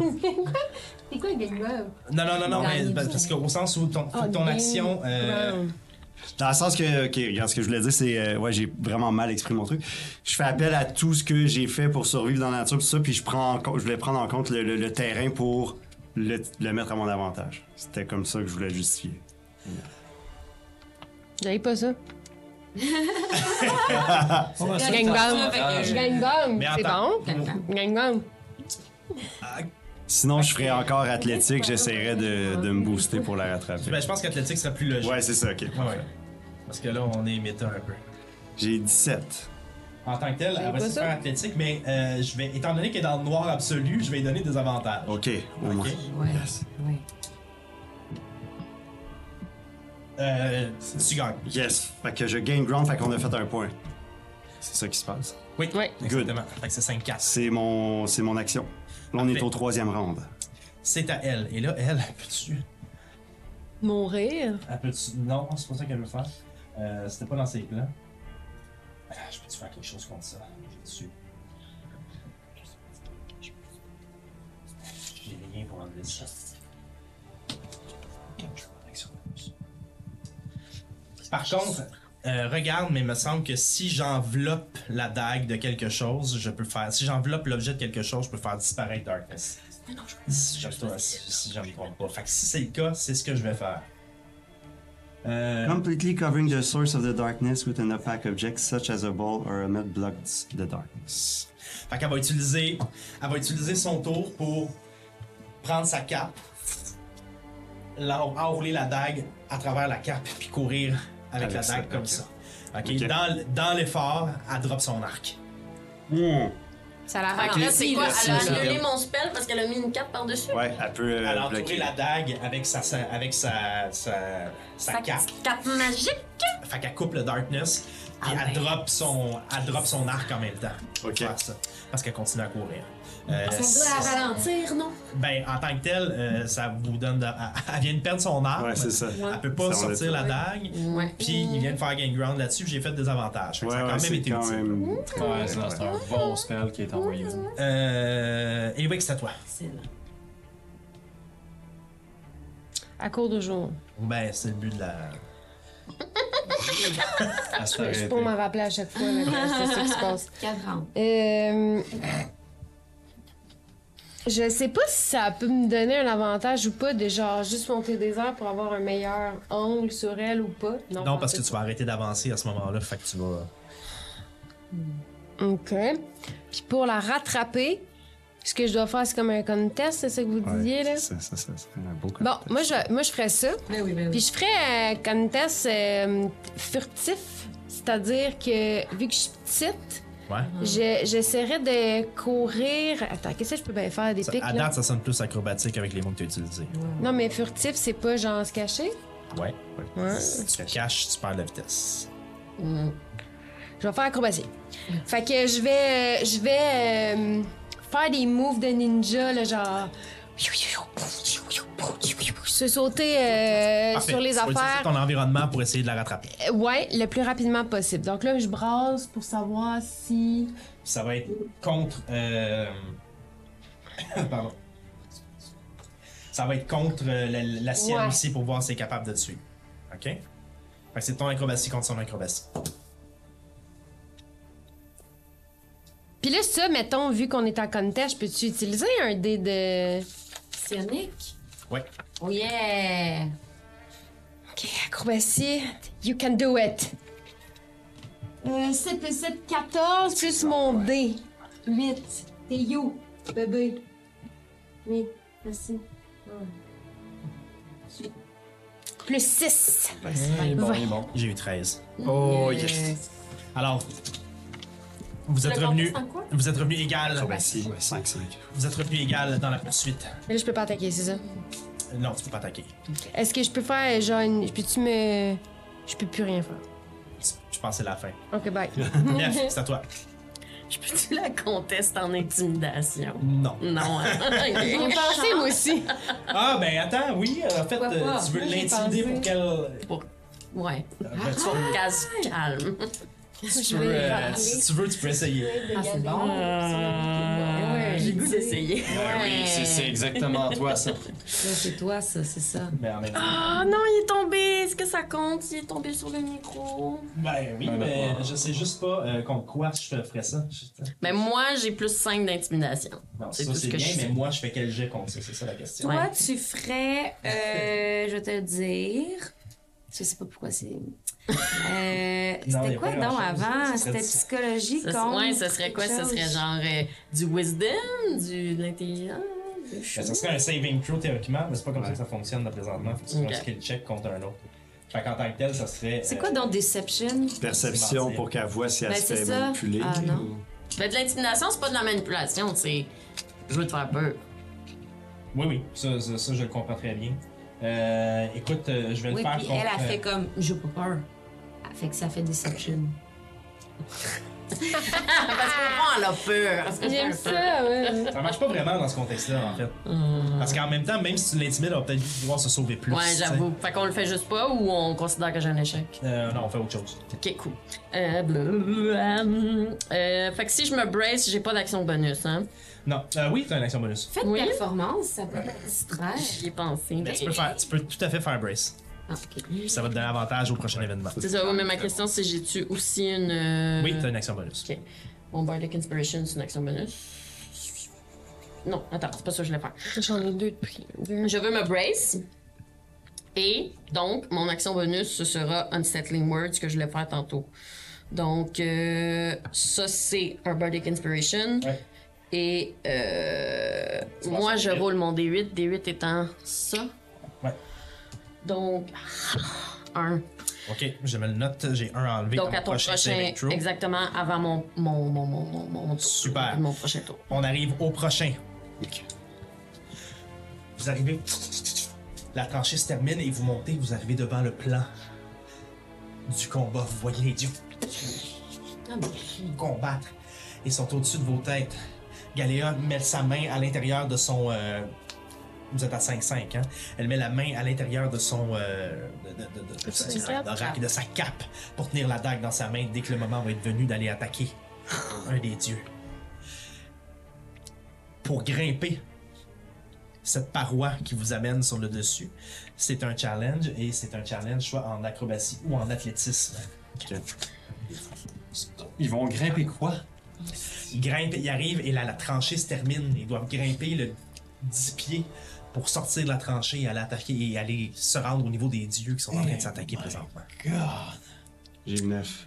Speaker 2: C'est quoi, Gang Wow?
Speaker 1: Non, non, non, non,
Speaker 2: Gagner
Speaker 1: mais
Speaker 2: du
Speaker 1: parce
Speaker 2: temps.
Speaker 1: parce qu'au sens où ton, faut
Speaker 2: Ah,
Speaker 1: que ton
Speaker 2: game
Speaker 1: action. Euh,
Speaker 2: round.
Speaker 3: Dans le sens que, ok, regarde, ce que je voulais dire, c'est, euh, ouais, j'ai vraiment mal exprimé mon truc. Je fais appel à tout ce que j'ai fait pour survivre dans la nature, tout ça, puis je prends, en compte- je voulais prendre en compte le, le- le terrain pour le, le mettre à mon avantage. C'était comme ça que je voulais justifier.
Speaker 2: J'avais pas ça.
Speaker 6: Ouais, ça,
Speaker 2: Gang
Speaker 6: t'as-
Speaker 2: Wow.
Speaker 6: Ah, je-
Speaker 2: Gang Wow,
Speaker 1: mais
Speaker 2: c'est
Speaker 1: attends.
Speaker 2: bon? Gang Wow.
Speaker 1: ah,
Speaker 3: Sinon, je ferais encore athlétique, j'essaierais de, de me booster pour la rattraper.
Speaker 1: ben, je pense qu'athlétique serait plus logique.
Speaker 3: Ouais, c'est ça, ok.
Speaker 1: Ouais, ouais. Parce que là, on est méta un peu.
Speaker 3: J'ai 17.
Speaker 1: En tant que tel, elle va
Speaker 2: pas
Speaker 1: se
Speaker 2: ça?
Speaker 1: faire athlétique, mais euh, je vais, étant donné qu'elle est dans le noir absolu, je vais lui donner des avantages.
Speaker 3: Ok, au moins.
Speaker 5: Ouais. Ouais.
Speaker 1: Euh, tu gagnes.
Speaker 3: Yes, fait que je gain ground, fait qu'on a fait un point. C'est ça qui se passe.
Speaker 1: Oui,
Speaker 5: Ouais.
Speaker 1: exactement. Fait que c'est 5 4
Speaker 3: C'est mon, c'est mon action. Là, on est
Speaker 1: Parfait.
Speaker 3: au troisième round.
Speaker 1: C'est à elle. Et là, elle, peux-tu.
Speaker 7: Mourir?
Speaker 1: Elle peut-tu- Non, c'est pas ça qu'elle veut faire. Euh, C'était pas dans ses plans. Ah, Je peux-tu faire quelque chose contre ça? J'ai J'ai rien pour enlever ça. Par contre, euh, regarde, mais il me semble que si j'enveloppe la dague de quelque chose, je peux faire. Si j'enveloppe l'objet de quelque chose, je peux faire disparaître Darkness. Si je me si je me trompe pas. Fait que si c'est le cas, c'est ce que je vais faire. Euh,
Speaker 3: Completely covering the source of the darkness with an opaque object such as a ball or a mud blocks the darkness.
Speaker 1: Fait qu'elle va utiliser, elle va utiliser son tour pour prendre sa cape, l'en- enrouler la dague à travers la cape, puis courir avec,
Speaker 3: Avec
Speaker 1: la
Speaker 3: ça,
Speaker 1: dague comme
Speaker 3: ok.
Speaker 1: ça. Ok.
Speaker 3: Ok.
Speaker 1: Dans, l- dans l'effort, elle drop son arc.
Speaker 4: Ça la
Speaker 5: Alors là, c'est
Speaker 4: ralentit,
Speaker 5: quoi?
Speaker 4: là.
Speaker 5: Elle a annulé mon spell parce qu'elle a mis une cape par-dessus?
Speaker 3: Ouais, elle peut euh,
Speaker 1: Elle a entouré
Speaker 3: bloquer.
Speaker 1: la dague avec sa, sa- avec sa, sa, sa
Speaker 5: Sa
Speaker 1: cape.
Speaker 5: petite cape magique?
Speaker 1: Fait qu'elle coupe le darkness, puis elle, drop son, elle drop son arc en même temps.
Speaker 3: Ok.
Speaker 1: Faire ça, parce qu'elle continue à courir. Euh,
Speaker 8: Ça doit la ralentir, non?
Speaker 1: Ben, en tant que telle, euh, ça vous donne. de- Elle, elle vient de perdre son arme.
Speaker 3: Ouais, c'est ça.
Speaker 1: Elle peut pas
Speaker 3: Ça, on l'a
Speaker 1: sortir la
Speaker 3: fait.
Speaker 1: dague.
Speaker 5: Ouais.
Speaker 1: Puis il vient de faire gain ground là-dessus. puis J'ai fait des avantages. Fait que
Speaker 3: Ouais,
Speaker 1: ça a
Speaker 3: ouais,
Speaker 1: quand même
Speaker 3: c'est
Speaker 1: été
Speaker 3: quand
Speaker 1: utile.
Speaker 8: Mmh,
Speaker 3: même très-
Speaker 6: Ouais, c'est c'est un bon spell qui est envoyé.
Speaker 1: Euh. Et oui, c'est à toi.
Speaker 2: À court de jour.
Speaker 1: Ben, c'est le but de la.
Speaker 6: À se
Speaker 2: Je
Speaker 6: faire
Speaker 2: suis pas
Speaker 6: aider.
Speaker 2: m'en rappeler à chaque fois, là, quand c'est ça qui se passe.
Speaker 8: 4 ans.
Speaker 2: Euh, Je sais pas si ça peut me donner un avantage ou pas de genre juste monter des airs pour avoir un meilleur angle sur elle ou pas.
Speaker 1: Non, parce
Speaker 2: en
Speaker 1: que tu vas arrêter d'avancer à ce moment-là. Fait que tu vas.
Speaker 2: fait. OK. Puis pour la rattraper, ce que je dois faire, c'est comme un contest, c'est ça que vous
Speaker 3: Ouais,
Speaker 2: disiez, là?
Speaker 3: Ça, ça, ça, ça serait un beau
Speaker 2: Bon,
Speaker 3: cocktail.
Speaker 2: moi je, moi, je ferais ça.
Speaker 5: Ben oui, ben
Speaker 2: Puis je ferais un contest euh, furtif, c'est-à-dire que vu que je suis petite,
Speaker 1: Ouais.
Speaker 2: Je- J'essaierai de courir. Attends, qu'est-ce que je peux bien faire? Des
Speaker 1: Ça-
Speaker 2: pics,
Speaker 1: à
Speaker 2: là?
Speaker 1: date, ça sonne plus acrobatique avec les mots que tu as utilisés.
Speaker 2: Non, mais furtif, c'est pas genre se cacher?
Speaker 1: Ouais.
Speaker 2: Ouais. Euh,
Speaker 1: Si tu te caches, tu perds la vitesse.
Speaker 2: Je vais faire acrobatie. Fait que je vais, euh, je vais euh, faire des moves de ninja, là, genre. Se sauter euh,
Speaker 1: Parfait.
Speaker 2: sur
Speaker 1: Tu
Speaker 2: les
Speaker 1: vas utiliser
Speaker 2: affaires.
Speaker 1: ton environnement pour essayer de la rattraper.
Speaker 2: Euh, Ouais, le plus rapidement possible. Donc là, je brasse pour savoir si.
Speaker 1: Ça va être contre. euh, Pardon. Ça va être contre euh, la, la sienne
Speaker 2: Ouais.
Speaker 1: aussi pour voir si elle est capable de te suivre. Ok? Fait que c'est ton acrobatie contre son acrobatie.
Speaker 2: Puis là, ça, mettons, vu qu'on est en contest, je peux-tu utiliser un dé de.
Speaker 5: Sionic?
Speaker 1: Ouais.
Speaker 5: Oh yeah!
Speaker 2: Ok, acrobatie. You can do it. Euh, 7 plus 7, 14 plus mon dé.
Speaker 4: 8. T'es you, bébé. Oui, merci.
Speaker 2: Plus 6.
Speaker 1: il est bon,
Speaker 2: il est
Speaker 1: bon. J'ai eu 13.
Speaker 6: Oh
Speaker 1: yes. Alors, vous êtes
Speaker 2: Le
Speaker 1: revenu.
Speaker 2: contest en quoi?
Speaker 1: Vous êtes revenu égal.
Speaker 3: Acrobatie, ouais, cinq,
Speaker 1: Vous êtes revenu égal dans la poursuite.
Speaker 2: Mais là, je peux pas attaquer, c'est ça?
Speaker 1: Euh, Non, tu peux pas attaquer.
Speaker 2: Est-ce que je peux faire genre une. Peux-tu me. Je peux plus rien faire.
Speaker 1: Je pense que c'est la fin.
Speaker 2: Ok, bye.
Speaker 1: Nef, c'est à toi.
Speaker 5: Je peux-tu la contester en intimidation?
Speaker 1: Non.
Speaker 5: Non, hein?
Speaker 2: J'ai
Speaker 5: Ok.
Speaker 2: pensé, moi aussi.
Speaker 1: Ah, ben attends, oui, en fait,
Speaker 5: Pourquoi
Speaker 1: euh,
Speaker 5: pas?
Speaker 1: tu veux
Speaker 5: Moi, j'ai
Speaker 1: l'intimider
Speaker 5: pensé. Ah,
Speaker 1: pour qu'elle. euh,
Speaker 5: Ouais.
Speaker 1: ben, tu
Speaker 5: Faut
Speaker 1: peux-
Speaker 5: qu'elle se calme.
Speaker 1: Si tu, veux, euh, si tu veux, tu peux essayer.
Speaker 5: Ah, c'est bon. Ouais, j'ai le goût d'essayer.
Speaker 6: oui, c'est- c'est exactement toi, ça.
Speaker 5: C'est toi, ça, c'est ça.
Speaker 1: Mais Ben, en même temps-
Speaker 5: Ah non, il est tombé. Est-ce que ça compte? Il est tombé sur le micro.
Speaker 1: Ben oui,
Speaker 6: Ben,
Speaker 1: mais
Speaker 6: d'accord.
Speaker 1: je sais juste pas euh, contre quoi je te ferais ça. Je-
Speaker 5: Mais Ben, moi, j'ai plus 5 d'intimidation.
Speaker 1: Non,
Speaker 5: C'est
Speaker 1: ça
Speaker 5: tout ce
Speaker 1: c'est
Speaker 5: que
Speaker 1: bien,
Speaker 5: je
Speaker 1: mais
Speaker 5: sais.
Speaker 1: moi je fais quel jet contre ça, c'est ça la question.
Speaker 8: Toi, tu ferais. euh, je vais te dire. Je sais pas pourquoi c'est. Euh,
Speaker 5: Non, y
Speaker 8: c'était
Speaker 5: a
Speaker 8: quoi
Speaker 5: pas
Speaker 8: donc
Speaker 5: grand-chose.
Speaker 8: avant?
Speaker 5: Ça serait
Speaker 8: C'était
Speaker 5: du-
Speaker 8: psychologie
Speaker 5: Ça,
Speaker 8: contre.
Speaker 5: ouais, ce serait quoi? Ce
Speaker 8: quelque
Speaker 5: serait
Speaker 8: chose?
Speaker 5: genre euh, du wisdom, du, de l'intelligence. du
Speaker 1: Ben, ça
Speaker 5: chou-
Speaker 1: serait un saving throw théoriquement, mais c'est pas comme ça que ça fonctionne là, présentement. Faut que tu fasses
Speaker 5: Ok.
Speaker 1: un skill check contre un autre. Fait qu'en tant que tel, ça serait.
Speaker 8: C'est
Speaker 1: euh,
Speaker 8: quoi donc Deception?
Speaker 3: Perception pour qu'elle voit si elle
Speaker 8: Ben,
Speaker 3: se
Speaker 8: c'est
Speaker 3: fait
Speaker 8: ça.
Speaker 3: manipuler.
Speaker 8: Ah, non.
Speaker 5: Mais Ben, de l'intimidation, c'est pas de la manipulation, c'est. Je veux te faire peur.
Speaker 1: Oui, oui, ça, ça, ça, je le comprends très bien. Euh, écoute, euh, je vais le
Speaker 8: Oui,
Speaker 1: faire
Speaker 8: puis
Speaker 1: contre.
Speaker 8: elle a
Speaker 1: euh,
Speaker 8: fait comme. J'ai pas peur. Fait que ça fait Deception.
Speaker 5: Parce que moi, elle a peur.
Speaker 2: J'aime ça, ouais.
Speaker 1: Ça marche pas vraiment dans ce contexte-là, en fait. Parce qu'en même temps, même si tu l'intimides, on va peut-être pouvoir se sauver plus.
Speaker 5: Hmm. Ouais, j'avoue. Fait qu'on le fait juste pas ou on considère que j'ai un échec?
Speaker 1: tu sais. Euh, non, on fait autre chose.
Speaker 5: Ok, cool. Euh, blablabla. Euh, fait que si je me brace, j'ai pas d'action bonus, hein?
Speaker 1: Non, euh, oui, t'as une action bonus.
Speaker 8: Faites
Speaker 5: Oui.
Speaker 8: performance, ça peut être distraire.
Speaker 5: J'y ai pensé.
Speaker 1: Mais tu peux, faire, tu peux tout à fait faire brace.
Speaker 8: Ah, ok.
Speaker 1: Puis ça va te donner avantage au prochain événement.
Speaker 5: C'est ça, oui, mais ma question, c'est j'ai-tu aussi une. euh,
Speaker 1: Oui, t'as une action bonus.
Speaker 5: Ok. Mon Bardic Inspiration, c'est une action bonus. Non, attends, c'est pas ça que je voulais faire.
Speaker 2: J'en ai deux de prix. Deux.
Speaker 5: Je veux me brace. Et donc, mon action bonus, ce sera Unsettling Words que je voulais faire tantôt. Donc, euh, ça, c'est un Bardic Inspiration. Et euh,
Speaker 1: Tu vas
Speaker 5: moi,
Speaker 1: sur
Speaker 5: je
Speaker 1: huit.
Speaker 5: roule mon D8. D8 étant ça.
Speaker 1: Ouais.
Speaker 5: Donc, un.
Speaker 1: Ok, je me le note, j'ai un enlevé.
Speaker 5: Donc,
Speaker 1: dans
Speaker 5: à
Speaker 1: mon
Speaker 5: ton prochain.
Speaker 1: saving throw.
Speaker 5: exactement, avant mon, mon, mon, mon, mon, mon, mon tour.
Speaker 1: Super.
Speaker 5: Mon prochain tour.
Speaker 1: On arrive au prochain. Vous arrivez. La tranchée se termine et vous montez, vous arrivez devant le plan du combat. Vous voyez les dieux
Speaker 5: Ah,
Speaker 1: combattre. Ils sont au-dessus de vos têtes. Galéa met sa main à l'intérieur de son. euh, Vous êtes à 5-5, hein? Elle met la main à l'intérieur de son. euh, de, de- de- de- de- de-
Speaker 7: Son
Speaker 1: de- de-
Speaker 7: cap.
Speaker 1: de sa cape pour tenir la dague dans sa main dès que le moment va être venu d'aller attaquer un des dieux. Pour grimper cette paroi qui vous amène sur le dessus, c'est un challenge et c'est un challenge soit en acrobatie ou en athlétisme.
Speaker 6: Ils vont grimper quoi?
Speaker 1: Ils grimpent, ils arrivent et la, la tranchée se termine. Ils doivent grimper le 10 pieds pour sortir de la tranchée et aller attaquer et aller se rendre au niveau des dieux qui sont en train de s'attaquer présentement.
Speaker 6: God!
Speaker 3: J'ai eu neuf.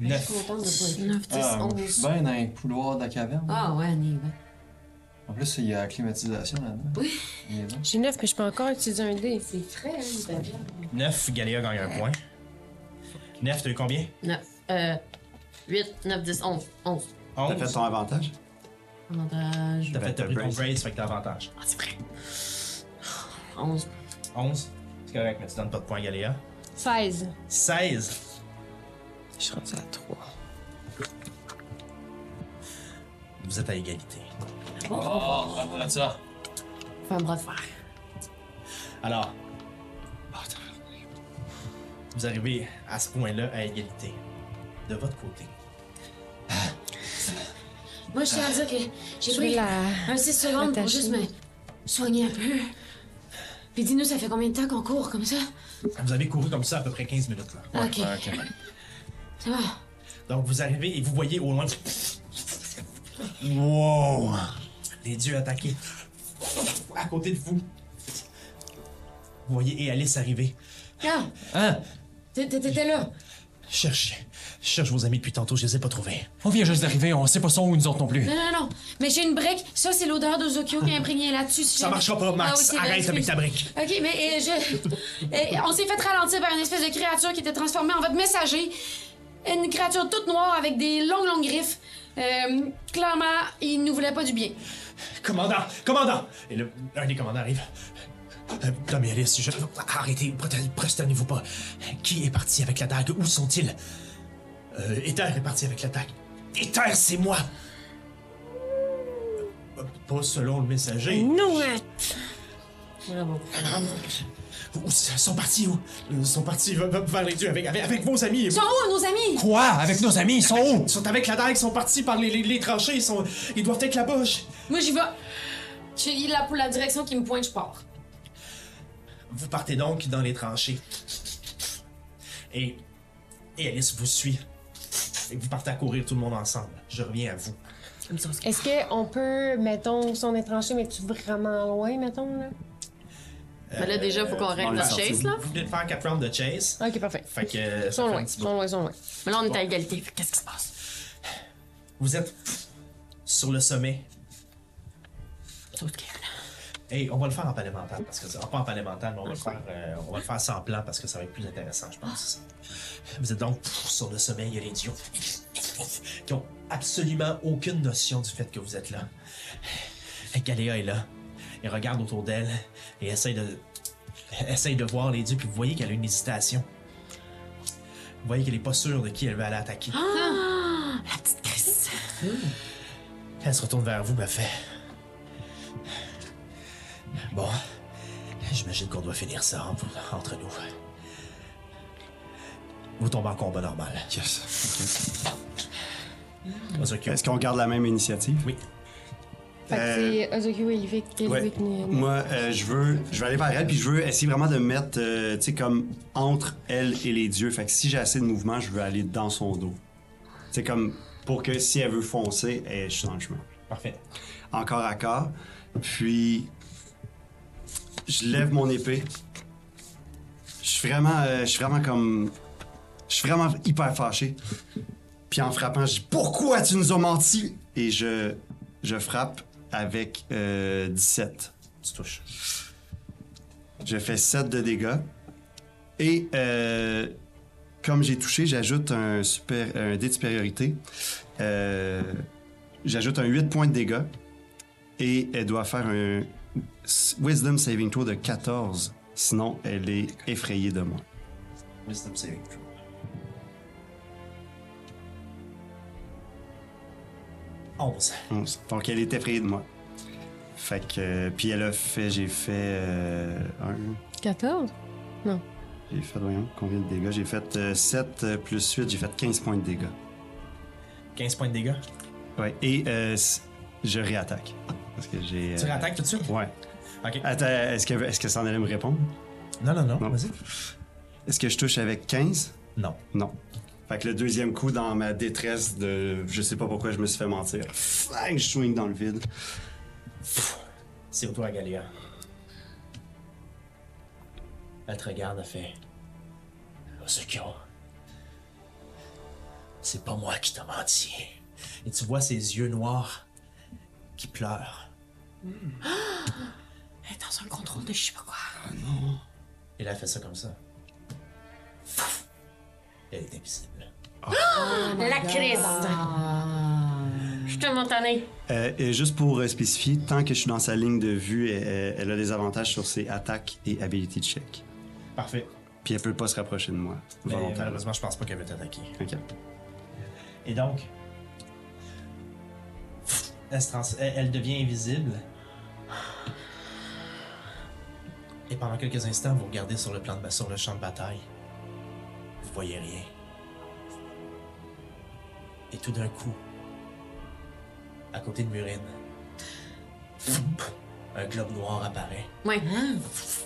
Speaker 8: Je
Speaker 1: Neuf.
Speaker 8: suis contente de pas être là.
Speaker 5: 9, 10,
Speaker 6: Ah, moi, je
Speaker 5: 11.
Speaker 6: suis bien dans les couloirs de la caverne.
Speaker 8: Ah ouais, on y va.
Speaker 6: En plus, il y a la climatisation là-dedans. Oui.
Speaker 2: J'ai 9, mais je peux encore utiliser un dé.
Speaker 8: C'est frais, hein, il fait bien.
Speaker 1: Neuf, Galéa gagne un point. Neuf, t'as eu combien?
Speaker 5: 9. Euh, 8, 9, 10, 11. 11.
Speaker 3: T'as fait ton avantage?
Speaker 5: Avantage.
Speaker 1: T'as fait t'as pris ton
Speaker 3: brace.
Speaker 1: brace, fait que t'as avantage.
Speaker 5: Ah, c'est vrai. 11.
Speaker 1: 11. C'est correct, mais tu donnes pas de points, Galéa.
Speaker 2: 16.
Speaker 1: 16.
Speaker 7: Je suis rendu à 3.
Speaker 1: Vous êtes à égalité.
Speaker 6: Oh, bravo à ça.
Speaker 5: Fais un bras de fer.
Speaker 1: Alors, vous arrivez à ce point-là à égalité. De votre côté.
Speaker 8: Moi, je tiens à dire que j'ai
Speaker 2: Je
Speaker 8: pris
Speaker 2: vais la-
Speaker 8: un 6 secondes pour
Speaker 2: l'attacher.
Speaker 8: juste me soigner un peu. Puis dis-nous, ça fait combien de temps qu'on court comme ça?
Speaker 1: Vous avez couru comme ça à peu près 15 minutes. Là.
Speaker 8: Ok. Ça va.
Speaker 1: Donc vous arrivez et vous voyez au loin. Wow! Les dieux attaqués. À côté de vous. Vous voyez et Alice arriver.
Speaker 8: Ah,
Speaker 6: Hein?
Speaker 8: t'é- t'é- t'étais là.
Speaker 1: Cherche, cherche vos amis depuis tantôt, je les ai pas trouvés.
Speaker 6: On vient juste d'arriver, on sait pas son où nous autres non plus.
Speaker 8: Non, non, non. Mais j'ai une brique. Ça, c'est l'odeur d'Ozokyo qui est imprégnée là-dessus. si
Speaker 1: Ça
Speaker 8: jamais-
Speaker 1: marchera pas,
Speaker 8: Ah oui,
Speaker 1: Max.
Speaker 8: c'est vrai,
Speaker 1: Arrête avec
Speaker 8: excuse.
Speaker 1: ta brique.
Speaker 8: Ok, mais euh, je... euh, on s'est fait ralentir par une espèce de créature qui était transformée en votre messager. Une créature toute noire avec des longues, longues griffes. Euh, clairement, il nous voulait pas du bien.
Speaker 1: Commandant, commandant! Et le, un des commandants arrive. Euh, Tom et Alice, je- arrêtez, prote- prosternez-vous pas. Qui est parti avec la dague? Où sont-ils? Euh, Ether est parti avec la dague. Ether, c'est moi! Euh, Pas selon le messager.
Speaker 7: Non!
Speaker 2: euh,
Speaker 5: Bravo.
Speaker 1: Où sont partis où? Ils sont partis v- v- vers les dieux avec, avec, avec vos amis.
Speaker 8: Ils sont où, nos amis?
Speaker 6: Quoi? Avec nos amis, ils sont où?
Speaker 1: Ils sont avec la dague, ils sont partis par les, les, les tranchées, ils, sont, ils doivent être là-bas. Je-
Speaker 8: Moi, j'y vais. Je suis là pour la direction qui me pointe, je pars.
Speaker 1: Vous partez donc dans les tranchées. Et, et Alice vous suit. Et vous partez à courir tout le monde ensemble. Je reviens à vous.
Speaker 2: Est-ce qu'on peut, mettons, si on est tranché, mais tu vraiment loin, mettons, là?
Speaker 1: Euh,
Speaker 5: Mais là, déjà, faut qu'on règle
Speaker 1: on
Speaker 5: notre
Speaker 1: est
Speaker 5: chase, là.
Speaker 1: Vous venez de faire 4 rounds de chase.
Speaker 2: Ok, parfait.
Speaker 1: Fait que.
Speaker 2: Ils
Speaker 1: ça fait
Speaker 2: sont
Speaker 1: un
Speaker 2: loin, ils
Speaker 1: petit
Speaker 2: sont
Speaker 1: bout.
Speaker 2: loin, ils sont loin.
Speaker 5: Mais là, on est à égalité. fait que Qu'est-ce qui se passe?
Speaker 1: Vous êtes sur le sommet.
Speaker 5: Saute qu'il y a là.
Speaker 1: Et on va le faire en palais mental parce que ça pas en palais mental, mais on va le faire, euh, on va le faire sans plan parce que ça va être plus intéressant, je pense. Vous êtes donc sur le sommet, il y a les dieux qui ont absolument aucune notion du fait que vous êtes là. Galéa est là. Elle regarde autour d'elle et essaye de, essaye de voir les dieux. Puis vous voyez qu'elle a une hésitation. Vous voyez qu'elle est pas sûre de qui elle va aller attaquer.
Speaker 5: La petite Chris.
Speaker 1: Elle se retourne vers vous, m'a fait. Bon, j'imagine qu'on doit finir ça en- entre nous. Vous tombez en combat normal.
Speaker 3: Yes.
Speaker 1: Ozokyo.
Speaker 3: Est-ce qu'on garde la même initiative?
Speaker 1: Oui.
Speaker 2: Fait que
Speaker 3: Euh,
Speaker 2: c'est Ozokyo et Elvic,
Speaker 3: ouais.
Speaker 2: Elvic, Néon.
Speaker 3: Moi, euh, je veux, je vais aller vers elle, puis je veux essayer vraiment de me mettre, euh, tu sais, comme entre elle et les dieux. Fait que si j'ai assez de mouvement, je veux aller dans son dos. C'est comme pour que si elle veut foncer, eh, je suis dans le chemin.
Speaker 1: Parfait.
Speaker 3: Encore à corps. Puis, je lève mon épée. Je suis vraiment, euh, je suis vraiment comme, je suis vraiment hyper fâché. Puis en frappant, je dis pourquoi tu nous as menti Et je, je frappe avec euh, 17.
Speaker 1: Tu touches.
Speaker 3: Je fais 7 de dégâts. Et euh, comme j'ai touché, j'ajoute un, super, un dé de supériorité. Euh, j'ajoute un 8 points de dégâts. Et elle doit faire un s- Wisdom Saving Throw de 14. Sinon, elle est effrayée de moi.
Speaker 1: Wisdom saving throw. Onze.
Speaker 3: 11. Donc, elle est effrayée de moi. Fait que. euh, Puis elle a fait. J'ai fait. euh, un.
Speaker 2: 14?
Speaker 3: J'ai fait, voyons, combien de dégâts J'ai fait 7 plus 8, j'ai fait 15 points de dégâts.
Speaker 1: 15 points de dégâts.
Speaker 3: Ouais, et euh, s- je réattaque. Parce que j'ai. euh,
Speaker 1: Tu réattaques tout de suite?
Speaker 3: Ouais.
Speaker 1: Ok.
Speaker 3: Attends, est-ce que, est-ce que ça en allait me répondre?
Speaker 1: Non, non, non.
Speaker 3: Non.
Speaker 1: Vas-y.
Speaker 3: Est-ce que je touche avec 15?
Speaker 1: Non.
Speaker 3: Non. Fait que le deuxième coup, dans ma détresse de. Je sais pas pourquoi je me suis fait mentir. Fang, je swing dans le vide.
Speaker 1: C'est au toi, Galéa. Elle te regarde, elle fait. Ozokyo, c'est pas moi qui t'ai menti. Et tu vois ses yeux noirs qui pleurent.
Speaker 8: Elle est dans un contrôle de je sais pas quoi.
Speaker 1: Et là, elle fait ça comme ça. Elle est invisible.
Speaker 8: Oh
Speaker 5: La crise! Je te montanée.
Speaker 3: Euh, et juste pour euh, spécifier, tant que je suis dans sa ligne de vue, elle, elle a des avantages sur ses attaques et habilité de check.
Speaker 1: Parfait.
Speaker 3: Puis elle peut pas se rapprocher de moi,
Speaker 1: Mais euh,
Speaker 3: volontairement.
Speaker 1: malheureusement, je pense pas qu'elle va t'attaquer.
Speaker 3: Ok.
Speaker 1: Et donc, elle, se trans- elle- elle devient invisible. Et pendant quelques instants, vous regardez sur le, plan de, ba- sur le champ de bataille. Vous voyez rien. Et tout d'un coup, à côté de Murine, un globe noir apparaît.
Speaker 5: Ouais.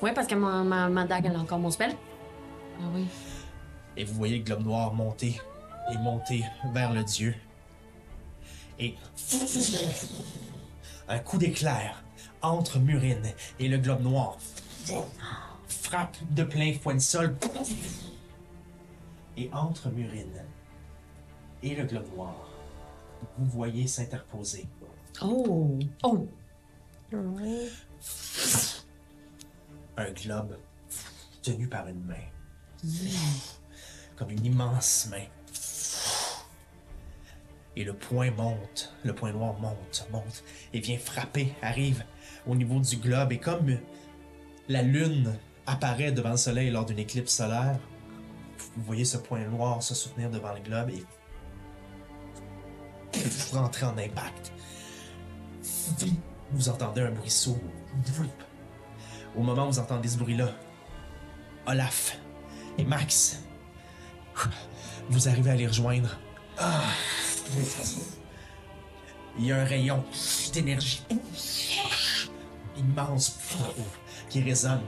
Speaker 5: Ouais, parce que ma, ma, ma dague, elle a encore mon spell. Ah oui.
Speaker 1: Et vous voyez le globe noir monter et monter vers le dieu. Et un coup d'éclair entre Murine et le globe noir frappe de plein fouet de sol et entre Murine et le globe noir. Vous voyez s'interposer
Speaker 5: Oh! Oh!
Speaker 1: un globe tenu par une main. Comme une immense main. Et le point monte, le point noir monte, monte, et vient frapper, arrive au niveau du globe. Et comme la lune apparaît devant le soleil lors d'une éclipse solaire, vous voyez ce point noir se soutenir devant le globe et vous rentrez en impact. Vous entendez un bruit sourd. Au moment où vous entendez ce bruit-là, Olaf et Max, vous arrivez à les rejoindre. Ah! Il y a un rayon d'énergie immense qui résonne.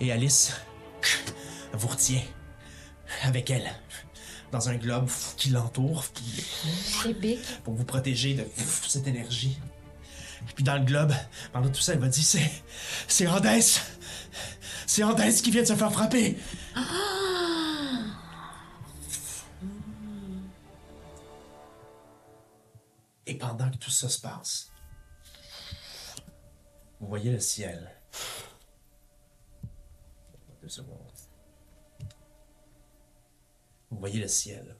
Speaker 1: Et Alice vous retient avec elle dans un globe qui l'entoure pour vous protéger de cette énergie. Puis dans le globe, pendant tout ça, elle va dire c'est. C'est Andes! C'est Andes qui vient de se faire frapper! Et pendant que tout ça se passe, vous voyez le ciel. Deux secondes. Vous voyez le ciel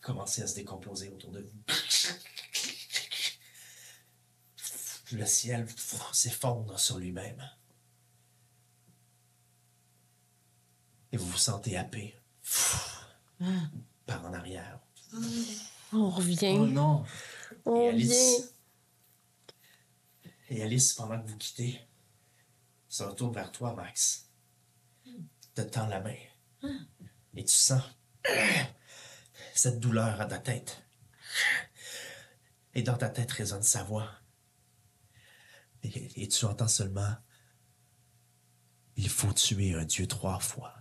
Speaker 1: commencer à se décomposer autour de vous. Le ciel s'effondre sur lui-même. Et vous vous sentez happé par en arrière.
Speaker 5: On revient. Oh
Speaker 1: non!
Speaker 5: On
Speaker 1: Et
Speaker 5: revient.
Speaker 1: Alice. Et Alice, pendant que vous quittez, se retourne vers toi, Max. Te tend la main. Et tu sens cette douleur à ta tête. Et dans ta tête résonne sa voix. Et, et tu entends seulement Il faut tuer un dieu trois fois.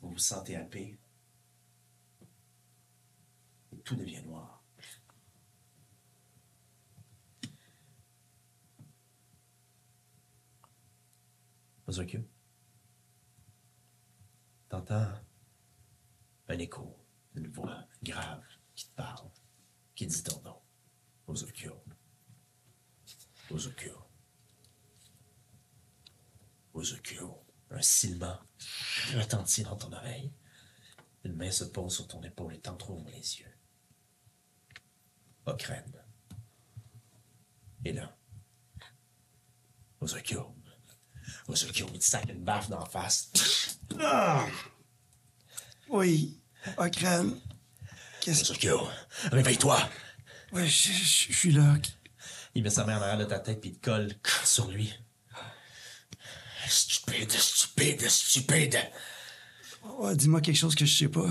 Speaker 1: Vous vous sentez happé. Et tout devient noir. Ozokyo. T'entends un écho, une voix grave qui te parle, qui dit ton nom. Ozokyo. Ozokyo. Ozokyo. Un silement retentit dans ton oreille. Une main se pose sur ton épaule et t'entrouvre les yeux. Okren. Et là, Ozokyo. Ozokyo, il te sac une baffe d'en face.
Speaker 10: Oui, Ah, Okran. Qu'est-ce que.
Speaker 1: Ozokyo, réveille-toi.
Speaker 10: Ouais, je, je- je suis là.
Speaker 1: Il met sa main en arrière de ta tête puis il te colle sur lui. Stupide, stupide, stupide.
Speaker 10: Oh, Dis-moi quelque chose que je sais pas.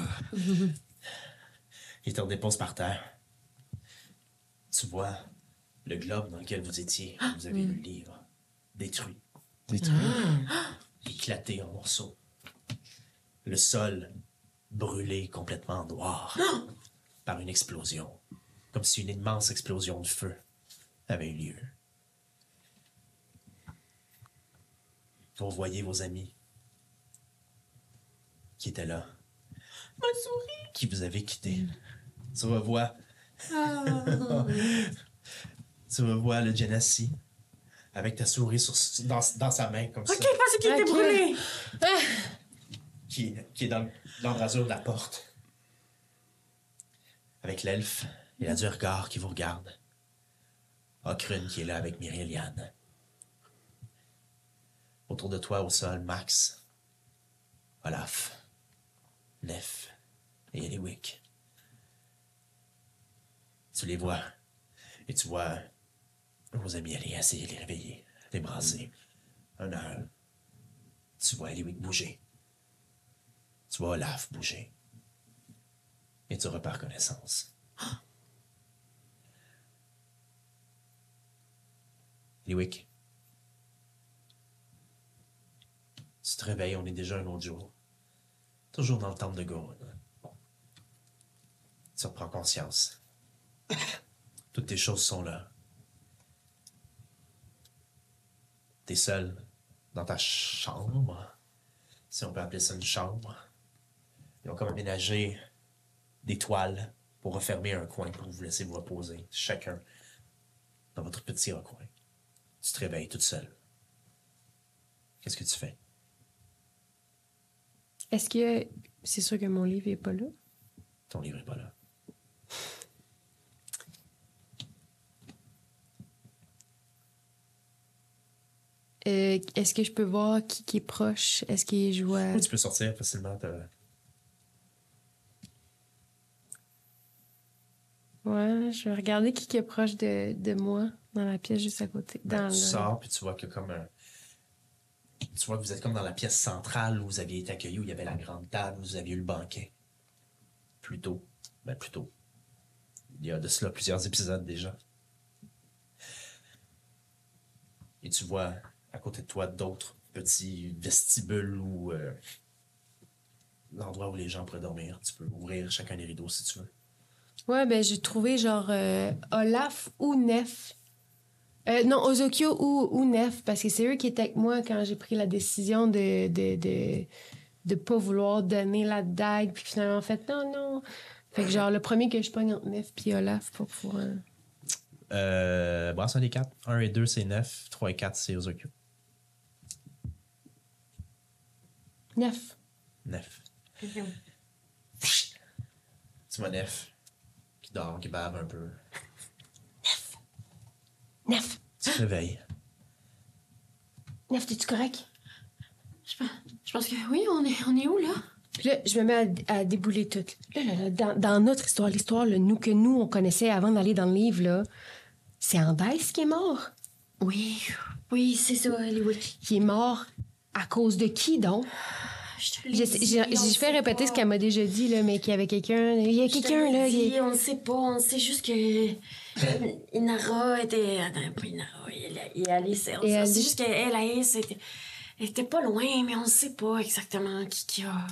Speaker 1: Il te dépose par terre. Tu vois le globe dans lequel vous étiez. Vous
Speaker 8: Ah!
Speaker 1: avez
Speaker 8: Hmm.
Speaker 1: lu le livre. Détruit. Ah!
Speaker 3: Détruit.
Speaker 1: Éclaté en morceaux. Le sol brûlé complètement noir
Speaker 8: Ah!
Speaker 1: par une explosion. Comme si une immense explosion de feu avait eu lieu. Vous voyez vos amis qui étaient là,
Speaker 8: Ma souris!
Speaker 1: qui vous avaient quitté. Tu revois
Speaker 8: Ah.
Speaker 1: tu revois le Genasi avec ta souris sur, dans, dans sa main comme ça,
Speaker 8: je pensais qu'il était
Speaker 2: Ok.
Speaker 8: brûlé.
Speaker 2: Ah.
Speaker 1: qui, qui est dans l'embrasure de la porte. Avec l'elfe, il a du regard qui vous regarde. Okrun qui est là avec Myrieliane. Autour de toi, au sol, Max, Olaf, Nef et Eliwick. Tu les vois et tu vois vos amis aller essayer de les réveiller, les brasser, un à un. Tu vois Eliwick bouger. Tu vois Olaf bouger. Et tu repars connaissance. Eliwick. Tu te réveilles, on est déjà un autre jour. Toujours dans le temple de Gaune. Tu reprends conscience. Toutes tes choses sont là. T'es seul dans ta chambre, si on peut appeler ça une chambre. Ils ont comme aménagé des toiles pour refermer un coin pour vous laisser vous reposer, chacun dans votre petit recoin. Tu te réveilles toute seule. Qu'est-ce que tu fais?
Speaker 2: Est-ce que. C'est sûr que mon livre est pas là.
Speaker 1: Ton livre est pas là.
Speaker 2: Euh, Est-ce que je peux voir qui, qui est proche? Est-ce qu'il est jouable?
Speaker 1: Oui, tu peux sortir facilement. t'as-
Speaker 2: Ouais, je vais regarder qui, qui est proche de, de moi dans la pièce juste à côté. Dans
Speaker 1: Ben, tu
Speaker 2: le-
Speaker 1: sors, puis tu vois que comme un- Tu vois que vous êtes comme dans la pièce centrale où vous aviez été accueillis, où il y avait la grande table, où vous aviez eu le banquet. Plus tôt. Ben, plus tôt. Il y a de cela plusieurs épisodes déjà. Et tu vois à côté de toi d'autres petits vestibules ou euh, l'endroit où les gens pourraient dormir. Tu peux ouvrir chacun des rideaux si tu veux.
Speaker 2: Ouais, ben j'ai trouvé genre euh, Olaf ou Nef. Euh, non, Ozokyo ou, ou Nef, parce que c'est eux qui étaient avec moi quand j'ai pris la décision de de, de, de pas vouloir donner la dague, puis finalement, en fait, non, non. Fait que genre, le premier que je pogne entre Nef puis Olaf pour pouvoir...
Speaker 1: Euh, brasse un des quatre. 1 et 2, c'est 9. 3 et 4, c'est Ozokyo.
Speaker 2: Nef.
Speaker 1: 9. Tu vois Nef qui dort, qui bave un peu.
Speaker 2: Nef.
Speaker 1: Tu te réveilles.
Speaker 2: Nef, t'es-tu correct?
Speaker 8: Je pense, je pense que oui, on est, on est où là?
Speaker 2: Puis là, je me mets à, à débouler tout. Là, là, là, dans, dans notre histoire, l'histoire, le nous que nous, on connaissait avant d'aller dans le livre, là, c'est Andes qui est mort.
Speaker 8: Oui, oui, c'est ça, Eliwick.
Speaker 2: Qui est mort à cause de qui, donc?
Speaker 8: Ah, Je te l'ai
Speaker 2: J'ai
Speaker 8: dit,
Speaker 2: j'ai-
Speaker 8: on le
Speaker 2: j'ai fait
Speaker 8: sait
Speaker 2: répéter
Speaker 8: pas.
Speaker 2: ce qu'elle m'a déjà dit, là, mais qu'il y avait quelqu'un. Il y a
Speaker 8: Je te
Speaker 2: quelqu'un,
Speaker 8: l'ai
Speaker 2: là.
Speaker 8: dit,
Speaker 2: il y a-
Speaker 8: On le sait pas, on sait juste que Inara était. Attends, pas Inara, il y a Alice. on
Speaker 2: Et
Speaker 8: sait- on
Speaker 2: Alice.
Speaker 8: sait juste qu'elle, Alice, était, elle était pas loin, mais on sait pas exactement qui, qui a.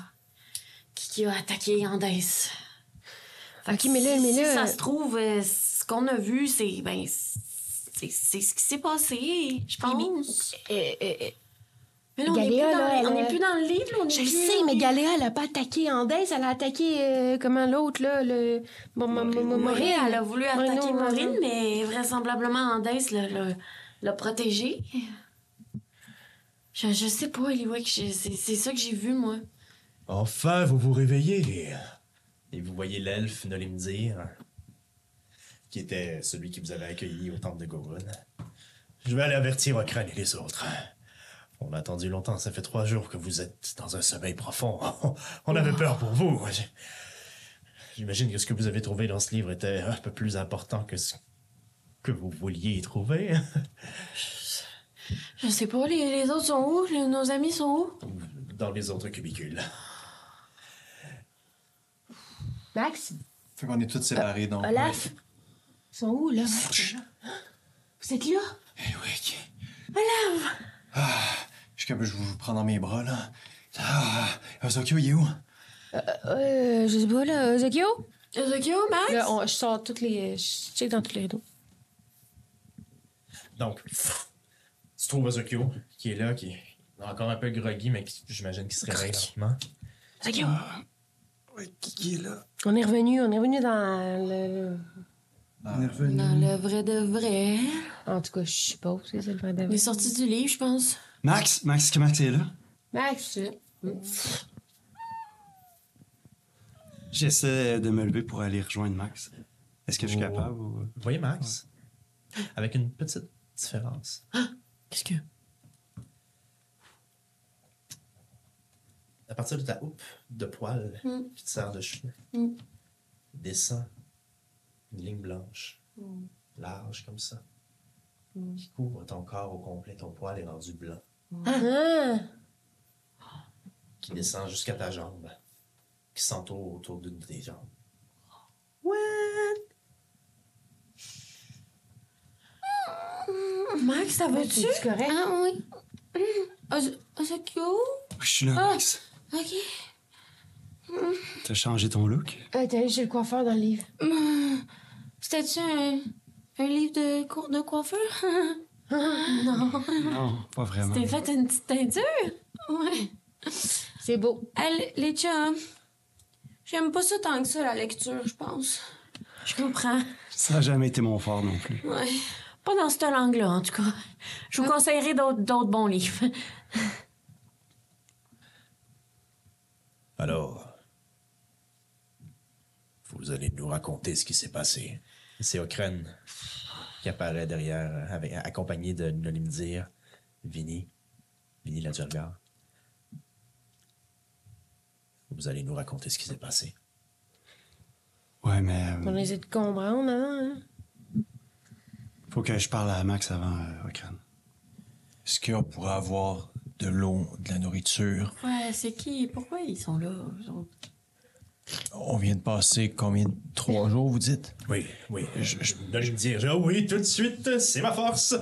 Speaker 8: Qui, qui a attaqué Andes. Fait
Speaker 2: Ok,
Speaker 8: que
Speaker 2: mais là,
Speaker 8: si-
Speaker 2: mais
Speaker 8: Si
Speaker 2: là-
Speaker 8: ça se trouve, euh, ce qu'on a vu, c'est. Ben, c'est c'est ce qui s'est passé, je pense. Mais là,
Speaker 2: euh,
Speaker 8: on est plus
Speaker 2: Galéa,
Speaker 8: dans
Speaker 2: là,
Speaker 8: les- on
Speaker 2: elle-
Speaker 8: n'est plus dans le livre, là, on est
Speaker 2: Je le
Speaker 8: plus-
Speaker 2: sais, mais Galéa, elle a pas attaqué Andes, elle a attaqué, euh, comment l'autre, là, le. Bon, mo- mo- mo-
Speaker 8: Maureen,
Speaker 2: Maureen.
Speaker 8: elle a voulu attaquer
Speaker 2: Moreno,
Speaker 8: Maureen,
Speaker 2: Moreno.
Speaker 8: mais vraisemblablement Andes l'a- l'a l'a protégée. Je, je sais pas, Eliwick, je- c'est c'est ça que j'ai vu, moi.
Speaker 1: Enfin, vous vous réveillez. Et vous voyez l'elfe Nolimdir, qui était celui qui vous avait accueilli au temple de Gorun. Je vais aller avertir Okran et les autres. On a attendu longtemps, ça fait trois jours que vous êtes dans un sommeil profond. On avait peur pour vous. J- J'imagine que ce que vous avez trouvé dans ce livre était un peu plus important que ce que vous vouliez y trouver.
Speaker 8: Je sais pas, les, les autres sont où? Les- nos amis sont où?
Speaker 1: Dans les autres cubicules.
Speaker 2: Max,
Speaker 6: Fait qu'on est tous séparés, donc.
Speaker 2: Olaf, ils sont où, là? Vous êtes là?
Speaker 6: Eh oui, ok. Ah, je suis capable, je vais vous prendre dans mes bras, là. Ah, Ozokyo, il est où?
Speaker 2: Euh, je sais pas, là, Ozokyo?
Speaker 8: Ozokyo, Max?
Speaker 2: Là, on- je sors toutes les. Je check dans tous les rideaux.
Speaker 1: Donc, tu trouves Ozokyo, qui est là, qui est encore un peu groggy, mais qui- j'imagine qu'il se réveille lentement.
Speaker 2: Ozokyo!
Speaker 3: Ah, Qui, qui est là?
Speaker 2: On est revenu, on est revenu dans le.
Speaker 8: Dans le vrai de vrai.
Speaker 2: En tout cas, je suppose que c'est le vrai de
Speaker 8: Il est
Speaker 2: vrai.
Speaker 8: sorti du livre, je pense.
Speaker 3: Max, Max, est-ce que Max est là?
Speaker 2: Max,
Speaker 3: J'essaie de me lever pour aller rejoindre Max. Est-ce que je suis
Speaker 1: Oh.
Speaker 3: capable? ou- euh?
Speaker 1: Vous voyez Max? Avec une petite différence.
Speaker 8: Ah! Qu'est-ce que.
Speaker 1: À partir de ta houppe de poil
Speaker 8: Mm.
Speaker 1: qui te sert de cheveux,
Speaker 8: Mm.
Speaker 1: descend une ligne blanche,
Speaker 8: Mm.
Speaker 1: large comme ça, qui couvre ton corps au complet. Ton poil est rendu blanc,
Speaker 2: Ah.
Speaker 8: Ah.
Speaker 1: qui descend jusqu'à ta jambe, qui s'entoure autour d'une de tes jambes.
Speaker 8: Max, ça va-tu?
Speaker 2: c'est correct?
Speaker 8: Ah, oui. Hum. Ah, Oz- Ozokyo?
Speaker 3: Je suis là, Max.
Speaker 8: Ok.
Speaker 3: T'as changé ton look?
Speaker 2: Ah, t'as vu, j'ai le coiffeur dans le livre.
Speaker 8: Hum, C'était-tu un, un livre de cours de coiffeur? non.
Speaker 3: Non, pas vraiment.
Speaker 8: T'es fait une petite teinture? Ouais.
Speaker 2: C'est beau.
Speaker 8: Elle, les chums, j'aime pas ça tant que ça, la lecture, je pense. Je comprends.
Speaker 3: Ça n'a jamais été mon fort non plus.
Speaker 8: Ouais. Pas dans cette langue-là, en tout cas. Je vous
Speaker 2: Ah.
Speaker 8: conseillerais d'autres d'autres bons livres.
Speaker 9: Alors, vous allez nous raconter ce qui s'est passé.
Speaker 1: C'est Okren qui apparaît derrière, euh, avec- accompagné de Nolimdir, Vini, Vini la Durgar.
Speaker 9: Vous allez nous raconter ce qui s'est passé.
Speaker 3: Ouais, mais
Speaker 2: On
Speaker 3: euh,
Speaker 2: essaie de comprendre avant, hein?
Speaker 3: faut que je parle à Max avant euh, Okran.
Speaker 9: Est-ce qu'on pourra avoir de l'eau, de la nourriture?
Speaker 5: Ouais, c'est qui? Pourquoi ils sont là? eux autres?
Speaker 6: On vient de passer combien? de- Trois jours, vous dites?
Speaker 1: Oui, oui. Je, je, Nolimdir, je- Ah oui, tout de suite, c'est ma force.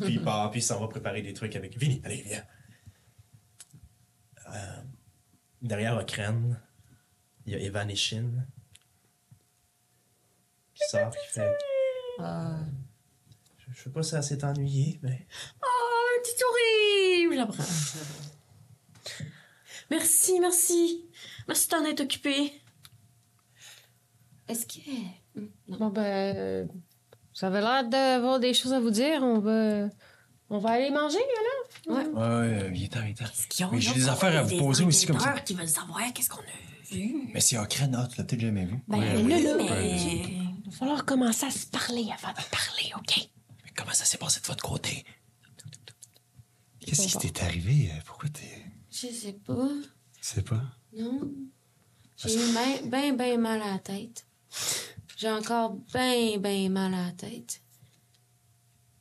Speaker 1: puis il part, puis il s'en va préparer des trucs avec Vini. Allez, viens. Euh, derrière Okren, il y a Evan Eshin qui sort, qui fait. Je, je sais pas si elle s'est ennuyée, mais.
Speaker 5: Oh, un petit horrible! Je la prends. Merci, merci. Merci d'en être occupé.
Speaker 8: Est-ce que. hmm,
Speaker 2: Bon, ben, euh, ça avait l'air d'avoir des choses à vous dire. On va, on va aller manger,
Speaker 6: Ouais, ouais, viens ten viens
Speaker 5: Qui Ah. ont
Speaker 6: Mais j'ai
Speaker 5: là,
Speaker 6: des affaires à vous
Speaker 5: des
Speaker 6: poser aussi comme ça.
Speaker 5: enquêteurs qui veulent savoir qu'est-ce qu'on a vu.
Speaker 6: Mais c'est Okren, ah, tu l'as peut-être jamais vu.
Speaker 5: Ben,
Speaker 6: Ouais,
Speaker 5: là,
Speaker 6: ouais.
Speaker 5: là,
Speaker 6: Ouais.
Speaker 5: mais...
Speaker 2: Il va falloir commencer à se parler avant de parler, OK?
Speaker 9: Mais comment ça s'est passé de votre côté?
Speaker 3: Qu'est-ce qui t'est arrivé? euh, Pourquoi t'es.
Speaker 8: Je sais pas.
Speaker 3: Je sais pas.
Speaker 8: Non. J'ai eu ben, ben, ben mal à la tête. J'ai encore ben, ben mal à la tête.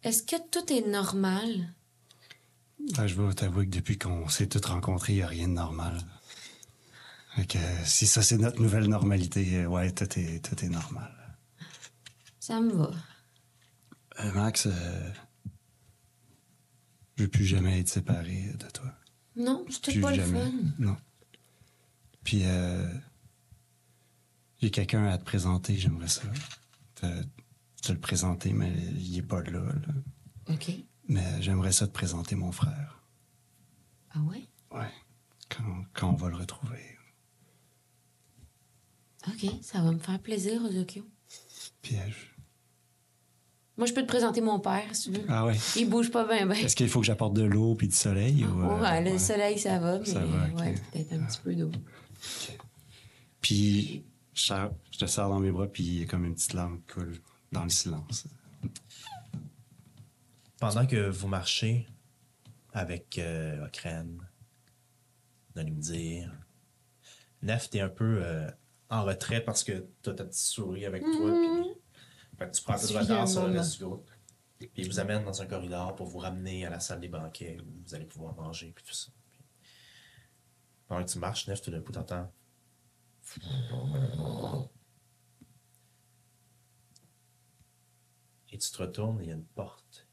Speaker 8: Est-ce que tout est normal?
Speaker 3: Ah, je vais t'avouer que depuis qu'on s'est tous rencontrés, il n'y a rien de normal. Fait que euh, si ça, c'est notre nouvelle normalité, euh, ouais, tout est, tout est normal.
Speaker 8: Ça me va.
Speaker 3: Euh, Max, euh, je veux plus jamais être séparé de toi.
Speaker 8: Non, c'était
Speaker 3: Plus
Speaker 8: pas le
Speaker 3: jamais.
Speaker 8: fun.
Speaker 3: Non. Puis, euh, j'ai quelqu'un à te présenter, j'aimerais ça. Te, te le présenter, mais il est pas là, là.
Speaker 8: OK.
Speaker 3: Mais j'aimerais ça te présenter mon frère.
Speaker 8: Ah ouais?
Speaker 3: Ouais. Quand, quand on va le retrouver.
Speaker 8: OK, ça va me faire plaisir, Ozokyo.
Speaker 3: Piège.
Speaker 8: Moi, je peux te présenter mon père, si tu veux.
Speaker 3: Ah ouais.
Speaker 8: Il bouge pas bien, ben.
Speaker 3: Est-ce qu'il faut que j'apporte de l'eau puis du soleil? ou, euh,
Speaker 8: ouais, le
Speaker 3: ouais.
Speaker 8: soleil, ça va, mais
Speaker 3: Ça va, ok.
Speaker 8: ouais, peut-être un petit peu d'eau.
Speaker 3: Puis, je, serre- je te serre dans mes bras, puis il y a comme une petite larme qui coule dans le silence.
Speaker 1: Pendant que vous marchez avec euh, Okren, vous allez me dire, Nef, t'es un peu euh, en retrait parce que t'as ta petite souris avec toi. puis- fait que tu prends un peu de retard sur le reste du groupe. Puis il vous amène dans un corridor pour vous ramener à la salle des banquets où vous allez pouvoir manger puis tout ça. Puis, pendant que tu marches, Nef, tout d'un coup, t'entends. Et tu te retournes et il y a une porte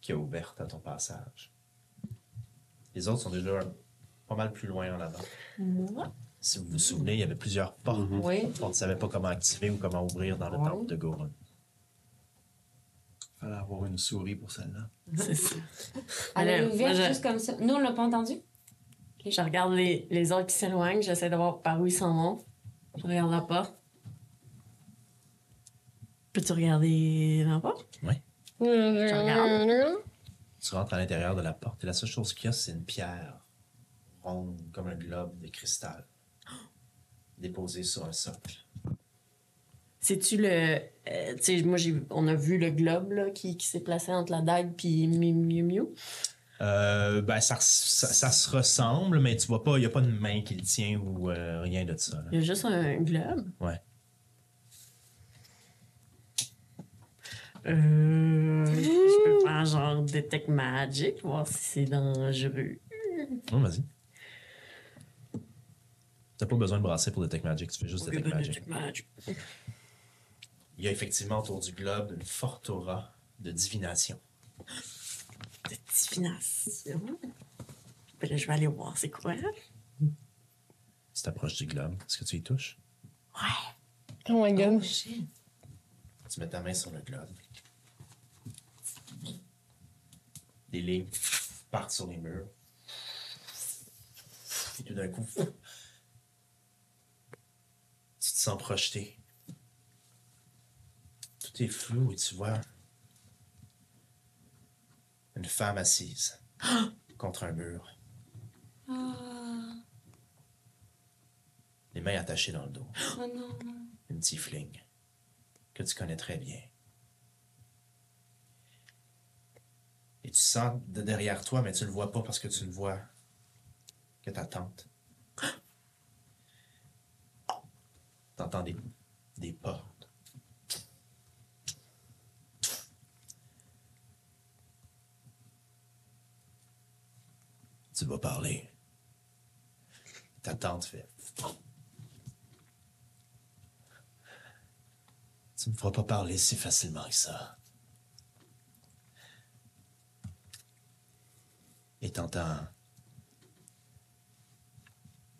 Speaker 1: qui est ouverte à ton passage. Les autres sont déjà pas mal plus loin en avant. Si vous vous souvenez, il y avait plusieurs portes
Speaker 5: Oui.
Speaker 1: qu'on ne savait pas comment activer ou comment ouvrir dans le
Speaker 5: Ouais.
Speaker 1: temple de Gorun.
Speaker 6: Fallait avoir une souris pour celle-là.
Speaker 5: C'est ça.
Speaker 8: Elle
Speaker 5: Alors,
Speaker 8: est ouverte
Speaker 5: moi, je-
Speaker 8: juste comme ça. Nous, on l'a pas entendu?
Speaker 5: Je regarde les, les autres qui s'éloignent, j'essaie de voir par où ils s'en vont. Je regarde la porte. Peux-tu regarder dans la porte?
Speaker 2: Je
Speaker 5: regarde.
Speaker 1: Tu rentres à l'intérieur de la porte et la seule chose qu'il y a, c'est une pierre ronde comme un globe de cristal déposée sur un socle.
Speaker 5: C'est-tu le. euh, tu sais, moi, j'ai, on a vu le globe là, qui, qui s'est placé entre la dague puis Miu Miu Miu.
Speaker 1: Euh, ben, ça, res- ça, ça se ressemble, mais tu vois pas, il n'y a pas de main qui le tient ou euh, rien de ça. là.
Speaker 5: Il y a juste un globe.
Speaker 1: Ouais.
Speaker 5: Euh, je peux faire genre Detect Magic, voir si c'est dangereux.
Speaker 1: Oh, vas-y. T'as pas besoin de brasser pour Detect Magic, tu fais juste
Speaker 5: ben,
Speaker 1: Detect Magic. Il y a effectivement autour du globe une forte aura de divination.
Speaker 5: De divination. Ben là, je vais aller voir c'est quoi.
Speaker 1: Tu t'approches du globe, est-ce que tu y touches?
Speaker 2: Oh my god.
Speaker 1: Tu mets ta main sur le globe. Les lignes partent sur les murs. Et tout d'un coup, tu te sens projeté. Tout est flou et tu vois une femme assise contre un mur, les mains attachées dans le dos,
Speaker 8: Oh non.
Speaker 1: une tiefling que tu connais très bien. Et tu sens de derrière toi, mais tu le vois pas parce que tu ne vois que ta tante. T'entends des, des pas. Tu vas parler. Ta tante fait. Tu me feras pas parler si facilement que ça. Et t'entends.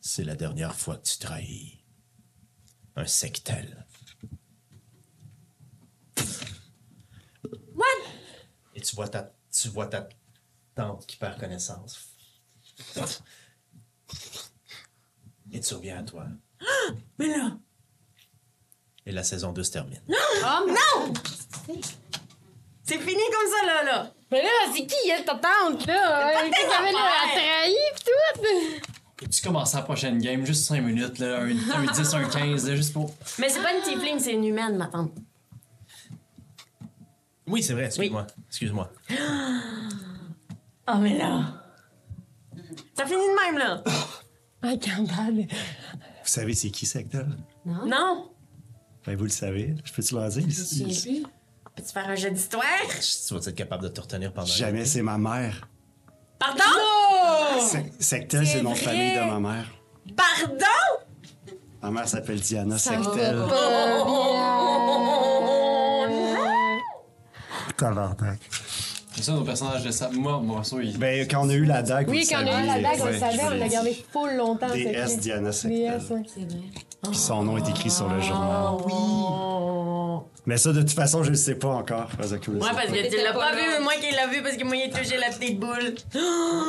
Speaker 1: C'est la dernière fois que tu trahis un sectel.
Speaker 8: What?
Speaker 1: Et tu vois ta, tu vois ta tante qui perd connaissance. Et tu reviens à toi.
Speaker 5: Mais Ben là!
Speaker 1: Et la saison 2 se termine.
Speaker 5: Oh non! C'est fini comme ça, là, là!
Speaker 2: Mais là, c'est qui, elle, ta tante, là? euh,
Speaker 5: C'est pas
Speaker 2: Elle
Speaker 5: tes
Speaker 2: avait là,
Speaker 5: affaires.
Speaker 2: elle trahi, pis tout!
Speaker 6: Tu commences la prochaine game, juste 5 minutes, là, un, un 10, un 15, là, juste pour.
Speaker 5: Mais c'est pas une tiefling, c'est une humaine, ma tante.
Speaker 1: Oui, c'est vrai, excuse-moi. Excuse-moi.
Speaker 5: Oh, mais là! Ça finit de même, là!
Speaker 2: Ah, Campbell.
Speaker 3: Vous savez c'est qui Sectel?
Speaker 5: Hein? Non!
Speaker 3: Ben vous le savez, je peux-tu le dire?
Speaker 5: Peux-tu faire un jeu d'histoire?
Speaker 1: Tu vas être capable de te retenir pendant.
Speaker 3: Jamais c'est ma mère.
Speaker 5: Pardon?
Speaker 3: Sec- Sectel,
Speaker 5: C'est
Speaker 3: c'est le nom de
Speaker 5: vrai.
Speaker 3: famille de ma mère.
Speaker 5: Pardon?
Speaker 3: Ma mère s'appelle Diana
Speaker 2: Ça va
Speaker 3: Sectel.
Speaker 5: Oh, oh.
Speaker 3: Tabarnak.
Speaker 6: C'est ça, nos personnages de ça. Moi, mon perso, il.
Speaker 3: Ben quand on a eu la dague,
Speaker 2: Oui,
Speaker 3: vous
Speaker 2: quand
Speaker 3: le
Speaker 2: on a eu la
Speaker 3: saviez.
Speaker 2: dague, on le
Speaker 3: Ouais,
Speaker 2: savait,
Speaker 3: je vous
Speaker 2: on
Speaker 3: l'ai
Speaker 2: l'a
Speaker 3: dit.
Speaker 2: gardée full longtemps.
Speaker 3: DS
Speaker 2: secret.
Speaker 3: Diana Sectel.
Speaker 2: DS, ouais.
Speaker 3: Puis son nom est écrit sur
Speaker 2: Ah,
Speaker 3: le journal.
Speaker 5: Oh.
Speaker 3: Mais ça, de toute façon, je le sais pas encore. Parce que vous le
Speaker 5: Moi,
Speaker 3: savez
Speaker 5: parce
Speaker 3: pas.
Speaker 5: que tu l'as pas vu, moi qui l'ai vu, parce que moi, il a touché la petite boule.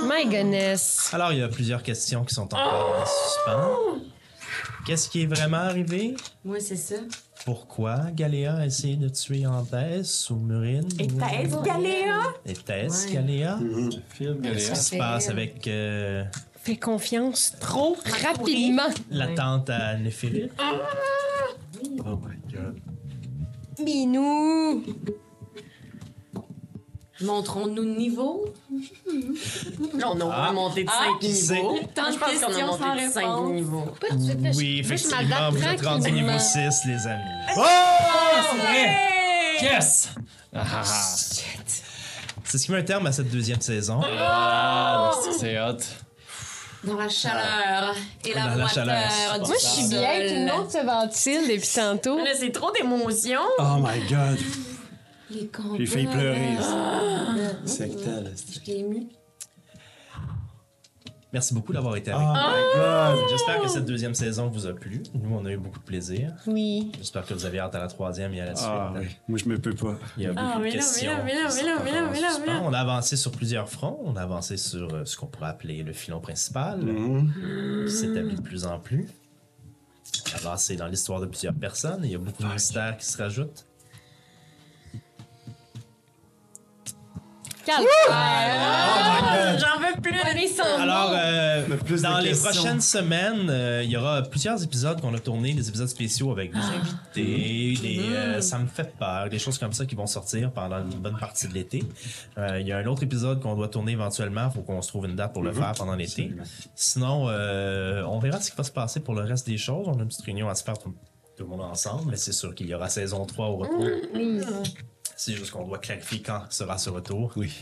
Speaker 2: My goodness.
Speaker 1: Alors, il y a plusieurs questions qui sont encore
Speaker 2: Ah!
Speaker 1: en suspens. Qu'est-ce qui est vraiment arrivé?
Speaker 8: Moi, c'est ça.
Speaker 1: Pourquoi Galéa a essayé de tuer Anthès ou Murine?
Speaker 5: Et t'es Galéa?
Speaker 1: Et Tess,
Speaker 8: Ouais.
Speaker 1: Galéa?
Speaker 6: Film,
Speaker 1: Qu'est-ce
Speaker 6: Galéa.
Speaker 1: qui se passe avec euh,
Speaker 2: Fais confiance trop rapidement.
Speaker 1: la tante à Néphilim?
Speaker 3: Oh my god.
Speaker 2: Minou!
Speaker 8: Montrons-nous le niveau.
Speaker 5: Là, on a
Speaker 1: Ah.
Speaker 5: monté de
Speaker 8: Ah,
Speaker 5: 5
Speaker 1: qui
Speaker 5: niveaux.
Speaker 1: sait?
Speaker 8: Tant
Speaker 5: Je pense
Speaker 8: de
Speaker 5: qu'on a
Speaker 8: questions sans
Speaker 5: monté de 5
Speaker 8: réponse.
Speaker 5: niveaux.
Speaker 2: Pas tout de suite, là, je-
Speaker 1: Oui,
Speaker 2: là, je
Speaker 1: effectivement,
Speaker 2: m'adapte
Speaker 1: vous êtes rendu
Speaker 2: tranquillement. Ah,
Speaker 1: niveau 6, les amis.
Speaker 6: Oh! C'est vrai! Yes! Ah, ah,
Speaker 1: C'est ce qui met un terme à cette deuxième saison.
Speaker 6: ah, c'est- c'est hot.
Speaker 8: Dans la chaleur et
Speaker 1: Dans
Speaker 8: la
Speaker 1: Ah. Oh la
Speaker 8: moiteur
Speaker 1: chaleur, c'est
Speaker 8: du
Speaker 2: Moi, je suis bien,
Speaker 8: sol.
Speaker 2: tout le monde se ventile Euh, depuis tantôt.
Speaker 5: Là, c'est trop d'émotions.
Speaker 3: Oh my god.
Speaker 8: Les
Speaker 3: J'ai failli pleurer.
Speaker 8: Ah.
Speaker 3: Sectel.
Speaker 8: Je t'ai ému.
Speaker 1: Merci beaucoup d'avoir été
Speaker 3: Oh
Speaker 1: avec
Speaker 3: my god.
Speaker 1: nous. J'espère
Speaker 5: Oh.
Speaker 1: que cette deuxième saison vous a plu. Nous, on a eu beaucoup de plaisir.
Speaker 2: Oui.
Speaker 1: J'espère que vous avez hâte à la troisième et à la suite.
Speaker 3: Ah oui, moi je me peux pas.
Speaker 1: Il y a beaucoup
Speaker 5: Ah, mais
Speaker 1: de
Speaker 5: là,
Speaker 1: questions.
Speaker 5: mais là,
Speaker 1: qui
Speaker 5: mais là,
Speaker 1: sont
Speaker 5: mais là,
Speaker 1: encore en
Speaker 5: mais là,
Speaker 1: suspens.
Speaker 5: mais là.
Speaker 1: On a avancé sur plusieurs fronts. On a avancé sur euh, ce qu'on pourrait appeler le filon principal,
Speaker 3: Mm.
Speaker 1: qui s'établit de plus en plus. On a avancé dans l'histoire de plusieurs personnes. Il y a beaucoup de mystères qui se rajoutent.
Speaker 5: Calme. Ah, J'en veux plus de mes sons.
Speaker 1: Alors, euh,
Speaker 3: plus de
Speaker 1: dans les
Speaker 3: questions.
Speaker 1: prochaines semaines, euh, il y aura plusieurs épisodes qu'on a tournés, des épisodes spéciaux avec des
Speaker 3: Mhm.
Speaker 1: invités, des, euh, ça me fait peur, des choses comme ça qui vont sortir pendant une bonne partie de l'été. Euh, Il y a un autre épisode qu'on doit tourner éventuellement, faut qu'on se trouve une date pour le
Speaker 3: Mhm.
Speaker 1: faire pendant l'été. Sinon, euh, on verra ce qui va se passer pour le reste des choses. On a une petite réunion à se faire tout, tout le monde ensemble, mais c'est sûr qu'il y aura saison 3 au retour. C'est juste qu'on doit clarifier quand sera ce retour. Oui.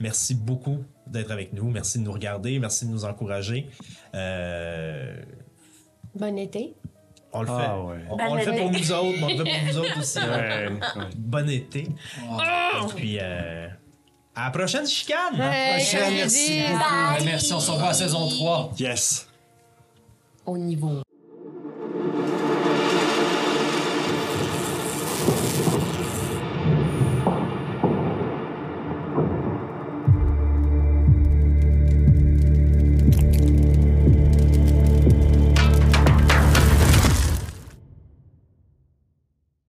Speaker 1: Merci beaucoup d'être avec nous. Merci de nous regarder. Merci de nous encourager. Euh,
Speaker 2: Bon été.
Speaker 1: on le fait.
Speaker 3: Ah ouais.
Speaker 1: On,
Speaker 2: Bon
Speaker 1: on le fait
Speaker 2: été.
Speaker 1: pour nous autres, mais on le fait pour nous autres aussi.
Speaker 3: Ouais, ouais.
Speaker 1: Bon été. Et puis, euh, à la prochaine chicane!
Speaker 2: Hey,
Speaker 6: Prochaine, merci.
Speaker 2: Kennedy.
Speaker 6: beaucoup. Merci, on se revoit à saison 3.
Speaker 3: Yes.
Speaker 5: Au niveau